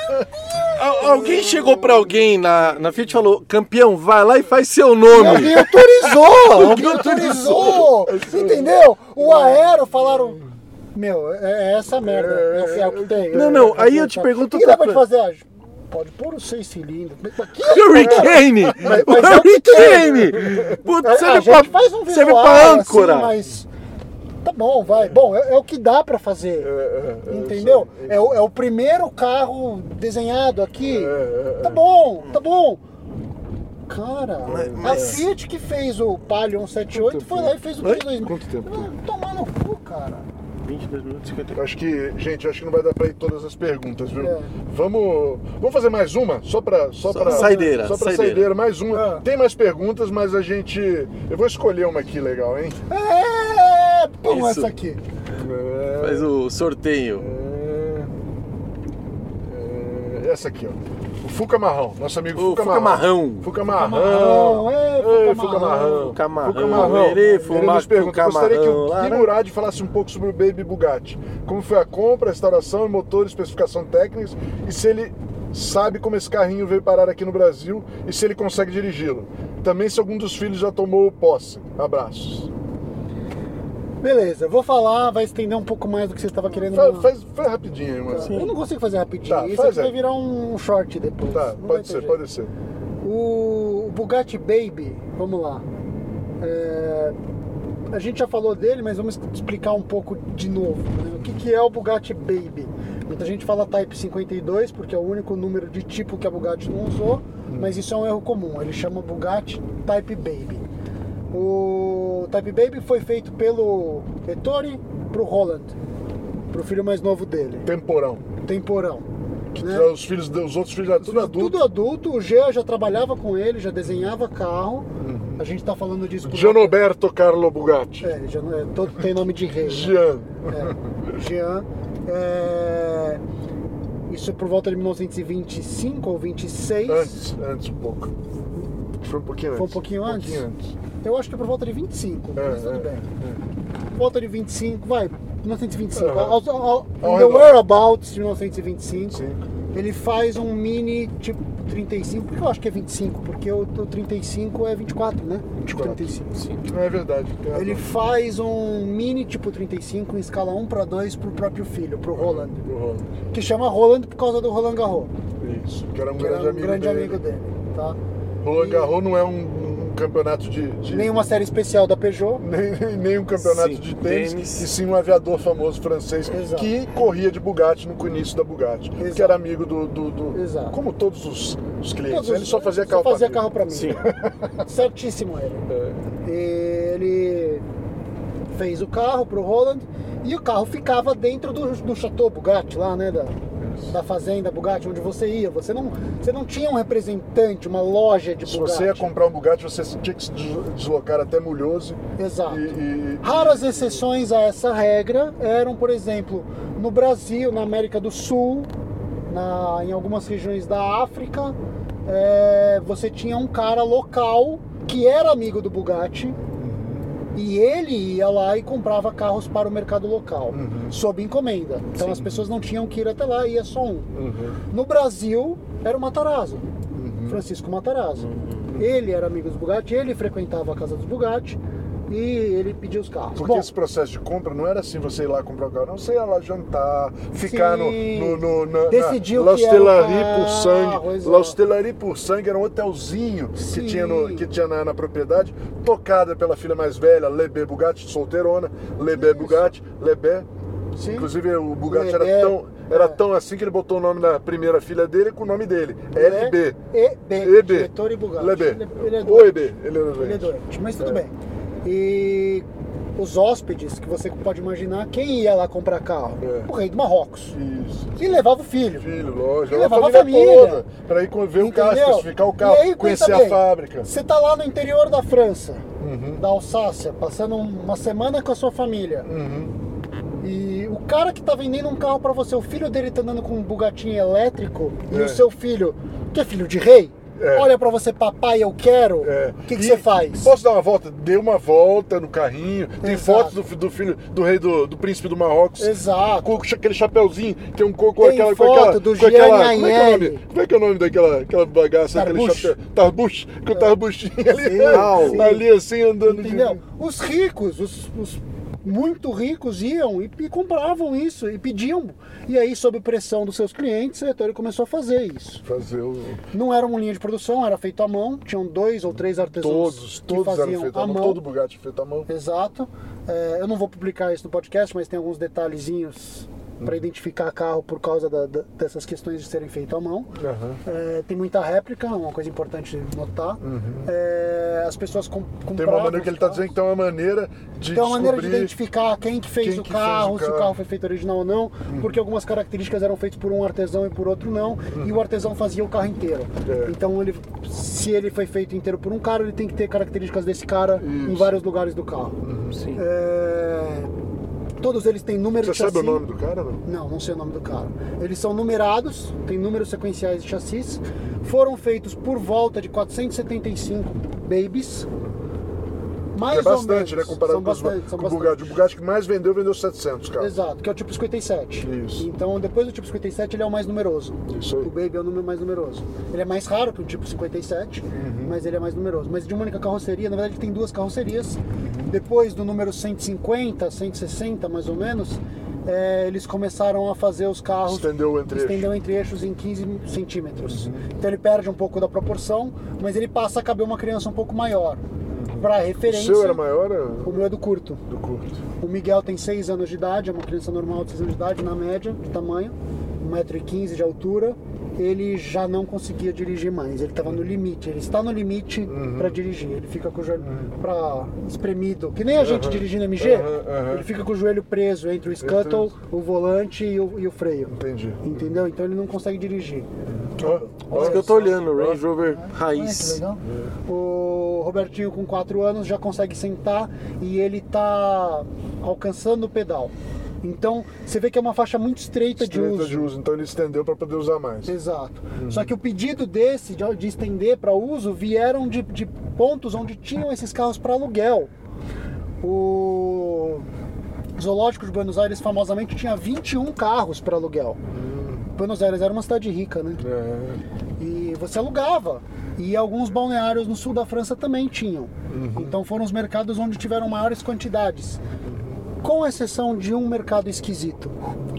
E: Al- Alguém chegou pra alguém na, na Fiat e falou: campeão, vai lá e faz seu nome!
C: Alguém autorizou! Alguém autorizou! Entendeu? O Aero falaram. Meu, é é essa merda. É, o que- é o que tem.
E: Não, não, aí eu te pergunto
C: O que dá pra
E: outra
C: fazer? Ah, Pode pôr os seis cilindros. Mas que-
E: Hurricane!
C: mas é o que
E: Hurricane! Putz,
C: A
E: serve
C: gente
E: pra,
C: faz um visual,
E: serve pra
C: assim,
E: âncora!
C: mas tá bom, vai. Bom, é, é o que dá pra
B: É,
C: fazer. entendeu? É, o, é o primeiro carro desenhado aqui.
B: É, é,
C: Tá bom, tá bom. Cara,
E: mas-
C: a Fiat que fez o Palio 178 foi lá e fez o 32
B: Quanto tempo?
C: Tomar no Ah, cu, cara.
E: 22 minutos e 50.
B: Eu Acho que, gente, eu acho que não vai dar pra ir todas as perguntas, viu?
C: É.
B: Vamos, vamos fazer mais uma, só pra só para
E: saideira,
B: só pra
E: saideira. É.
B: saideira. mais uma.
C: Ah.
B: Tem mais perguntas, mas a gente, eu vou escolher uma aqui legal, hein?
C: É, pum,
E: Isso.
C: essa aqui.
B: É,
E: Faz o sorteio.
B: é, é, essa aqui, ó. O Fuca Marrão, nosso amigo
E: O
B: Fuca,
E: Fuca Marrão.
B: Fuca
C: Marrão,
B: Marrão.
C: é,
B: Ei,
C: Fuca Marrão.
E: Fuca Marrão,
B: Fuca Marrão.
E: Erê,
B: Ele
E: Fuma-
B: nos pergunta,
E: Fuca
B: gostaria que o
E: Marrão,
B: Gui
E: lá, né?
B: Murad falasse um pouco sobre o Baby Bugatti. Como foi a compra, restauração, motor, especificação técnicas e se ele sabe como esse carrinho veio parar aqui no Brasil e se ele consegue dirigi-lo. Também se algum dos filhos já tomou posse. Abraços.
C: Beleza, eu vou falar, vai estender um pouco mais do que você estava querendo.
B: Faz, faz, faz rapidinho aí, mano.
C: Eu não consigo fazer rapidinho.
B: Tá,
C: Isso
B: faz
C: aqui vai
B: aí.
C: virar um short depois.
B: Tá,
C: Não vai
B: pode
C: ter
B: ser,
C: jeito.
B: pode ser.
C: O Bugatti Baby, vamos lá. É, A gente já falou dele, mas vamos explicar um pouco de novo. né? O que, que é o Bugatti Baby? Muita gente fala Type 52 porque é o único número de tipo que a Bugatti não usou, mas isso é um erro comum. Ele chama Bugatti Type Baby. O Type Baby foi feito pelo Ettore pro Roland, pro filho mais novo dele,
B: Temporão.
C: Temporão. né?
B: Os, filhos, os outros filhos já tudo adulto.
C: Tudo adulto, o Jean já trabalhava com ele, já desenhava carro.
B: Uhum.
C: A gente tá falando disso por.
B: Gianoberto Carlo Bugatti.
C: É, ele já não é, todo tem nome de rei. né?
B: Gian.
C: É, Jean. é, isso é por volta de 1925 ou 26.
B: Antes, antes um pouco. Foi um pouquinho antes.
C: Foi um pouquinho antes? Eu acho que é por volta de 25,
B: É,
C: mas tudo
B: é,
C: bem. Volta de 25, vai, 1925.
B: Aham.
C: Ao, ao,
B: Ao
C: in the
B: redor.
C: whereabouts de 1925.
B: Sim.
C: ele faz um mini tipo 35, por que eu acho que é 25? Porque o, o 35 é 24, né?
B: 24.
C: 35.
B: Não é verdade. tem razão.
C: Ele faz um mini tipo 35 em escala 1 para 2 pro próprio filho, pro Roland,
B: Pro Roland.
C: que chama Roland por causa do Roland Garros,
B: Isso. Que era um
C: que
B: grande
C: era um
B: amigo
C: grande
B: dele.
C: amigo dele, tá?
B: Roland Garros não é um, um campeonato de. de-
C: Nenhuma série especial da Peugeot.
B: nem, nem um campeonato
E: Sim,
B: de tênis,
E: tênis.
B: e sim um aviador famoso francês
C: Exato.
B: que corria de Bugatti no início da Bugatti,
C: Exato.
B: que era amigo do. do- do-
C: Exato.
B: Como todos os, os clientes.
C: Todos-
B: ele só fazia carro
C: só fazia
B: pra
C: carro
B: mim.
C: para mim.
E: Sim.
C: Certíssimo ele.
B: É.
C: E ele fez o carro pro Roland e o carro ficava dentro do, do Chateau Bugatti lá, né? Da, da fazenda Bugatti, onde você ia. Você não, você não tinha um representante, uma loja de
B: Se
C: Bugatti.
B: você ia comprar um Bugatti, você tinha que se des- deslocar até Mulhouse
C: Exato.
B: e- e
C: Raras exceções a essa regra eram, por exemplo, no Brasil, na América do Sul, na- em algumas regiões da África, é, você tinha um cara local que era amigo do Bugatti e ele ia lá e comprava carros para o mercado local, sob encomenda. Então as pessoas não tinham que ir até lá, ia só um. No Brasil, era o Matarazzo, Francisco Matarazzo. Ele era amigo dos Bugatti, ele frequentava a casa dos Bugatti e ele pedia os carros.
B: Porque
C: Bom,
B: esse processo de compra não era assim você ir lá comprar o carro, não, você ia lá jantar, ficar no,
C: Sim.
B: no, no, na,
C: Decidiu
B: na, La
C: que era o
B: Hostellerie
C: carro,
B: por sangue.
C: exato.
B: La Hostellerie por sangue era um hotelzinho que
C: Sim.
B: tinha, no- que tinha na, na propriedade, tocada pela filha mais velha, Lebé Bugatti, solteirona, Lebé Bugatti, Lebé.
C: Sim. É.
B: Inclusive o Bugatti
C: Lebé.
B: era tão, era tão assim que ele botou o nome da primeira filha dele com o nome dele, LB.
C: EB,
B: EB.
C: é diretor e Bugatti.
B: Lebé.
C: Ele, ele é
B: Ou
C: doente,
B: EB, ele era
C: ele é
B: doente.
C: doente, mas tudo
B: É.
C: bem. E os hóspedes, que você pode imaginar, quem ia lá comprar carro?
B: É.
C: O rei do Marrocos.
B: Isso.
C: E levava o filho.
B: filho, loja,
C: E
B: a
C: levava
B: família,
C: a é família.
B: toda, pra ir co- ver o carro,
C: Entendeu?
B: especificar o carro,
C: E aí,
B: conhecer
C: pensa
B: a
C: bem,
B: fábrica. Uhum.
C: Você tá lá no interior da França, da Alsácia, passando um, uma semana com a sua família.
B: Uhum.
C: E o cara que tá vendendo um carro pra você, o filho dele tá andando com um bugatinho elétrico, e
B: É.
C: o seu filho, que é filho de rei,
B: É.
C: olha pra você, papai, eu quero. O
B: É.
C: que, que
B: E
C: você faz?
B: Posso dar uma volta? Deu uma volta no carrinho. Tem
C: Exato.
B: fotos do, fi- do filho do rei do, do príncipe do Marrocos.
C: Exato.
B: Com aquele chapeuzinho, que é um coco
C: Tem
B: aquela,
C: foto
B: com aquela.
C: do
B: com aquela
C: Gianni
B: como, é que é o
C: Agnelli.
B: nome, como é que é o nome daquela aquela bagaça, aquele
C: Tarbucho.
B: chapéu? Tarbucho, com o tarbuchinho ali,
C: É. sim.
B: ali assim andando
C: Entendeu? Os ricos, os, os muito ricos iam e, e compravam isso e pediam. E aí, sob pressão dos seus clientes, o Ettore começou a fazer isso.
B: de. Fazer o.
C: Não era uma linha de produção, era feito à mão. Tinham dois ou três artesãos
B: Todos,
C: que
B: todos
C: faziam
B: eram feitos à mão, todo Bugatti feito à mão.
C: Exato. É, eu não vou publicar isso no podcast, mas tem alguns detalhezinhos
B: Uhum.
C: para identificar carro por causa da- da- dessas questões de serem feitas à mão. É, tem muita réplica, uma coisa importante notar. É, as pessoas com, compravam
B: Uhum. Tem uma maneira que
C: os
B: ele tá
C: carros.
B: dizendo que tem uma maneira de
C: Tem uma Então, maneira de
B: descobrir-
C: identificar quem que fez
B: quem
C: o
B: que fez
C: carro,
B: o
C: se o
B: carro. Uhum.
C: carro foi feito original ou não, porque algumas características eram feitas por um artesão e por outro não, e o artesão fazia o carro inteiro.
B: Uhum. É.
C: Então ele, se ele foi feito inteiro por um cara, ele tem que ter características desse cara em
B: Isso. Uhum.
C: vários lugares do carro.
E: Sim.
C: É, Todos eles têm assim, número
B: Você
C: de
B: sabe o
C: chassi.
B: nome do cara, não?
C: Não, não sei o nome do carro. Eles são numerados, tem números sequenciais de chassis. Foram feitos por volta de 475 babies. Mais
B: Que é bastante,
C: ou
B: né?
C: menos.
B: Comparado
C: são
B: com, os-
C: bastante, são
B: com o
C: bastante.
B: Bugatti. O Bugatti que mais vendeu, vendeu 700 carros.
C: Exato, que é o tipo 57.
B: Isso.
C: Então, depois do tipo 57, ele é o mais numeroso.
B: Isso aí.
C: O Baby é o número mais numeroso. Ele é mais raro que o tipo 57,
B: Uhum.
C: mas ele é mais numeroso. Mas de uma única carroceria, na verdade, ele tem duas carrocerias. Depois do número 150, 160 mais ou menos, é, eles começaram a fazer os carros.
B: Estendeu o entre-eixo. Uhum.
C: Estendeu o entre-eixos em 15 centímetros. Então, ele perde um pouco da proporção, mas ele passa a caber uma criança um pouco maior. Para
B: Uhum. O
C: referência,
B: seu era maior era
C: o meu é do curto.
B: do curto?
C: O Miguel tem 6 anos de idade, é uma criança normal de 6 anos de idade, na média, de tamanho, 1,15m de altura. Ele já não conseguia dirigir mais, ele estava no limite, ele está no limite
B: Uhum.
C: para dirigir. Ele fica com o joelho pra espremido, que nem a gente dirigindo MG,
B: Uhum, uhum.
C: ele fica com o joelho preso entre o scuttle, o volante e o, e o freio.
B: Entendi.
C: Entendeu? Então ele não consegue dirigir. Então,
B: Ó,
E: Olha
B: ó,
E: que eu tô olhando, o Range Rover
C: Olha Ah, que
E: raiz.
C: legal. O Robertinho com 4 anos já consegue sentar e ele tá alcançando o pedal. Então você vê que é uma faixa muito estreita, de
B: estreita
C: uso.
B: de Uhum. uso. Então ele estendeu para poder usar mais.
C: Exato. Só que o pedido desse de, de estender para uso vieram de, de pontos onde tinham esses carros para aluguel. O Zoológico de Buenos Aires famosamente tinha 21 carros para aluguel.
B: Uhum.
C: Buenos Aires era uma cidade rica, né?
B: É,
C: E você alugava. E alguns balneários no sul da França também tinham. Então foram os mercados onde tiveram maiores quantidades. Com exceção de um mercado esquisito,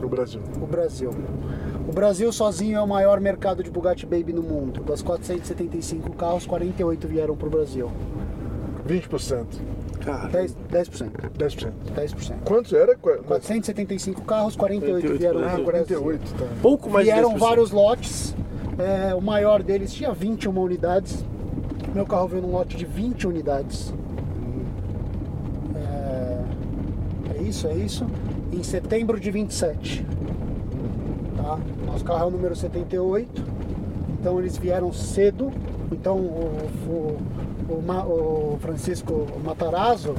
B: no Brasil.
C: o Brasil. O Brasil sozinho é o maior mercado de Bugatti Baby no mundo. Das 475 carros, 48 vieram para o Brasil.
B: 20%.
E: Cara,
C: 10%. 10%.
B: 10%.
C: 10%.
B: Quantos era? Qua-
C: 475 carros, 48 vieram
B: Ah,
C: para o Brasil.
B: 48, tá.
E: um pouco mais de
C: Vieram
E: 10%.
C: vários lotes. é, o maior deles tinha 21 unidades. Meu carro veio num lote de 20 unidades. É, é isso, é isso. Em setembro de 27. Tá? Nosso carro é o número 78. Então eles vieram cedo. Então o, o, o Ma- o Francisco Matarazzo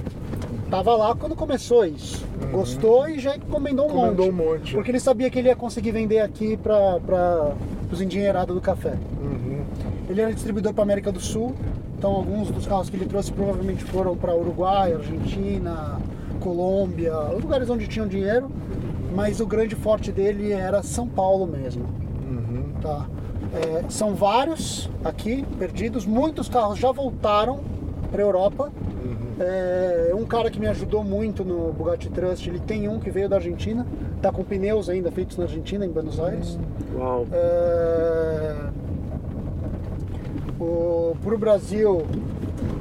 C: estava lá quando começou isso. Gostou e já encomendou um
B: Uhum. Encomendou
C: monte.
B: um monte.
C: Porque ele sabia que ele ia conseguir vender aqui para os endinheirados do café.
B: Uhum.
C: Ele era distribuidor para América do Sul, então alguns dos carros que ele trouxe provavelmente foram para Uruguai, Argentina, Colômbia, lugares onde tinham dinheiro, mas o grande forte dele era São Paulo mesmo. Tá. É, são vários aqui perdidos, muitos carros já voltaram para Europa. É, um cara que me ajudou muito no Bugatti Trust, ele tem um que veio da Argentina, tá com pneus ainda feitos na Argentina, em Buenos Aires.
E: Uau.
C: É... O... Para o Brasil,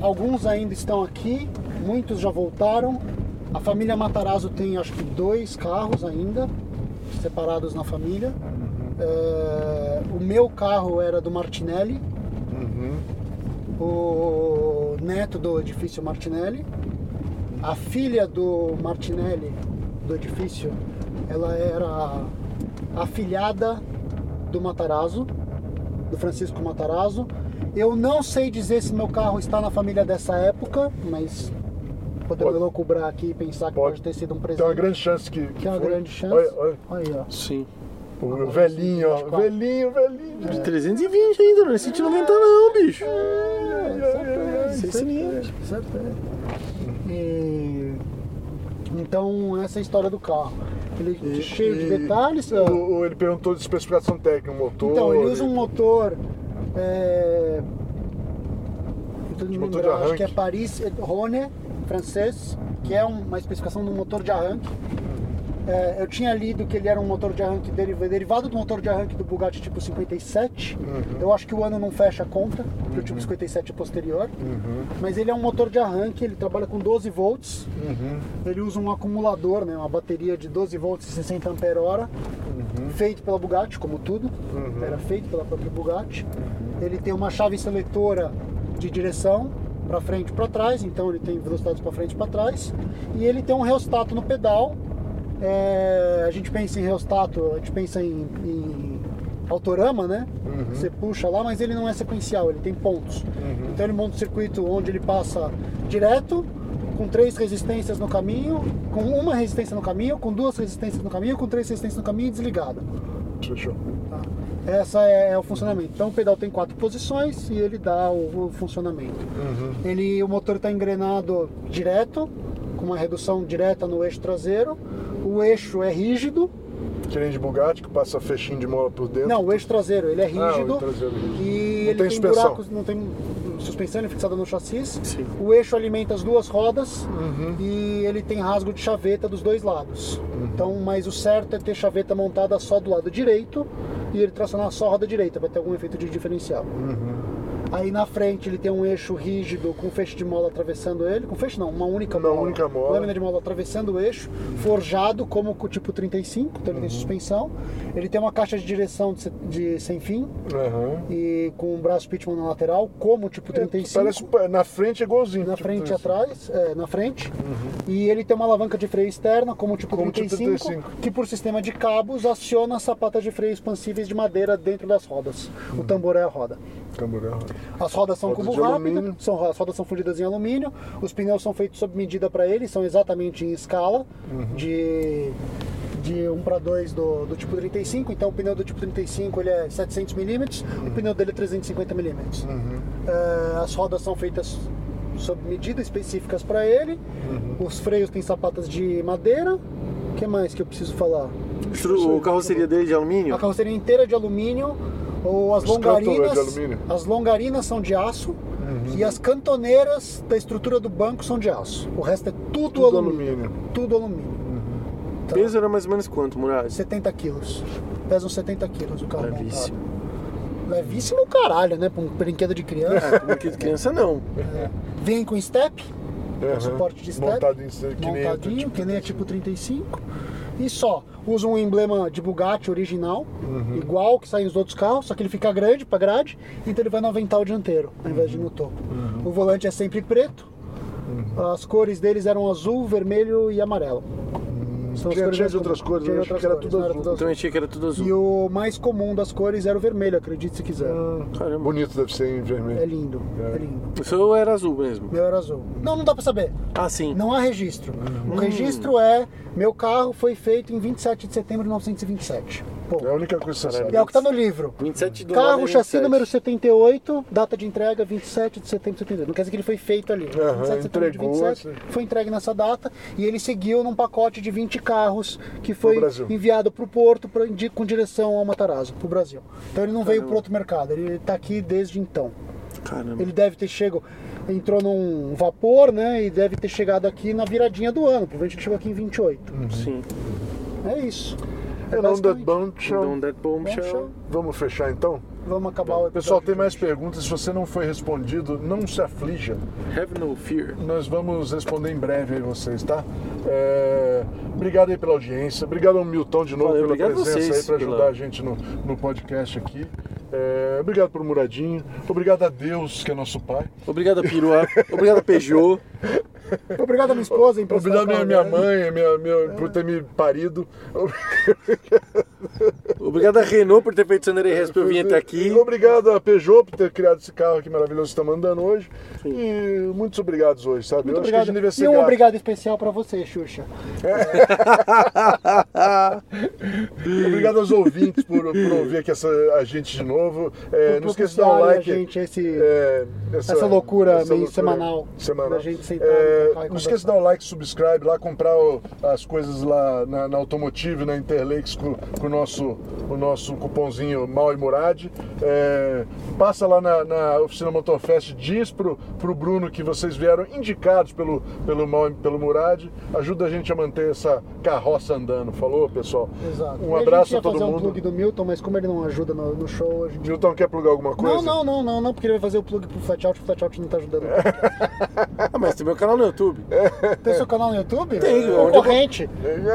C: alguns ainda estão aqui, muitos já voltaram. A família Matarazzo tem acho que dois carros ainda, separados na família. É, O meu carro era do Martinelli, o neto do edifício Martinelli. A filha do Martinelli, do edifício, ela era afilhada do Matarazzo, do Francisco Matarazzo. Eu não sei dizer se meu carro está na família dessa época, mas podemos
B: Pode.
C: loucubrar aqui e pensar que pode.
B: Pode.
C: ter sido um
B: Tem
C: presente.
B: uma grande chance que.
C: Que é uma
B: foi.
C: grande chance.
B: Olha, olha.
C: Olha aí, ó.
E: Sim.
B: O velhinho, ó. Velhinho, velhinho.
C: É,
E: De 320 ainda, não é 190 não, bicho. Sem
C: é
B: é.
E: cilindros.
C: E... Então, essa é a história do carro. Ele é
B: E-
C: cheio de
B: e-
C: detalhes. ó.
B: O, o- ele perguntou de especificação técnica, um motor.
C: Então, ele usa um motor. É... Eu tô me
B: Motor de
C: lembrando, acho
B: arranque.
C: que é Paris Rhône, francês, que é um- uma especificação de um motor de arranque. é, eu tinha lido que ele era um motor de arranque deriv- derivado do motor de arranque do Bugatti tipo 57.
B: Uhum.
C: Eu acho que o ano não fecha a conta, porque o tipo 57 é posterior.
B: Uhum.
C: Mas ele é um motor de arranque, ele trabalha com 12 volts.
B: Uhum.
C: Ele usa um acumulador, né, uma bateria de 12 volts e 60 ampere hora, feito pela Bugatti, como tudo. Era feito pela própria Bugatti. Ele tem uma chave seletora de direção para frente e para trás, então ele tem velocidades para frente e para trás. E ele tem um reostato no pedal. É, a gente pensa em reostato, a gente pensa em, em autorama, né? Você puxa lá, mas ele não é sequencial, ele tem pontos. Então ele monta um circuito onde ele passa direto, com três resistências no caminho, com uma resistência no caminho, com duas resistências no caminho, com três resistências no caminho e desligado.
B: Fechou.
C: Tá? Essa é o funcionamento. Então o pedal tem quatro posições e ele dá o, o funcionamento. Ele, o motor está engrenado direto, com uma redução direta no eixo traseiro. O eixo é rígido.
B: Que nem de Bugatti, que passa fechinho de mola por dentro. Ah,
C: Não, o eixo traseiro, ele é rígido.
B: o traseiro é rígido. Não
C: E ele
B: tem
C: tem,
B: suspensão.
C: buracos, não tem suspensão, ele é fixado no chassis.
B: Sim. Uhum.
C: O eixo alimenta as duas rodas e ele tem rasgo de chaveta dos dois lados. Então, mas o certo é ter chaveta montada só do lado direito e ele tracionar só a roda direita para ter algum efeito de diferencial. Aí na frente ele tem um eixo rígido com feixe de mola atravessando ele, com feixe não, uma única
B: Uma
C: mola.
B: única mola.
C: Lâmina de mola atravessando o eixo, forjado como com o tipo 35, então ele
B: Uhum.
C: tem suspensão. Ele tem uma caixa de direção de, se- de sem fim
B: Aham.
C: e com um braço Pitman na lateral, como o tipo 35.
B: Parece, um pa- na frente é igualzinho.
C: Na
B: tipo
C: frente e
B: 35.
C: atrás, é, na frente. E ele tem uma alavanca de freio externa, como o tipo
B: Uhum. Como o tipo
C: 35,
B: 35.
C: que por sistema de cabos aciona as sapatas de freio expansíveis de madeira dentro das rodas. O
B: Uhum.
C: tambor é a roda.
B: Camburão.
C: As rodas são
B: Rodas
C: cubo
B: de
C: rápido,
B: alumínio.
C: são, as rodas são fundidas em alumínio, os pneus são feitos sob medida para ele, são exatamente em escala
B: Uhum.
C: de, de 1 para 2 do, do tipo 35, então o pneu do tipo 35 ele é 700 milímetros,
B: Uhum.
C: o pneu dele é 350 milímetros. Eh, as rodas são feitas sob medida específicas para ele,
B: Uhum.
C: os freios têm sapatas de madeira, o que mais que eu preciso falar?
E: Estru- O carroceria dele de alumínio?
C: A carroceria inteira de alumínio, ou as
B: Os cantores
C: longarinas.
B: de alumínio. Uhum.
C: As longarinas são de aço e as cantoneiras da estrutura do banco são de aço. O resto é tudo,
B: Tudo
C: alumínio. Tudo alumínio.
E: O peso era mais ou menos quanto, Moraes?
C: 70 quilos. Pesam 70 quilos o carro
E: Levíssimo.
C: montado. Levíssimo o caralho, né? Pra um brinquedo de criança.
E: Porque Ah, criança não.
C: Vem com step,
B: Aham.
C: suporte de step.
B: Montado em que nem é,
C: montadinho,
B: tipo,
C: que nem é tipo 35. E só, usa um emblema de Bugatti original,
B: Uhum.
C: igual que saem os outros carros, só que ele fica grande pra grade, então ele vai no avental dianteiro, ao invés
B: Uhum.
C: de no topo. O volante é sempre preto, as cores deles eram azul, vermelho e amarelo. São
B: Hum, Tinha- tinha
C: mais
B: de outras
C: comuns.
B: cores, eu
C: Tinha
B: achei
C: de outras
B: que era
C: cores,
B: tudo
C: não
B: azul.
E: Então eu achei que era tudo azul.
C: E o mais comum das cores era o vermelho, acredite se quiser.
B: Ah.
E: Caramba.
B: Bonito deve ser em vermelho.
C: É lindo, é lindo.
E: O seu era azul mesmo.
C: O Meu era azul. Não, não dá pra saber.
E: Ah, sim.
C: Não há registro.
B: Hum.
C: O registro é: meu carro foi feito em 27 de setembro de 1927. Pô,
B: É a única coisa que você
C: é o
B: sabe.
C: que tá no livro.
E: 27 do lado
C: Carro,
E: é
C: chassi
E: 27.
C: número 78, data de entrega 27 de setembro de 78. Não quer dizer que ele foi feito ali.
B: Aham,
C: 27 de setembro de
B: entregou,
C: 27,
B: assim.
C: foi entregue nessa data e ele seguiu num pacote de 20 carros que foi
B: Pro Brasil.
C: enviado para o porto pra- de- com direção ao Matarazzo, para o Brasil. Então ele não
B: Tá
C: veio para outro mercado, ele está aqui desde então.
E: Caramba.
C: Ele deve ter chego, entrou num vapor, né? E deve ter chegado aqui na viradinha do ano. Provavelmente ele chegou aqui em 28.
E: Sim.
C: É isso.
B: Hum. É não da
C: basicamente.
E: Então,
B: Bombshell.
E: that bombshell.
B: Vamos fechar então?
C: Vamos acabar o episódio.
B: Pessoal, tem
C: de
B: mais
C: hoje.
B: perguntas. Se você não foi respondido, não se aflija.
E: Have no fear.
B: Nós vamos responder em breve aí vocês, tá? É, Obrigado aí pela audiência. Obrigado ao Milton de novo
E: Valeu,
B: pela
E: obrigado
B: presença
E: vocês
B: aí para ajudar
E: pela-
B: a gente no, no podcast aqui. É, Obrigado pro Muradinho. Obrigado a Deus, que é nosso pai.
E: Obrigado, Piruá. Obrigado, Peugeot.
C: Obrigado à minha esposa, hein? por
B: Obrigado minha,
C: estar
B: minha
E: né?
C: falando.
B: mãe, minha, minha, por ter me parido.
E: Obrigado a Renault por ter feito seu Nere Resp eu vim até aqui.
B: Obrigado a Peugeot por ter criado esse carro aqui maravilhoso que está mandando hoje. E muitos obrigados hoje, sabe?
C: Muito
B: Eu acho que é a gente devia
C: obrigado.
B: ser
C: E um
B: grato.
C: obrigado especial para você, Xuxa.
B: Obrigado aos ouvintes por, por ouvir aqui essa, a gente de novo. É,
C: Por
B: não esqueça de dar um
C: propiciar
B: like.
C: a gente esse-
B: é,
C: essa loucura meio semanal
B: semanal. É,
C: da gente sentar no carro e
B: não
C: conversar.
B: esqueça de dar um like, subscribe lá, comprar o- as coisas lá na, na Automotive, na Interlakes com, com o nosso nosso, o nosso cupomzinho Mal e Murad. É, passa lá na, na oficina Motorfest, diz pro, pro Bruno que vocês vieram indicados pelo, pelo Mal e pelo Murad. Ajuda a gente a manter essa carroça andando. Falou, pessoal?
C: Exato. E
B: Um abraço a,
C: gente ia
B: todo
C: fazer um
B: mundo.
C: plug do Milton, mas como ele não ajuda no, no show, a gente.
B: Milton quer plugar alguma coisa?
C: Não, não, não, não, não, porque ele vai fazer o plug pro Flatout, o Flatout não tá ajudando.
B: É.
E: Ah, mas tem meu canal no YouTube.
C: Tem seu canal no YouTube?
E: Tem, onde eu-
C: Concorrente?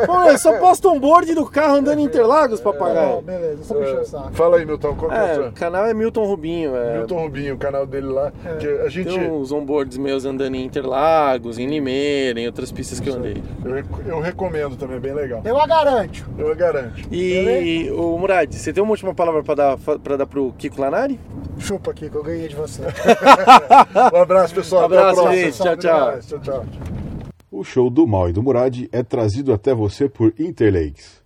E: Pô, eu só posto um board do carro andando em Interlagos,
C: Não,
B: É.
E: papagaio.
C: beleza, só puxar o saco.
B: Fala aí, Milton, qual que é o
E: É,
B: seu?
E: o canal é Milton Rubinho. É,
B: Milton Rubinho, o canal dele lá.
C: É.
B: Que a gente.
E: Tem um- uns onboards meus andando em Interlagos, em Limeira, em outras pistas que eu andei.
B: Eu, rec- eu recomendo também, é bem legal.
C: Eu a garanto.
B: Eu garanto.
E: E, o Murad, você tem uma última palavra pra dar, fa- pra dar pro Kiko Lanari?
C: Chupa aqui, que eu ganhei de você.
B: Um abraço, pessoal.
E: Abraço,
B: até a próxima.
E: gente. Tchau, tchau.
B: Tchau, tchau.
A: O show do Mal e do Murad é trazido até você por Interlakes.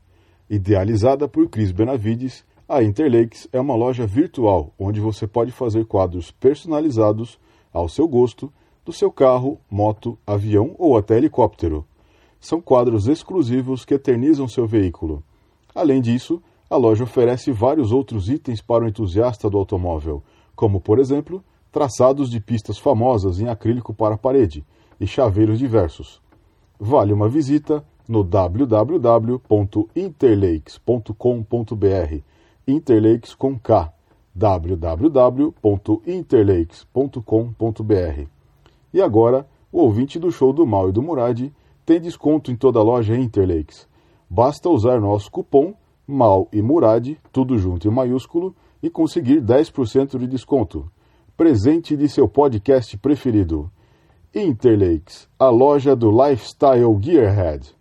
A: Idealizada por Cris Benavides, a Interlakes é uma loja virtual onde você pode fazer quadros personalizados ao seu gosto do seu carro, moto, avião ou até helicóptero. São quadros exclusivos que eternizam seu veículo. Além disso, a loja oferece vários outros itens para o entusiasta do automóvel, como, por exemplo, traçados de pistas famosas em acrílico para parede e chaveiros diversos. Vale uma visita no www.interlakes.com.br Interlakes com K www.interlakes.com.br e agora, o ouvinte do show do Mal e do Murad tem desconto em toda a loja Interlakes. Basta usar nosso cupom MAL e Murad, tudo junto em maiúsculo, e conseguir 10% de desconto. Presente de seu podcast preferido. Interlakes, a loja do Lifestyle Gearhead.